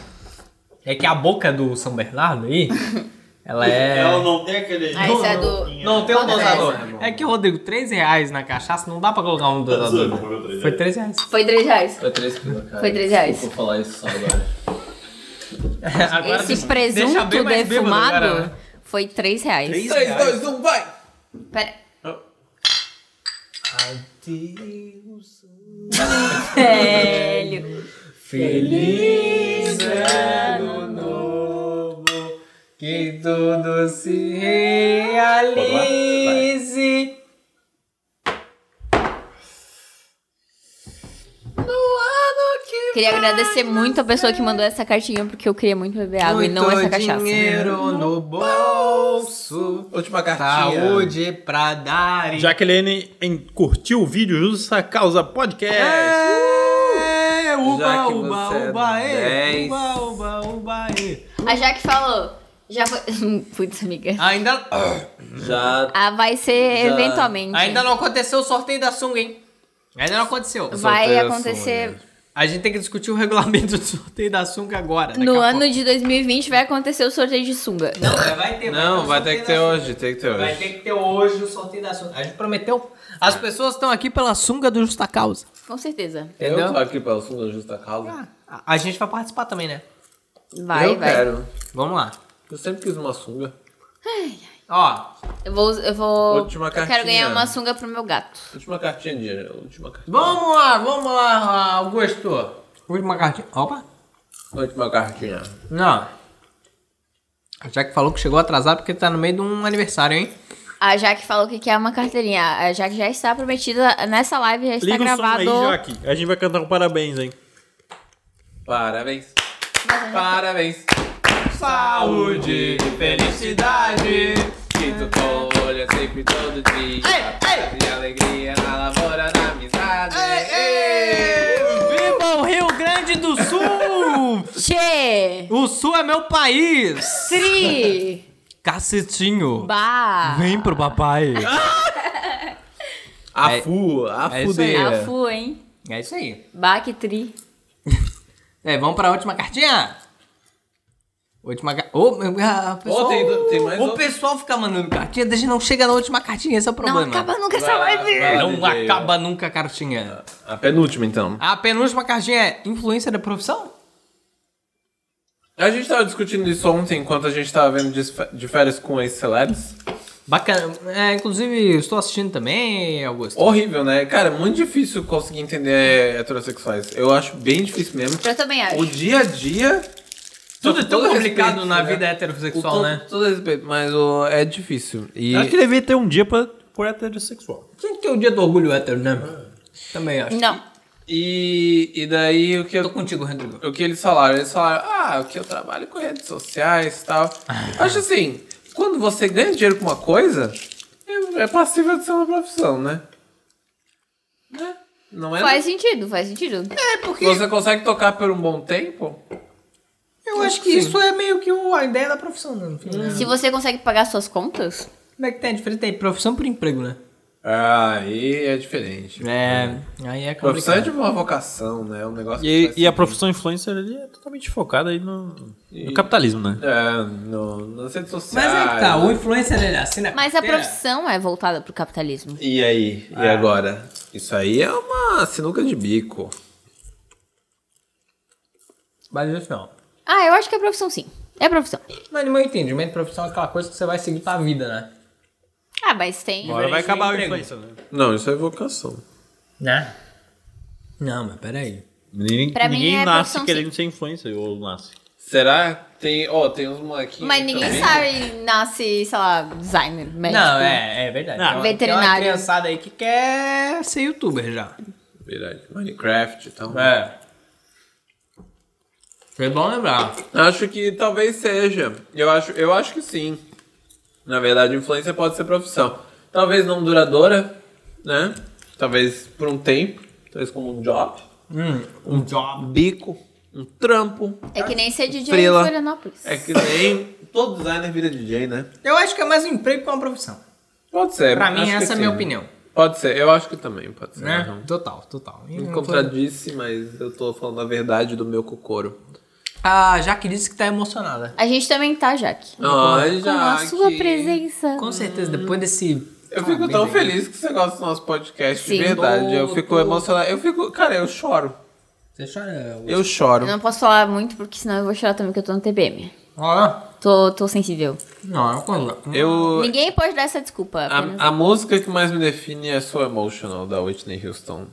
Speaker 2: É que a boca do São Bernardo [LAUGHS] aí, ela é...
Speaker 5: Ela não tem aquele.
Speaker 3: Ah, isso é do.
Speaker 2: Não, tem um
Speaker 3: Quanto é
Speaker 2: dosador.
Speaker 1: essa?
Speaker 2: É que, Rodrigo, 3 reais na cachaça não dá pra colocar um dosador. né? Foi 3 reais.
Speaker 3: Foi 3 reais.
Speaker 1: Foi 3 quilos, cara.
Speaker 3: Foi três reais.
Speaker 1: Vou falar isso só [LAUGHS] agora.
Speaker 2: Agora
Speaker 3: Esse
Speaker 2: deixa
Speaker 3: presunto
Speaker 2: bem mais bêbado agora,
Speaker 3: defumado
Speaker 2: né?
Speaker 3: foi 3 reais.
Speaker 1: 3, 2, 1, vai!
Speaker 3: Pera.
Speaker 2: Oh.
Speaker 1: Deus.
Speaker 3: [LAUGHS] Velho.
Speaker 1: Feliz ano novo, que tudo se realize.
Speaker 3: Queria agradecer muito a pessoa que mandou essa cartinha, porque eu queria muito beber água e não essa cachaça.
Speaker 2: dinheiro no bolso.
Speaker 1: Uhum. Última cartinha.
Speaker 2: Saúde pra dar. e-
Speaker 5: Jaqueline em- curtiu o vídeo Justa Causa Podcast.
Speaker 3: Ah,
Speaker 2: É,
Speaker 1: Já
Speaker 2: uba,
Speaker 1: que
Speaker 2: uba,
Speaker 1: você é
Speaker 2: uba, é,
Speaker 1: dez.
Speaker 2: uba, uba, uba, é.
Speaker 3: A Jaque falou. Já foi. [LAUGHS] Putz, amiga.
Speaker 2: Ainda,
Speaker 1: Já
Speaker 3: Ah, vai ser
Speaker 1: Já-
Speaker 3: eventualmente.
Speaker 2: ainda não aconteceu o sorteio da sunga, hein? Ainda não aconteceu.
Speaker 3: Vai
Speaker 1: Sorteio da
Speaker 3: acontecer.
Speaker 2: A gente tem que discutir o regulamento do sorteio da sunga agora. daqui
Speaker 3: No
Speaker 2: a
Speaker 3: ano
Speaker 2: pouco.
Speaker 3: de 2020 vai acontecer o sorteio de sunga.
Speaker 2: Não, mas vai ter.
Speaker 1: Não, vai
Speaker 2: o
Speaker 1: ter
Speaker 2: sorteio
Speaker 1: que
Speaker 2: da
Speaker 1: ter
Speaker 2: sunga.
Speaker 1: hoje, tem que ter
Speaker 2: Vai
Speaker 1: hoje.
Speaker 2: ter que ter hoje o sorteio da sunga. A gente prometeu. As pessoas estão aqui pela sunga do Justa Causa.
Speaker 3: Com certeza.
Speaker 1: Eu
Speaker 2: Entendeu?
Speaker 1: tô aqui pelo sul da justa causa.
Speaker 2: A, a gente vai participar também, né?
Speaker 3: Vai,
Speaker 1: eu
Speaker 3: vai.
Speaker 1: quero.
Speaker 2: Vamos lá.
Speaker 1: Eu sempre quis uma sunga.
Speaker 2: Ó,
Speaker 3: Eu vou. Eu vou.
Speaker 1: Última
Speaker 3: eu
Speaker 1: cartinha.
Speaker 3: quero ganhar uma sunga pro meu gato.
Speaker 1: Última cartinha, de Última cartinha.
Speaker 2: vamos lá, vamos lá, Augusto. Última cartinha. Opa.
Speaker 1: Última cartinha.
Speaker 2: Não. Já que falou que chegou atrasado porque tá no meio de um aniversário, hein?
Speaker 3: A Jaque falou que quer uma carteirinha. A Jaque já está prometida nessa live, já está
Speaker 5: Liga o
Speaker 3: tá
Speaker 5: som
Speaker 3: gravado.
Speaker 5: aí, Jaque. A gente vai cantar um parabéns, hein?
Speaker 1: Parabéns. Parabéns. Saúde e felicidade. Que tu colha sempre todo dia. Paz E alegria na lavoura, na amizade.
Speaker 2: Viva o Rio Grande do Sul! [LAUGHS]
Speaker 3: Che!
Speaker 5: Uh!
Speaker 2: o Sul é meu país!
Speaker 1: [LAUGHS]
Speaker 3: Sri!
Speaker 2: Cacetinho!
Speaker 3: Bah!
Speaker 2: Vem pro papai!
Speaker 5: Ah,
Speaker 1: A fu, a
Speaker 2: é isso aí.
Speaker 3: A fu, hein?
Speaker 2: É isso aí.
Speaker 3: Bah, que tri.
Speaker 2: É, vamos pra última cartinha? Última cartinha. Ô, meu- ah, pessoal,
Speaker 1: tem do- tem mais
Speaker 2: o
Speaker 1: outra.
Speaker 2: pessoal fica mandando cartinha, desde não chega na última cartinha, esse é o
Speaker 3: Não
Speaker 2: problema.
Speaker 3: acaba nunca essa
Speaker 1: Vai lá,
Speaker 3: live!
Speaker 1: vai lá.
Speaker 2: Não
Speaker 1: DJ,
Speaker 2: acaba nunca a cartinha.
Speaker 1: A penúltima, então.
Speaker 2: A penúltima cartinha é influência da profissão?
Speaker 1: A gente tava discutindo isso ontem enquanto a gente tava vendo de fe- de férias com ex-celebs.
Speaker 2: Bacana. É, inclusive, estou assistindo também, Augusto.
Speaker 1: Horrível, né? Cara, é muito difícil conseguir entender é, heterossexuais. Eu acho bem difícil mesmo.
Speaker 3: Eu também acho.
Speaker 1: O dia a dia.
Speaker 2: É. Tudo é tão
Speaker 1: todo
Speaker 2: complicado
Speaker 1: respeito,
Speaker 2: na
Speaker 1: né?
Speaker 2: vida heterossexual,
Speaker 1: Com todo-
Speaker 2: né?
Speaker 1: Todo respeito, mas o, é difícil. E
Speaker 5: Acho que devia ter um dia pra, por heterossexual.
Speaker 2: Tem que ter o dia do orgulho hétero, né? Também acho.
Speaker 3: Não.
Speaker 1: E, e daí o que,
Speaker 2: Tô contigo, Rodrigo.
Speaker 1: o que eles falaram? Eles falaram, ah, que eu trabalho com redes sociais
Speaker 2: [LAUGHS]
Speaker 1: e tal. Acho assim, quando você ganha dinheiro com uma coisa, é, é passível de ser uma profissão, né? Né? Não é?
Speaker 3: Faz sentido, faz sentido.
Speaker 2: É porque
Speaker 1: Você consegue tocar por um bom tempo?
Speaker 2: eu acho que isso é meio que o- a ideia da profissão, né? No fim, né?
Speaker 3: Se você consegue pagar suas contas,
Speaker 2: Como é que tem a diferença aí? Profissão por emprego, né?
Speaker 1: Aí é diferente.
Speaker 2: É, aí é
Speaker 1: Profissão é
Speaker 2: complicado.
Speaker 1: de uma vocação, né? É um negócio que
Speaker 5: E,
Speaker 1: faz
Speaker 5: e a
Speaker 1: sentido.
Speaker 5: profissão influencer ali é totalmente focada aí no, no capitalismo, né?
Speaker 1: É, no, nas redes sociais.
Speaker 2: Mas é né? que tá, o influencer ele assina
Speaker 3: mas a
Speaker 2: carteira.
Speaker 3: profissão é voltada pro capitalismo.
Speaker 1: E aí?
Speaker 2: É.
Speaker 1: E agora? Isso aí é uma sinuca de bico.
Speaker 2: Mas no final.
Speaker 3: Ah, eu acho que é profissão sim. É profissão.
Speaker 2: Mas no meu entendimento, profissão é aquela coisa que você vai seguir pra vida, né?
Speaker 3: Ah, mas tem.
Speaker 5: Agora vai
Speaker 2: Diferente do
Speaker 5: acabar o
Speaker 2: emprego.
Speaker 5: influencer, né?
Speaker 1: Não, isso é vocação.
Speaker 2: Né? Não, mas peraí.
Speaker 5: Ninguém,
Speaker 3: Pra mim
Speaker 5: ninguém
Speaker 3: é
Speaker 5: nasce
Speaker 3: profissão,
Speaker 5: querendo ser influencer, ou nasce.
Speaker 1: Será? Tem, ó, tem uns molequinhos.
Speaker 3: Mas ninguém
Speaker 1: também.
Speaker 3: sabe, nasce, sei lá, designer, médico.
Speaker 2: Não, é, é verdade.
Speaker 5: Não.
Speaker 2: Tem uma- Tem uma
Speaker 3: Veterinário.
Speaker 2: criançada aí que quer ser youtuber já.
Speaker 1: Verdade. Minecraft e tal.
Speaker 2: É. Foi bom lembrar.
Speaker 1: Acho que talvez seja. Eu acho, eu acho que sim. Na verdade, influência pode ser profissão. Talvez não duradoura, né? Talvez por um tempo. Talvez como um job.
Speaker 2: Um job.
Speaker 1: Um bico. Um trampo.
Speaker 3: É que nem ser DJ
Speaker 1: Frila.
Speaker 3: em Florianópolis.
Speaker 1: É que nem todo designer vira DJ, né?
Speaker 2: Eu acho que é mais um emprego que uma profissão.
Speaker 1: Pode ser.
Speaker 2: Pra mim,
Speaker 1: acho que
Speaker 2: essa é a
Speaker 1: sim.
Speaker 2: minha opinião.
Speaker 1: Pode ser, eu acho que também pode ser.
Speaker 2: Né?
Speaker 1: Né?
Speaker 2: Total, total. E
Speaker 1: Me
Speaker 2: não
Speaker 1: contradisse, mas eu tô falando a verdade do meu cocoro.
Speaker 2: foi- A Jaque disse que tá emocionada.
Speaker 3: A gente também tá, Jaque.
Speaker 1: Olha,
Speaker 3: Com a sua
Speaker 1: que-
Speaker 3: presença.
Speaker 2: Com certeza, depois desse.
Speaker 1: Eu
Speaker 2: Ah,
Speaker 1: fico tão feliz que você gosta do nosso podcast, de
Speaker 3: Sim.
Speaker 1: verdade. Eu
Speaker 2: Tô-
Speaker 1: fico
Speaker 2: tô-
Speaker 1: emocionado. Eu fico. Cara, eu choro.
Speaker 2: Você chora.
Speaker 1: Eu choro.
Speaker 3: Eu não posso falar muito, porque senão eu vou chorar também, que eu tô no TBM.
Speaker 2: Ó,
Speaker 3: Tô, tô sensível.
Speaker 2: não, eu quando.
Speaker 1: Eu.
Speaker 3: Ninguém pode dar essa
Speaker 1: Ah,
Speaker 3: desculpa. apenas-
Speaker 1: A, a música que mais me define é So Emotional, da Whitney Houston.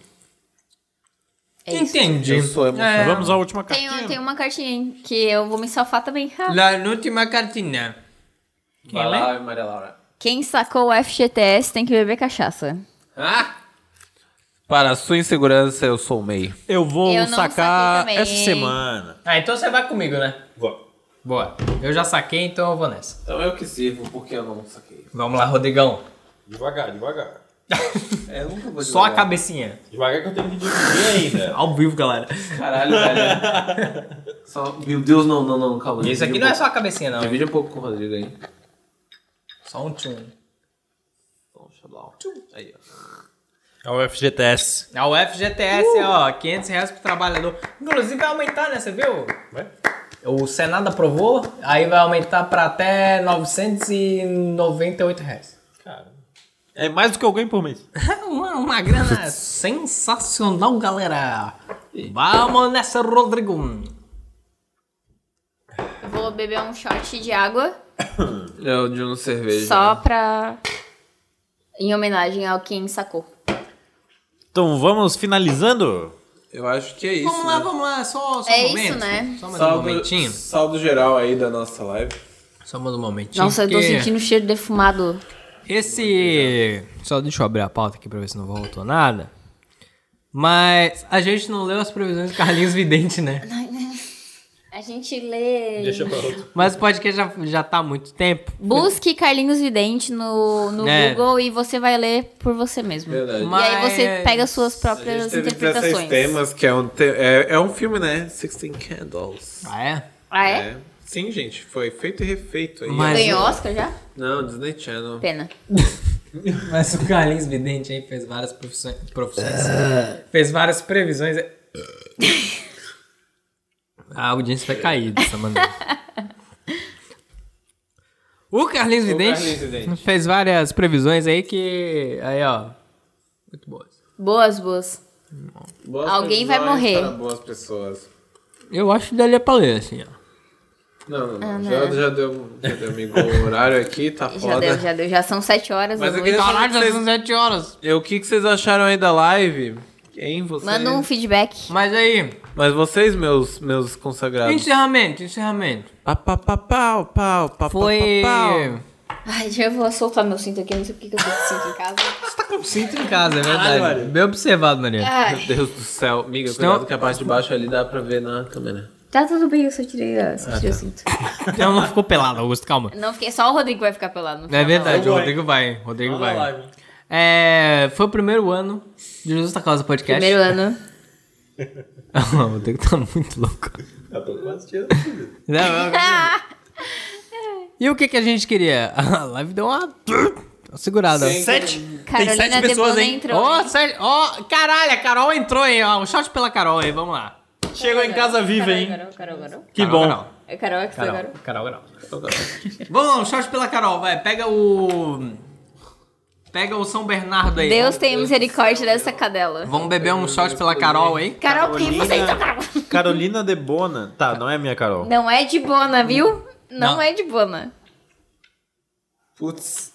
Speaker 3: é isso.
Speaker 2: Entendi. É,
Speaker 1: Eu sou emocionado.
Speaker 5: Vamos à última
Speaker 1: tá
Speaker 3: Tem, um
Speaker 5: cartinha.
Speaker 3: tem uma cartinha hein, que eu vou me safar também. Ah.
Speaker 2: La última cartinha. é?
Speaker 1: Vai lá, Maria Laura.
Speaker 3: Quem sacou o FGTS tem que beber cachaça.
Speaker 1: Ah! Para a sua insegurança, eu sou o MEI.
Speaker 5: Eu vou
Speaker 3: Eu não
Speaker 5: sacar
Speaker 3: saquei também.
Speaker 5: essa semana.
Speaker 2: Ah, então você vai comigo, né?
Speaker 5: Vou.
Speaker 2: Boa. Eu já saquei, então eu vou nessa.
Speaker 1: Então eu que sirvo, porque eu não saquei.
Speaker 2: Vamos lá, Rodrigão. [LAUGHS]
Speaker 9: Devagar, devagar.
Speaker 1: É, eu nunca vou
Speaker 2: Só a
Speaker 1: devagar.
Speaker 2: cabecinha.
Speaker 9: Devagar que eu tenho que dividir
Speaker 5: [LAUGHS]
Speaker 9: ainda.
Speaker 2: Ao vivo, galera.
Speaker 1: Caralho, velho. [LAUGHS] Só... Meu Deus, não, não, não, calma.
Speaker 2: Isso aqui não é só a cabecinha, não.
Speaker 1: Divide um pouco com o Rodrigo aí.
Speaker 2: Só um tune.
Speaker 1: Então, xablau. Aí, ó.
Speaker 5: É o FGTS.
Speaker 2: A UFGTS, ó, 500 reais pro trabalhador. Inclusive vai aumentar, né? Você viu?
Speaker 9: Vai.
Speaker 2: O Senado aprovou, aí vai aumentar pra até 998 reais.
Speaker 9: Cara.
Speaker 5: É mais do que eu ganho por mês.
Speaker 2: [LAUGHS] uma, uma grana sensacional, galera. Vamos nessa, Rodrigo.
Speaker 3: Eu Vou beber um shot de água
Speaker 1: Eu de um cerveja.
Speaker 3: só pra. Em homenagem ao quem sacou.
Speaker 5: Então vamos finalizando.
Speaker 1: Eu acho que é isso.
Speaker 2: Vamos lá,
Speaker 1: né?
Speaker 2: vamos lá, só, só
Speaker 3: É
Speaker 2: um
Speaker 3: isso,
Speaker 2: momento.
Speaker 3: né?
Speaker 2: Só mais um
Speaker 1: Saldo,
Speaker 2: momentinho.
Speaker 1: saldo geral aí da nossa live.
Speaker 2: Só mais um momentinho.
Speaker 3: Nossa, eu tô
Speaker 2: porque
Speaker 3: sentindo o cheiro defumado.
Speaker 2: Esse. Só deixa eu abrir a pauta aqui pra ver se não voltou nada. Mas a gente não leu as previsões do Carlinhos Vidente, né?
Speaker 3: A gente lê.
Speaker 9: Deixa pra outro.
Speaker 2: Mas o podcast já, já tá há muito tempo.
Speaker 3: Busque Carlinhos Vidente no, no
Speaker 2: É.
Speaker 3: Google e você vai ler por você mesmo.
Speaker 1: Verdade.
Speaker 3: E aí você
Speaker 2: Mas-
Speaker 3: pega suas
Speaker 1: A gente
Speaker 3: próprias
Speaker 1: teve 16
Speaker 3: interpretações.
Speaker 1: temas, que é um, te- é, é um filme, né? Sixteen Candles.
Speaker 2: Ah, é?
Speaker 3: Ah, é?
Speaker 1: Sim, gente, foi feito e refeito aí.
Speaker 2: Mas-
Speaker 3: Ganhou Oscar já?
Speaker 1: Não, Disney Channel.
Speaker 3: Pena.
Speaker 2: [LAUGHS] Mas o Carlinhos Vidente aí fez várias profissões. profissões fez várias previsões. A audiência vai cair dessa maneira. O Carlinhos Vidente
Speaker 1: Carlinhos Vidente.
Speaker 2: fez várias previsões aí que. Aí, ó. Muito boas.
Speaker 3: Boas, boas.
Speaker 1: Boas
Speaker 3: Alguém vai
Speaker 1: previsões
Speaker 3: morrer.
Speaker 1: Para boas pessoas.
Speaker 2: Eu acho que daria pra ler, assim, ó.
Speaker 1: Não, não, não. já, já deu, já deu amigo, o horário aqui, tá
Speaker 3: Já
Speaker 1: foda.
Speaker 3: deu, já deu. Já são sete horas
Speaker 1: Mas
Speaker 3: da
Speaker 1: eu queria
Speaker 3: noite.
Speaker 1: falar
Speaker 2: Caralho,
Speaker 1: que
Speaker 2: já
Speaker 1: vocês-
Speaker 2: são 7 horas.
Speaker 1: E o que, que vocês acharam aí da live? Hein, vocês?
Speaker 3: Manda um feedback.
Speaker 2: Mas aí,
Speaker 1: Mas vocês, meus, meus consagrados.
Speaker 2: encerramento, encerramento.
Speaker 1: Pá, pá, pá, pau, pau, pá, pá,
Speaker 2: Foi.
Speaker 1: pau.
Speaker 3: Ai, já vou soltar meu cinto aqui, não sei por que que eu tô com cinto em casa.
Speaker 2: Sinto em casa, é verdade. Bem observado, Maria.
Speaker 1: Meu
Speaker 3: Ai,
Speaker 1: Deus do céu. Amiga,
Speaker 2: Então-
Speaker 1: cuidado que a parte de baixo ali dá pra ver na câmera.
Speaker 3: tá tudo bem, eu só tirei, a- só tirei o cinto.
Speaker 2: Então não ficou pelado, Augusto, calma.
Speaker 3: Não, fiquei, só o Rodrigo vai ficar pelado.
Speaker 2: Não é verdade, o
Speaker 10: vai.
Speaker 2: Rodrigo vai. o Rodrigo vai. É, foi o primeiro ano de Justa Causa Podcast.
Speaker 3: Primeiro
Speaker 2: [LAUGHS]
Speaker 3: ano.
Speaker 2: o Rodrigo tá muito louco.
Speaker 1: Tá
Speaker 10: Eu tô quase tirando.
Speaker 2: Não, não, E o que, que a gente queria? [LAUGHS] A live deu uma, uma segurada.
Speaker 5: Sete?
Speaker 3: Carolina
Speaker 5: sete pessoas,
Speaker 3: Debona
Speaker 5: hein?
Speaker 3: entrou.
Speaker 2: Ó, sério, ó, caralho, a Carol entrou, hein? Ó, um shot pela Carol aí, vamos lá.
Speaker 5: Chegou em casa viva,
Speaker 3: Carol,
Speaker 5: hein?
Speaker 3: Carol, Carol, Carol.
Speaker 5: Que
Speaker 2: Carol,
Speaker 5: bom.
Speaker 2: Carol.
Speaker 3: É Carol que foi
Speaker 2: Carol,
Speaker 3: Carol.
Speaker 2: Carol, Carol. Vamos lá, um shot pela Carol, vai. Pega o. Pega o São Bernardo aí.
Speaker 3: Deus tenha misericórdia dessa cadela.
Speaker 2: Vamos beber um shot pela Carol aí.
Speaker 3: Carol, quem
Speaker 5: Carolina.
Speaker 3: você entrou?
Speaker 5: Carolina de Bona. Tá, não é a minha Carol.
Speaker 3: Não é de Bona, viu? Não,
Speaker 2: Não.
Speaker 3: é de Bona.
Speaker 1: Putz,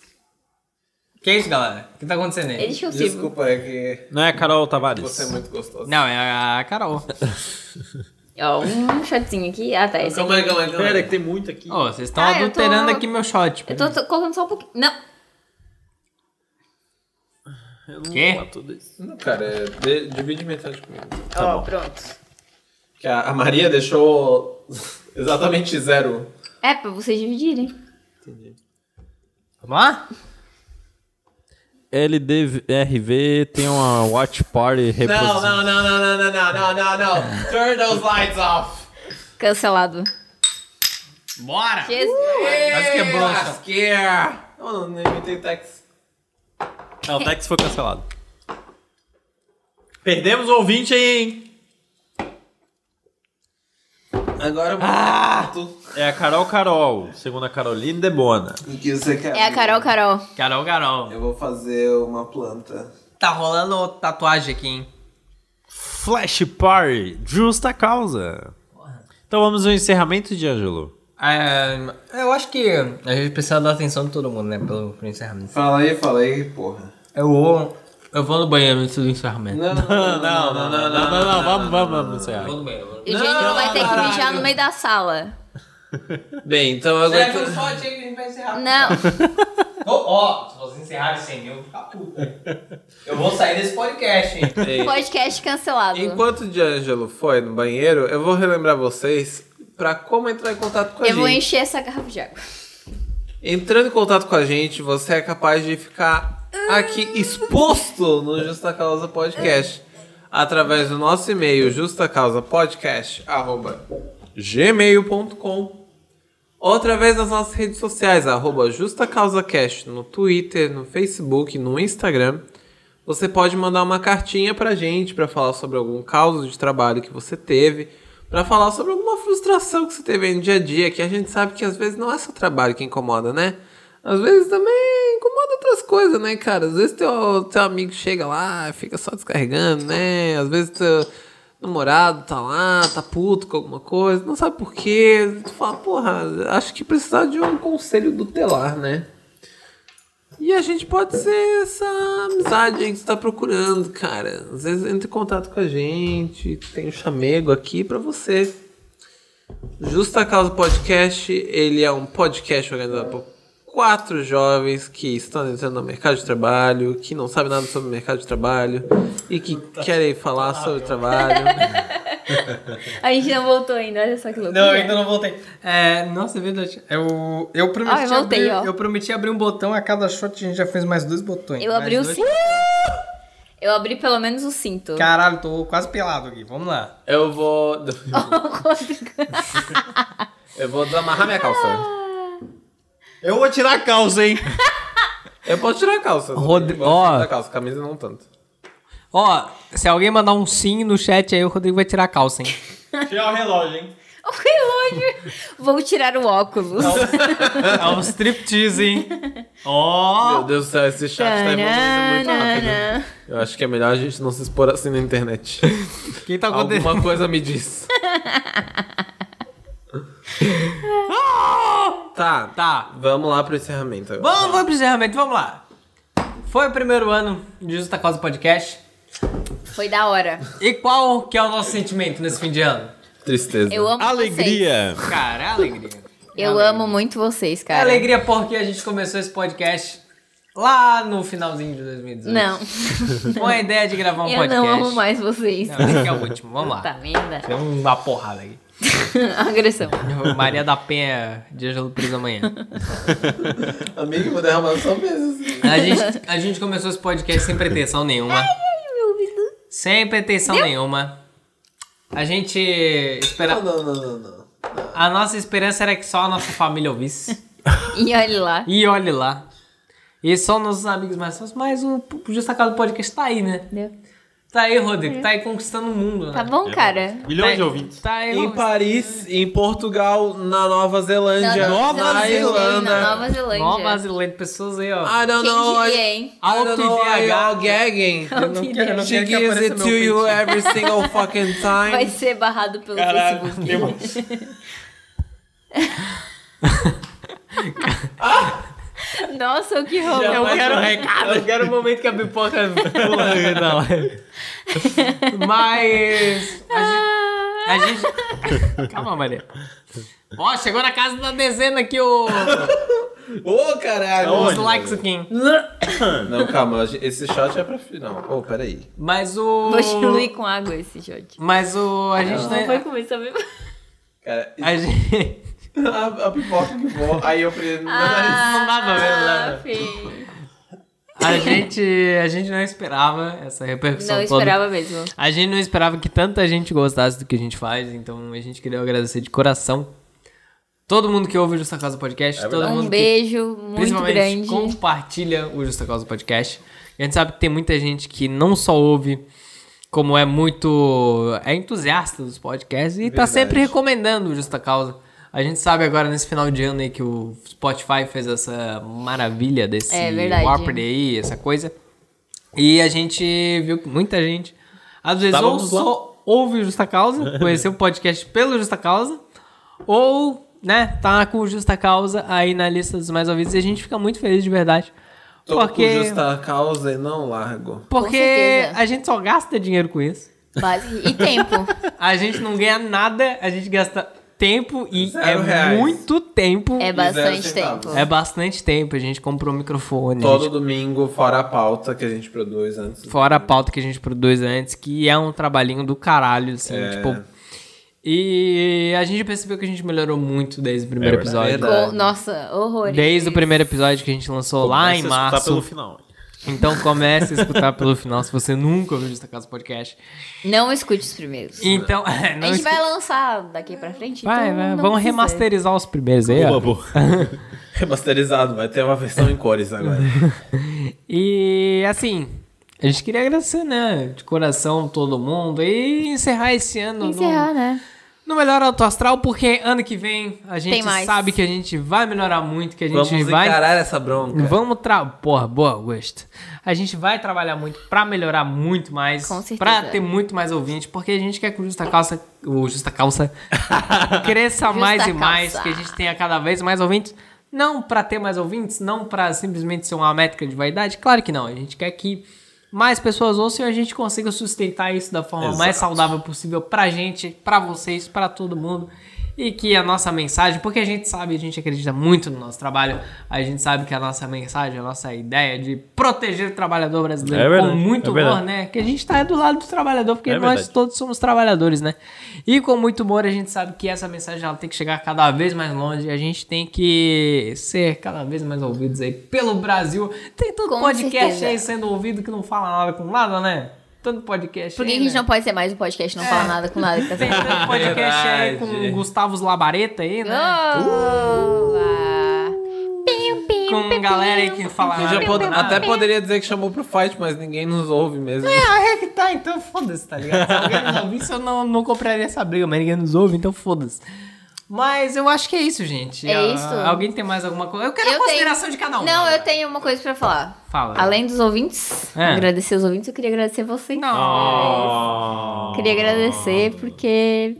Speaker 2: Que isso, galera? O que tá acontecendo aí?
Speaker 3: É discursivo.
Speaker 1: desculpa, é que
Speaker 5: Não é a Carol Tavares.
Speaker 1: você é muito gostoso.
Speaker 2: Não, é a Carol.
Speaker 3: Ó, um shotzinho aqui. Ah, tá. Esse aqui.
Speaker 1: Calma aí, calma aí, calma aí.
Speaker 5: Pera, que tem muito aqui.
Speaker 2: Ô, vocês estão
Speaker 3: Ah, eu tô-
Speaker 2: adulterando aqui meu shot.
Speaker 3: Eu tô, tô colocando só um pouquinho. Não.
Speaker 5: Eu não
Speaker 2: Quê?
Speaker 5: vou falar tudo isso.
Speaker 1: Não, cara, é, de- divide metade comigo. Tá
Speaker 3: Ó, pronto.
Speaker 1: Que a, a Maria deixou [LAUGHS] exatamente zero.
Speaker 3: É, pra vocês dividirem.
Speaker 2: Vamos lá?
Speaker 5: LDRV tem uma watch party
Speaker 1: Não,
Speaker 5: reposição.
Speaker 1: não, não, não, não, não, não, não, não, [LAUGHS] não. Turn those lights off.
Speaker 3: Cancelado.
Speaker 2: Bora!
Speaker 3: Jesus.
Speaker 1: Mas
Speaker 2: é
Speaker 1: que bom, Lasqueira. Eu não não inventei Tex.
Speaker 5: o Tex foi cancelado. Perdemos o ouvinte aí, hein?
Speaker 1: Agora eu vou... Ah!
Speaker 5: É a Carol Carol, segundo a Carolina de Bona.
Speaker 10: O que você quer?
Speaker 3: É a Carol, Carol.
Speaker 2: Carol, Carol.
Speaker 10: Eu vou fazer uma planta.
Speaker 2: Tá rolando tatuagem aqui, hein?
Speaker 5: Flash Party, justa causa. Então vamos ao encerramento de Ângelo.
Speaker 2: É, eu acho que a gente precisa da atenção de todo mundo, né? Pelo, pelo encerramento.
Speaker 10: Fala aí, fala aí, porra.
Speaker 5: É
Speaker 2: Eu vou. Eu vou no banheiro antes do encerramento.
Speaker 1: Não, não, não, não, não, não.
Speaker 5: não, vamos, vamos, vamos encerrar.
Speaker 2: no banheiro.
Speaker 3: E o Jane vai ter que mijar no meio da sala.
Speaker 1: Bem, então eu aguento...
Speaker 2: shot aí que a gente vai encerrar.
Speaker 3: Não.
Speaker 2: [LAUGHS] Ó, se vocês encerrarem sem mim, eu vou ficar puto. Eu vou sair desse podcast, hein?
Speaker 1: Ei.
Speaker 3: Podcast cancelado.
Speaker 1: Enquanto o D'Angelo foi no banheiro, eu vou relembrar vocês pra como entrar em contato com a
Speaker 3: Eu vou
Speaker 1: gente.
Speaker 3: encher essa garrafa de água.
Speaker 1: Entrando em contato com a gente, você é capaz de ficar aqui exposto no Justa Causa Podcast. Através do nosso e-mail, justacausapodcast.gmail.com ou através das nossas redes sociais, arroba JustaCausaCast, no Twitter, no Facebook, no Instagram. Você pode mandar uma cartinha pra gente pra falar sobre algum caos de trabalho que você teve, pra falar sobre alguma frustração que você teve aí no dia a dia, que a gente sabe que às vezes não é só trabalho que incomoda, né? Às vezes também incomoda outras coisas, né, cara? Às vezes teu, teu amigo chega lá, fica só descarregando, né? Às vezes teu, namorado tá lá, tá puto com alguma coisa, não sabe por quê. Tu fala, porra, acho que precisar de um conselho do telar, né? E a gente pode ser essa amizade aí que você tá procurando, cara. Às vezes entra em contato com a gente, tem o chamego aqui pra você. Justa Causa Podcast, ele é um podcast organizado por quatro jovens que estão entrando no mercado de trabalho, que não sabem nada sobre o mercado de trabalho e que querem falar sobre o trabalho.
Speaker 3: A gente não voltou ainda, olha só que loucura.
Speaker 2: Não, eu ainda não voltei. É, nossa, é verdade. Eu, eu prometi
Speaker 3: Ah, eu voltei,
Speaker 2: abrir,
Speaker 3: ó.
Speaker 2: eu prometi abrir um botão a cada shot, a gente já fez mais dois botões.
Speaker 3: Eu
Speaker 2: Mais
Speaker 3: abri o
Speaker 2: dois.
Speaker 3: cinto. Eu abri pelo menos o cinto.
Speaker 2: Caralho, tô quase pelado aqui. Vamos lá.
Speaker 1: [LAUGHS] Eu vou. eu vou desamarrar minha calça.
Speaker 5: Eu vou tirar a calça, hein?
Speaker 1: Eu posso tirar a calça.
Speaker 2: Rod-
Speaker 1: Eu posso tirar
Speaker 2: ó.
Speaker 1: a calça, camisa não tanto.
Speaker 2: Ó, se alguém mandar um sim no chat aí, o Rodrigo vai tirar a calça, hein?
Speaker 5: tirar o relógio, hein?
Speaker 3: [LAUGHS] O relógio. Vou tirar o óculos.
Speaker 2: [LAUGHS] É um striptease, hein? Ó!
Speaker 1: Meu Deus do céu, esse chat tá evoluindo muito rápido.
Speaker 3: Tananana.
Speaker 1: Eu acho que é melhor a gente não se expor assim na internet.
Speaker 2: Quem tá acontecendo?
Speaker 1: Alguma coisa me diz. Tá.
Speaker 2: [LAUGHS] Tá.
Speaker 1: Vamos lá pro encerramento agora.
Speaker 2: Vamos, vamos pro encerramento, vamos lá. Foi o primeiro ano de Justa Causa Podcast.
Speaker 3: Foi da hora.
Speaker 2: E qual que é o nosso sentimento nesse fim de ano?
Speaker 1: Tristeza.
Speaker 3: Eu amo
Speaker 5: Alegria.
Speaker 2: Cara, é alegria.
Speaker 3: vocês. Eu amo muito vocês,
Speaker 2: É
Speaker 3: cara.
Speaker 2: alegria porque a gente começou esse podcast lá no finalzinho de 2018.
Speaker 3: Não.
Speaker 2: Com a ideia de gravar um
Speaker 3: Eu
Speaker 2: podcast.
Speaker 3: não amo mais vocês.
Speaker 2: Não, esse aqui é o último, vamos lá.
Speaker 3: Tá merda.
Speaker 2: Tem uma porrada aqui.
Speaker 3: [LAUGHS] Agressão.
Speaker 2: Maria da Penha, de Angelo Pires amanhã.
Speaker 6: Amigo, vou derramar só
Speaker 1: assim.
Speaker 6: mesmo.
Speaker 2: A gente, a gente começou esse podcast sem pretensão nenhuma. Sem pretensão nenhuma. A gente espera.
Speaker 6: Não, não, não, não, não.
Speaker 2: A nossa esperança era que só a nossa família ouvisse.
Speaker 3: E olha lá.
Speaker 2: E olhe lá. E só nossos amigos mais próximos. Mas o Justa Causa Podcast tá aí, né?
Speaker 3: Entendeu?
Speaker 2: Tá aí, Rodrigo. Tá aí conquistando o mundo.
Speaker 3: Uhum. Tá
Speaker 2: né?
Speaker 3: bom, cara?
Speaker 5: Milhões
Speaker 2: Tá-
Speaker 5: de ouvintes.
Speaker 2: Tá aí.
Speaker 1: Em Paris, em Portugal, na Nova Zelândia, na Irlanda.
Speaker 3: Nova Zelândia.
Speaker 2: Nova Zelândia. Pessoas aí,
Speaker 3: Ah,
Speaker 2: ó.
Speaker 1: I don't know.
Speaker 3: Quem
Speaker 1: I,
Speaker 3: diria, hein?
Speaker 1: I don't
Speaker 2: Alto
Speaker 1: know. I
Speaker 2: IDH.
Speaker 1: all gagging.
Speaker 3: Alto
Speaker 1: She gives it to you every single fucking time.
Speaker 3: Vai ser barrado pelo Facebook. [LAUGHS] Nossa, o que rolou.
Speaker 2: Eu quero
Speaker 1: um
Speaker 2: recado. Eu quero o momento que a pipoca pula na live. Mas.
Speaker 3: Ah!
Speaker 2: A gente. A gente... Calma, Maria. Ó, chegou na casa da dezena aqui o.
Speaker 1: Ô, caralho!
Speaker 2: Os likes aqui.
Speaker 1: Não, calma, esse shot é pra final. Ô, peraí.
Speaker 2: Mas o.
Speaker 3: Vou diluir com água esse shot.
Speaker 2: Mas o. A gente
Speaker 3: Não foi
Speaker 2: não. é?
Speaker 3: com isso, sabe?
Speaker 2: [LAUGHS]
Speaker 1: Cara,
Speaker 2: A gente.
Speaker 1: [LAUGHS] a, a pipoca que voa. Aí eu prendo.
Speaker 2: Não dá pra ver, né?
Speaker 3: Ah, filho.
Speaker 2: A gente. A gente não esperava essa repercussão.
Speaker 3: Não
Speaker 2: toda.
Speaker 3: esperava mesmo.
Speaker 2: A gente não esperava que tanta gente gostasse do que a gente faz, então a gente queria agradecer de coração todo mundo que ouve o Justa Causa Podcast, todo mundo
Speaker 3: Um beijo
Speaker 2: que
Speaker 3: muito
Speaker 2: principalmente
Speaker 3: grande.
Speaker 2: compartilha o Justa Causa Podcast. E a gente sabe que tem muita gente que não só ouve, como é muito é entusiasta dos podcasts e tá sempre recomendando o Justa Causa. A gente sabe agora nesse final de ano aí que o Spotify fez essa maravilha desse
Speaker 3: É verdade.
Speaker 2: Warped aí, essa coisa. E a gente viu que muita gente, às vezes, ou
Speaker 1: Estávamos lá.
Speaker 2: só ouve o Justa Causa, conheceu o podcast pelo Justa Causa, ou, né, tá com o Justa Causa aí na lista dos mais ouvidos. E a gente fica muito feliz de verdade.
Speaker 1: Tô
Speaker 2: porque
Speaker 1: com justa causa e não largo.
Speaker 2: porque
Speaker 3: certeza.
Speaker 2: a gente só gasta dinheiro com isso.
Speaker 3: Base- E tempo.
Speaker 2: A gente não ganha nada, a gente gasta tempo e
Speaker 1: Zero
Speaker 2: é
Speaker 1: reais.
Speaker 2: muito tempo.
Speaker 3: É bastante
Speaker 1: centavos.
Speaker 3: tempo.
Speaker 2: É bastante tempo. A gente comprou um microfone. a
Speaker 1: Todo
Speaker 2: gente-
Speaker 1: domingo, fora a pauta que a gente produz antes. [LAUGHS]
Speaker 2: Fora a pauta que a gente produz antes, que é um trabalhinho do caralho, assim,
Speaker 1: É.
Speaker 2: tipo. E a gente percebeu que a gente melhorou muito desde o primeiro
Speaker 5: É verdade.
Speaker 2: episódio.
Speaker 1: Verdade.
Speaker 3: Com- Nossa, horrores.
Speaker 2: Desde o primeiro episódio que a gente lançou lá em março.
Speaker 5: pelo final.
Speaker 2: Então comece a escutar pelo final, se você nunca ouviu Justa Casa Podcast.
Speaker 3: Não escute os primeiros.
Speaker 2: Então, [LAUGHS] não
Speaker 3: a gente
Speaker 2: esque-
Speaker 3: vai lançar daqui pra frente.
Speaker 2: Vai,
Speaker 3: então
Speaker 2: vai,
Speaker 3: não
Speaker 2: vamos
Speaker 3: precisa.
Speaker 2: remasterizar os primeiros aí, ó.
Speaker 5: Boa, boa.
Speaker 1: Remasterizado, vai ter uma versão em cores [LAUGHS] agora.
Speaker 2: [LAUGHS] E assim, a gente queria agradecer, né? De coração todo mundo. E encerrar esse ano num-
Speaker 3: Encerrar, né?
Speaker 2: no, melhor alto astral, porque ano que vem a gente
Speaker 3: Tem mais.
Speaker 2: sabe que a gente vai melhorar muito, que a gente
Speaker 1: Vamos
Speaker 2: vai.
Speaker 1: encarar essa bronca.
Speaker 2: Vamos tra... Porra, boa, Augusto. A gente vai trabalhar muito pra melhorar muito mais.
Speaker 3: Com certeza.
Speaker 2: Pra ter muito mais ouvinte, porque a gente quer que o Justa Calça... O Justa Calça [LAUGHS] cresça mais e
Speaker 3: Justa
Speaker 2: mais,
Speaker 3: Calça.
Speaker 2: que a gente tenha cada vez mais ouvintes. Não pra ter mais ouvintes, não pra simplesmente ser uma métrica de vaidade. Claro que não. A gente quer que mais pessoas ouçam e a gente consiga sustentar isso da forma mais saudável possível pra gente, pra vocês, pra todo mundo. E que a nossa mensagem, porque a gente sabe, a gente acredita muito no nosso trabalho, a gente sabe que a nossa mensagem, a nossa ideia de proteger o trabalhor brasileiro
Speaker 5: É verdade,
Speaker 2: com muito
Speaker 5: é
Speaker 2: humor,
Speaker 5: verdade.
Speaker 2: né? Que a gente tá do lado do trabalhador, porque
Speaker 5: É
Speaker 2: nós
Speaker 5: verdade.
Speaker 2: todos somos trabalhadores, né? E com muito humor a gente sabe que essa mensagem ela tem que chegar cada vez mais longe, a gente tem que ser cada vez mais ouvidos aí pelo Brasil. Tem tanto
Speaker 3: Com
Speaker 2: podcast
Speaker 3: certeza.
Speaker 2: aí sendo ouvido que não fala nada com nada, né? Tanto podcast
Speaker 3: Por que
Speaker 2: aí,
Speaker 3: que a gente
Speaker 2: né?
Speaker 3: não pode ser mais um podcast não fala nada com nada que tá
Speaker 2: É. Tem
Speaker 3: sendo?
Speaker 2: tanto podcast aí
Speaker 1: Verdade.
Speaker 2: com Gustavos Labareta aí, né?
Speaker 3: Olá. Piu, piu,
Speaker 2: Com
Speaker 3: piu,
Speaker 2: galera aí
Speaker 3: piu.
Speaker 2: que fala
Speaker 1: Eu já
Speaker 2: nada.
Speaker 1: pod- até poderia dizer que chamou pro fight, mas ninguém nos ouve mesmo.
Speaker 2: Ah, é que tá, então foda-se, tá ligado? Se alguém nos ouvisse, eu não, não compraria essa briga, mas ninguém nos ouve, então foda-se. Mas eu acho que é isso, gente.
Speaker 3: É
Speaker 2: Ah,
Speaker 3: isso?
Speaker 2: Alguém tem mais alguma coisa? Eu quero a
Speaker 3: Eu
Speaker 2: consideração
Speaker 3: tenho-
Speaker 2: de cada um.
Speaker 3: Não,
Speaker 2: agora.
Speaker 3: eu tenho uma coisa pra falar.
Speaker 2: Fala.
Speaker 3: Além dos ouvintes,
Speaker 2: É.
Speaker 3: agradecer os ouvintes, eu
Speaker 2: Oh.
Speaker 3: queria agradecer vocês.
Speaker 2: Não.
Speaker 3: Queria agradecer porque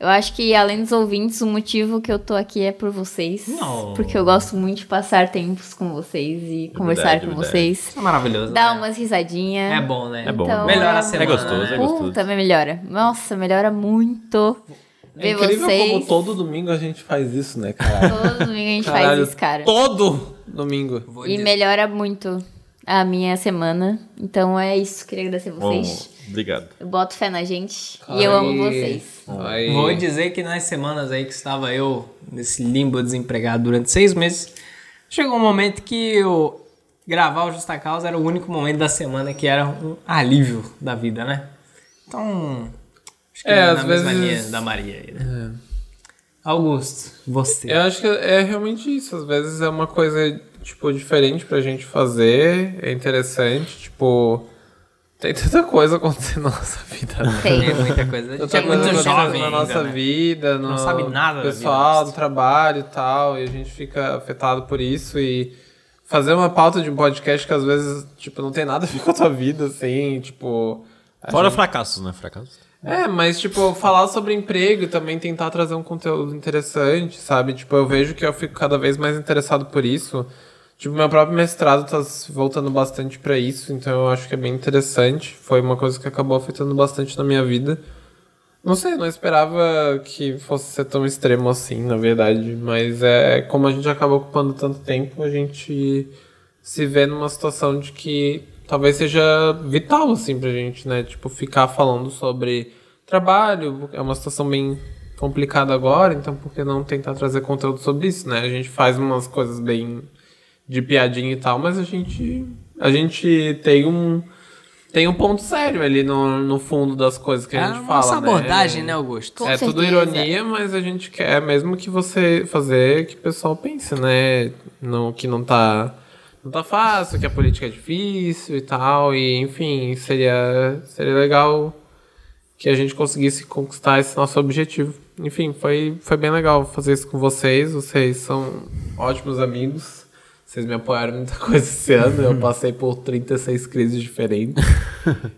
Speaker 3: Eu acho que, além dos ouvintes, o motivo que eu tô aqui é por vocês.
Speaker 11: Não.
Speaker 3: Porque eu gosto muito de passar tempos com vocês e conversar com
Speaker 5: verdade.
Speaker 3: vocês.
Speaker 11: É maravilhoso.
Speaker 3: Dar
Speaker 11: né?
Speaker 3: umas risadinhas.
Speaker 11: É bom, né?
Speaker 5: É bom.
Speaker 3: Então,
Speaker 11: Melhora a
Speaker 3: é-
Speaker 11: semana.
Speaker 5: É gostoso,
Speaker 11: né?
Speaker 5: é gostoso.
Speaker 3: Puta, me melhora. Nossa, melhora muito.
Speaker 1: É
Speaker 3: Ver
Speaker 1: incrível
Speaker 3: vocês.
Speaker 1: como todo domingo a gente faz isso, né, cara?
Speaker 3: Todo domingo a gente
Speaker 1: Caralho,
Speaker 3: faz isso, cara.
Speaker 1: Todo domingo.
Speaker 11: Vou
Speaker 3: E
Speaker 11: dizer.
Speaker 3: melhora muito a minha semana. Então é isso. Queria agradecer vocês.
Speaker 5: Bom, obrigado.
Speaker 3: Eu boto fé na gente. E eu amo
Speaker 11: Aí.
Speaker 3: vocês.
Speaker 1: Aí.
Speaker 11: Vou dizer que nas semanas aí que estava eu nesse limbo desempregado durante seis meses, chegou um momento que eu gravar o Justa Causa era o único momento da semana que era um alívio da vida, né? Então, acho que
Speaker 1: É,
Speaker 11: é, na
Speaker 1: às
Speaker 11: mesma
Speaker 1: vezes- É.
Speaker 11: linha da Maria aí, né? Augusto, você.
Speaker 1: Eu acho que é realmente isso. Às vezes é uma coisa, tipo, diferente pra gente fazer. É interessante, tipo... Tem tanta coisa acontecendo na nossa vida, né?
Speaker 11: Tem
Speaker 3: Tem.
Speaker 11: muita coisa. A gente
Speaker 1: Tanta
Speaker 11: é
Speaker 1: coisa
Speaker 11: muito
Speaker 1: acontecendo
Speaker 11: jovem
Speaker 1: na
Speaker 11: ainda,
Speaker 1: nossa
Speaker 11: né?
Speaker 1: vida, no
Speaker 11: Não sabe nada da vida,
Speaker 1: pessoal,
Speaker 11: mas-
Speaker 1: do trabalho e tal, e a gente fica afetado por isso e fazer uma pauta de um podcast que às vezes, tipo, não tem nada a ver com a tua vida, assim, tipo... a
Speaker 5: Fora
Speaker 1: gente-
Speaker 5: fracassos, né? Fracassos.
Speaker 1: É, mas, tipo, falar sobre emprego e também tentar trazer um conteúdo interessante, sabe? Tipo, eu vejo que eu fico cada vez mais interessado por isso. Tipo, meu próprio mestrado tá se voltando bastante pra isso, então eu acho que é bem interessante. Foi uma coisa que acabou afetando bastante na minha vida. Não sei, não esperava que fosse ser tão extremo assim, na verdade. Mas é como a gente acaba ocupando tanto tempo, a gente se vê numa situação de que talvez seja vital, assim, pra gente, né? Tipo, ficar falando sobre trabalho. É uma situação bem complicada agora, então por que não tentar trazer conteúdo sobre isso, né? A gente faz umas coisas bem de piadinha e tal, mas a gente. A gente tem um. Tem um ponto sério ali no, no fundo das coisas que
Speaker 11: É
Speaker 1: a
Speaker 11: a
Speaker 1: gente fala.
Speaker 11: nossa abordagem,
Speaker 1: É-
Speaker 11: né, Augusto?
Speaker 3: Com
Speaker 1: é tudo
Speaker 3: certeza.
Speaker 1: ironia, mas a gente quer mesmo que você fazer que o pessoal pense, né? No, que não tá, não tá fácil, que a política é difícil e tal. E enfim, seria, seria legal que a gente conseguisse conquistar esse nosso objetivo. Enfim, foi, foi bem legal fazer isso com vocês. Vocês são ótimos amigos. Vocês me apoiaram em muita [LAUGHS] coisa esse ano. Eu passei por 36 crises diferentes.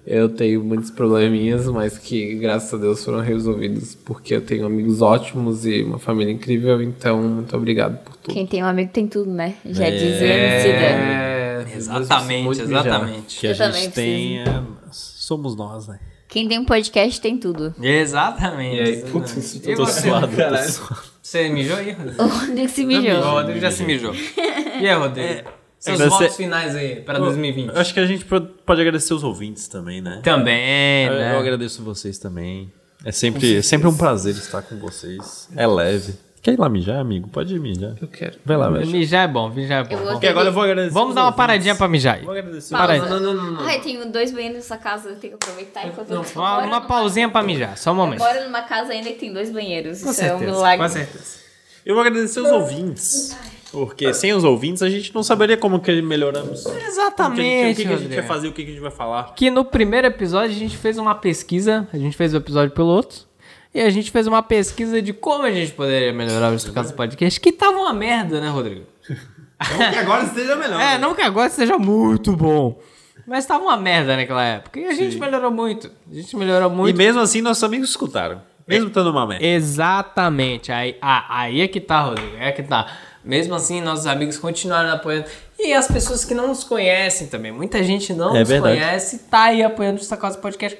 Speaker 1: Eu tenho muitos probleminhas, mas que graças a Deus foram resolvidos porque eu tenho amigos ótimos e uma família incrível. Então, muito obrigado por tudo.
Speaker 3: Quem tem um amigo tem tudo, né? Já
Speaker 5: É.
Speaker 3: dizia Emicida.
Speaker 1: É,
Speaker 11: Exatamente,
Speaker 1: Muito mijar.
Speaker 11: exatamente.
Speaker 5: Que a
Speaker 3: Eu também
Speaker 5: gente
Speaker 3: preciso.
Speaker 5: tem. é, somos nós, né?
Speaker 3: Quem tem um podcast tem tudo. [LAUGHS]
Speaker 11: Exatamente.
Speaker 1: E aí,
Speaker 11: exatamente.
Speaker 1: putz, isso
Speaker 11: E
Speaker 5: Tô
Speaker 11: você?
Speaker 5: suado. tô
Speaker 1: caralho.
Speaker 5: suado.
Speaker 11: Você mijou aí, Rodrigo?
Speaker 3: O Rodrigo se
Speaker 11: O
Speaker 3: mijou.
Speaker 11: Rodrigo já se mijou. E aí, Rodrigo? Seus
Speaker 5: É, Você-
Speaker 11: votos finais aí para 2020.
Speaker 5: Eu Acho que a gente pro- pode agradecer os ouvintes também, né?
Speaker 11: Também,
Speaker 5: Eu,
Speaker 11: né?
Speaker 5: eu agradeço vocês também. É sempre, é sempre um prazer estar com vocês. É leve. Quer ir lá mijar, amigo? Pode ir mijar.
Speaker 1: Eu quero.
Speaker 5: Vai lá, mexe.
Speaker 2: Mijar é bom, mijar é
Speaker 3: Eu
Speaker 2: bom.
Speaker 3: vou
Speaker 5: E agora eu vou agradecer.
Speaker 2: Vamos
Speaker 5: os
Speaker 2: dar uma
Speaker 5: ouvintes.
Speaker 2: paradinha pra mijar aí.
Speaker 5: Vou agradecer.
Speaker 3: Pausa.
Speaker 2: Para aí.
Speaker 1: Não, não, não, não.
Speaker 3: Ai, tenho dois banheiros nessa casa, eu tenho que aproveitar enquanto eu tô
Speaker 2: Uma,
Speaker 3: morando
Speaker 2: uma
Speaker 3: numa-
Speaker 2: pausinha pra mijar, só um
Speaker 3: Eu
Speaker 2: momento.
Speaker 3: moro numa casa ainda que tem dois banheiros.
Speaker 11: Com
Speaker 3: Isso é um
Speaker 11: certeza.
Speaker 3: milagre.
Speaker 11: com certeza.
Speaker 5: Eu vou agradecer os ouvintes. Porque sem os ouvintes a gente não saberia como que melhoramos. O que a gente- o
Speaker 2: Exatamente,
Speaker 5: que, que a gente vai
Speaker 2: Rodrigo.
Speaker 5: fazer, o que, que a gente vai falar.
Speaker 2: que no primeiro episódio a gente fez uma pesquisa, a gente fez o episódio piloto, e a gente fez uma pesquisa de como a gente poderia melhorar os casos do podcast, que tava uma merda, né, Rodrigo?
Speaker 12: Que agora esteja melhor.
Speaker 2: [LAUGHS]
Speaker 12: né?
Speaker 2: É, não que agora seja muito bom, mas tava uma merda naquela época, e a gente melhorou muito, a gente melhorou
Speaker 5: E
Speaker 2: muito.
Speaker 5: mesmo assim, nossos amigos escutaram. Mesmo estando uma merda.
Speaker 2: Exatamente, aí, ah, aí é que tá, Rodrigo, aí é que tá. Mesmo assim, nossos amigos continuaram apoiando. E as pessoas que não nos conhecem também. Muita gente não
Speaker 5: É
Speaker 2: nos
Speaker 5: verdade.
Speaker 2: conhece, tá aí apoiando o Sacosa Podcast.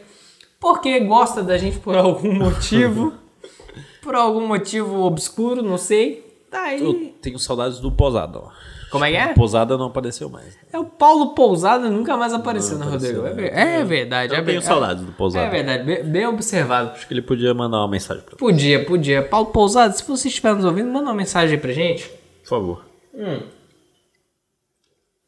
Speaker 2: Porque gosta da gente por algum [LAUGHS] motivo. por algum motivo obscuro, não sei. Tá aí.
Speaker 5: Eu tenho saudades do Posada, ó.
Speaker 2: Como é que é?
Speaker 5: Posada não apareceu mais.
Speaker 2: É o Paulo Pousada nunca mais apareceu, né, Rodrigo? É, ver-
Speaker 5: apareceu,
Speaker 2: é verdade. é
Speaker 5: Eu tenho
Speaker 2: ver-
Speaker 5: saudades do Posada.
Speaker 2: É verdade, bem, bem observado.
Speaker 5: Acho que ele podia mandar uma mensagem pra
Speaker 2: Podia, podia. Paulo Pousada, se você estiver nos ouvindo, manda uma mensagem aí pra gente.
Speaker 5: Por favor.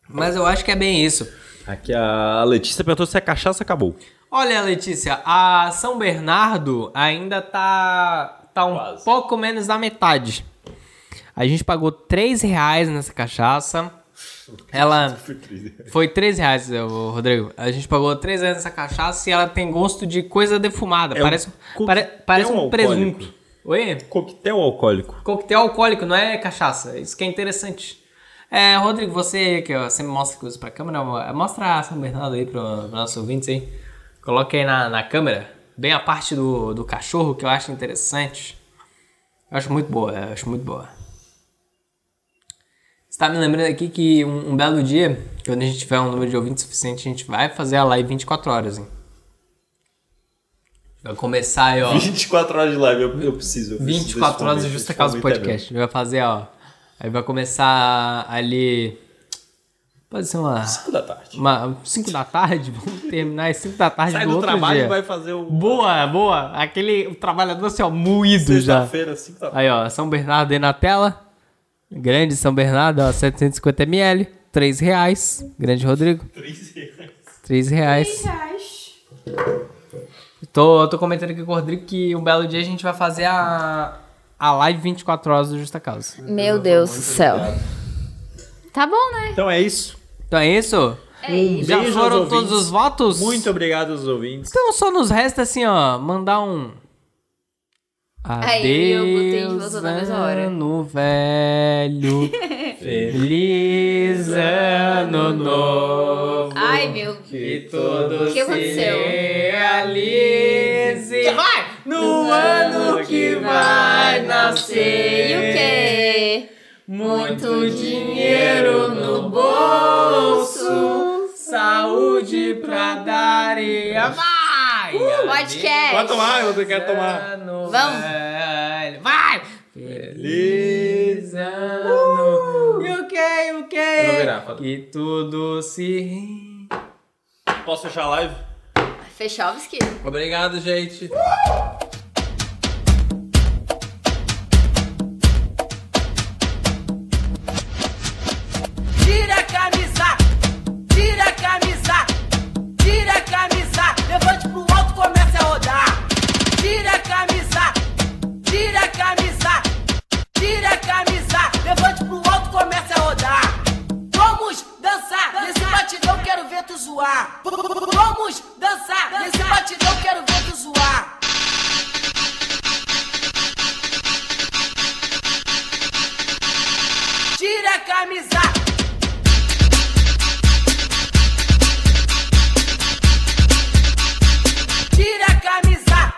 Speaker 2: Mas eu acho que é bem isso.
Speaker 5: Aqui a Letícia perguntou se a cachaça acabou.
Speaker 2: Olha, Letícia, a São Bernardo ainda tá, tá um
Speaker 5: Quase.
Speaker 2: pouco menos da metade. A gente pagou 3 reais nessa cachaça.
Speaker 5: [LAUGHS]
Speaker 2: Ela foi 3 reais, ô, Rodrigo. A gente pagou 3 reais nessa cachaça e ela tem gosto de coisa defumada.
Speaker 5: É um
Speaker 2: parece
Speaker 5: coquetel
Speaker 2: pare- parece um
Speaker 5: alcoólico.
Speaker 2: presunto. Oi?
Speaker 13: [LAUGHS]
Speaker 5: Coquetel alcoólico.
Speaker 2: Coquetel alcoólico, não é cachaça. Isso que é interessante. É, Rodrigo, você que ó, sempre mostra coisas pra câmera, mo- mostra a São Bernardo aí pro, pro nossos ouvintes aí. Coloque aí na, na câmera. bem a parte do, do cachorro que eu acho interessante. Eu acho muito boa, eu acho muito boa. Você tá me lembrando aqui que um, um belo dia, quando a gente tiver um número de ouvintes suficiente, a gente vai fazer a live 24 horas, hein? Vai começar aí, ó.
Speaker 13: 24 horas de live, eu, eu preciso. Eu preciso desse
Speaker 2: 24 horas de
Speaker 13: momento,
Speaker 2: Justa
Speaker 13: esse
Speaker 2: Causa
Speaker 13: momento é
Speaker 2: Podcast. Ele vai fazer, ó. Aí vai começar ali. Pode ser uma.
Speaker 13: meu. Cinco da tarde.
Speaker 2: 5 da tarde, [LAUGHS] vamos terminar às 5 da tarde
Speaker 5: Sai
Speaker 2: do
Speaker 5: do
Speaker 2: outro
Speaker 5: trabalho
Speaker 2: dia.
Speaker 5: e vai fazer o.
Speaker 2: Boa, boa. Aquele o trabalhador assim, ó, moído já.
Speaker 13: Sexta-feira, cinco da tarde.
Speaker 2: Aí, ó, São Bernardo aí na tela. Grande São Bernardo, ó, 750ml, 3 reais. Grande Rodrigo. 3 reais. 3 reais. Tô, tô comentando aqui com o Rodrigo que um belo dia a gente vai fazer a, a live 24 horas do Justa Causa.
Speaker 3: Meu Deus do céu. Tá bom, né?
Speaker 5: Então é isso.
Speaker 2: Então é isso?
Speaker 5: Um
Speaker 2: Já
Speaker 5: beijo
Speaker 2: foram
Speaker 5: aos
Speaker 2: todos
Speaker 5: ouvintes.
Speaker 2: os votos?
Speaker 5: Muito obrigado aos ouvintes.
Speaker 2: Então só nos resta assim, ó, mandar um.
Speaker 3: Aí, eu botei de
Speaker 2: Adeus,
Speaker 3: volta na mesma hora.
Speaker 2: ano
Speaker 3: [LAUGHS]
Speaker 2: velho, feliz ano novo,
Speaker 3: Ai, meu. O
Speaker 2: que tudo
Speaker 3: que aconteceu?
Speaker 2: realize no ano que vai nascer.
Speaker 3: E o quê?
Speaker 2: Muito dinheiro no bolso, saúde pra dar e amar.
Speaker 3: Podcast.
Speaker 5: Vai tomar, eu quero tomar.
Speaker 2: Ano
Speaker 3: Vamos.
Speaker 2: velho. Vai! Feliz ano. E o que? O
Speaker 1: Vou
Speaker 2: que?
Speaker 1: virar, foda.
Speaker 2: Que tudo se.
Speaker 5: Posso fechar a live?
Speaker 3: Fechovski.
Speaker 1: Obrigado, gente.
Speaker 14: Tira a camisa, tira a camisa, tira a camisa, levante pro alto, comece a rodar. Tira a camisa, tira a camisa, tira a camisa, levante pro alto, comece a rodar. Vamos dançar, nesse batidão quero ver tu zoar. V- v- v- Vamos dançar, nesse batidão quero ver tu zoar. Tira a camisa. Tira a camisa.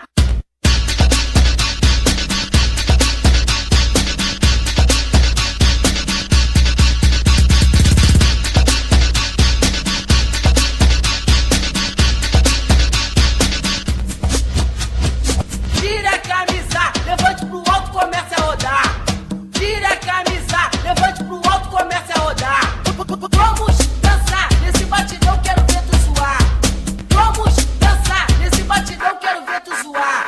Speaker 14: Tira a camisa, levante pro alto, comece a rodar. Tira a camisa, levante pro alto, comece a rodar. Vamos dançar, nesse batidão quero ver tu zoar. Vamos dançar, nesse batidão quero ver tu zoar.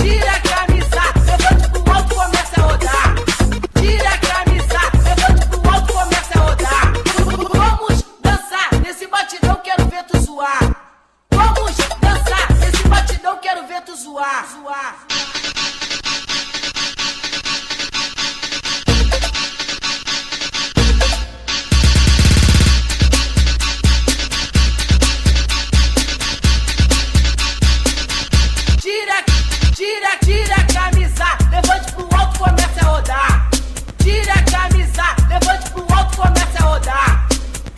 Speaker 14: Tira a camisa, levante pro alto, comece a rodar. Tira a camisa, levante pro alto, comece a rodar. Vamos dançar, nesse batidão quero ver tu zoar. Vamos dançar, nesse batidão quero ver tu zoar. zoar. Tira, tira, tira a camisa, levante pro alto, comece a rodar. Tira a camisa, levante pro alto, comece a rodar.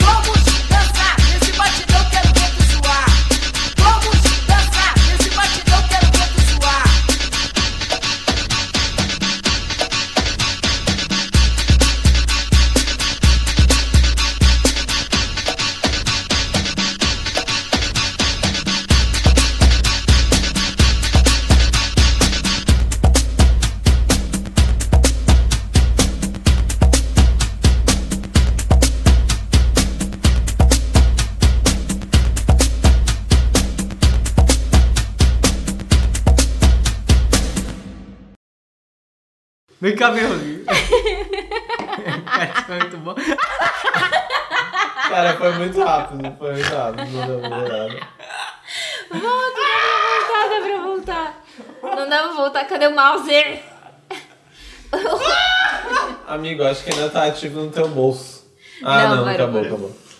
Speaker 14: Vamos dançar, nesse batidão quero ver tu suar. Vamos dançar, nesse batidão quero ver tu suar.
Speaker 2: Vem cá, meu [LAUGHS] amigo. Cara, isso foi muito bom.
Speaker 1: Cara, foi muito rápido. Foi muito rápido. Não deu nada.
Speaker 3: Volta, dá pra voltar. Não dá pra voltar. Cadê o mouse?
Speaker 1: Amigo, acho que ainda tá ativo no teu bolso. Ah,
Speaker 3: Não,
Speaker 1: não,
Speaker 3: parou,
Speaker 1: Ah, acabou,
Speaker 3: parou.
Speaker 1: acabou.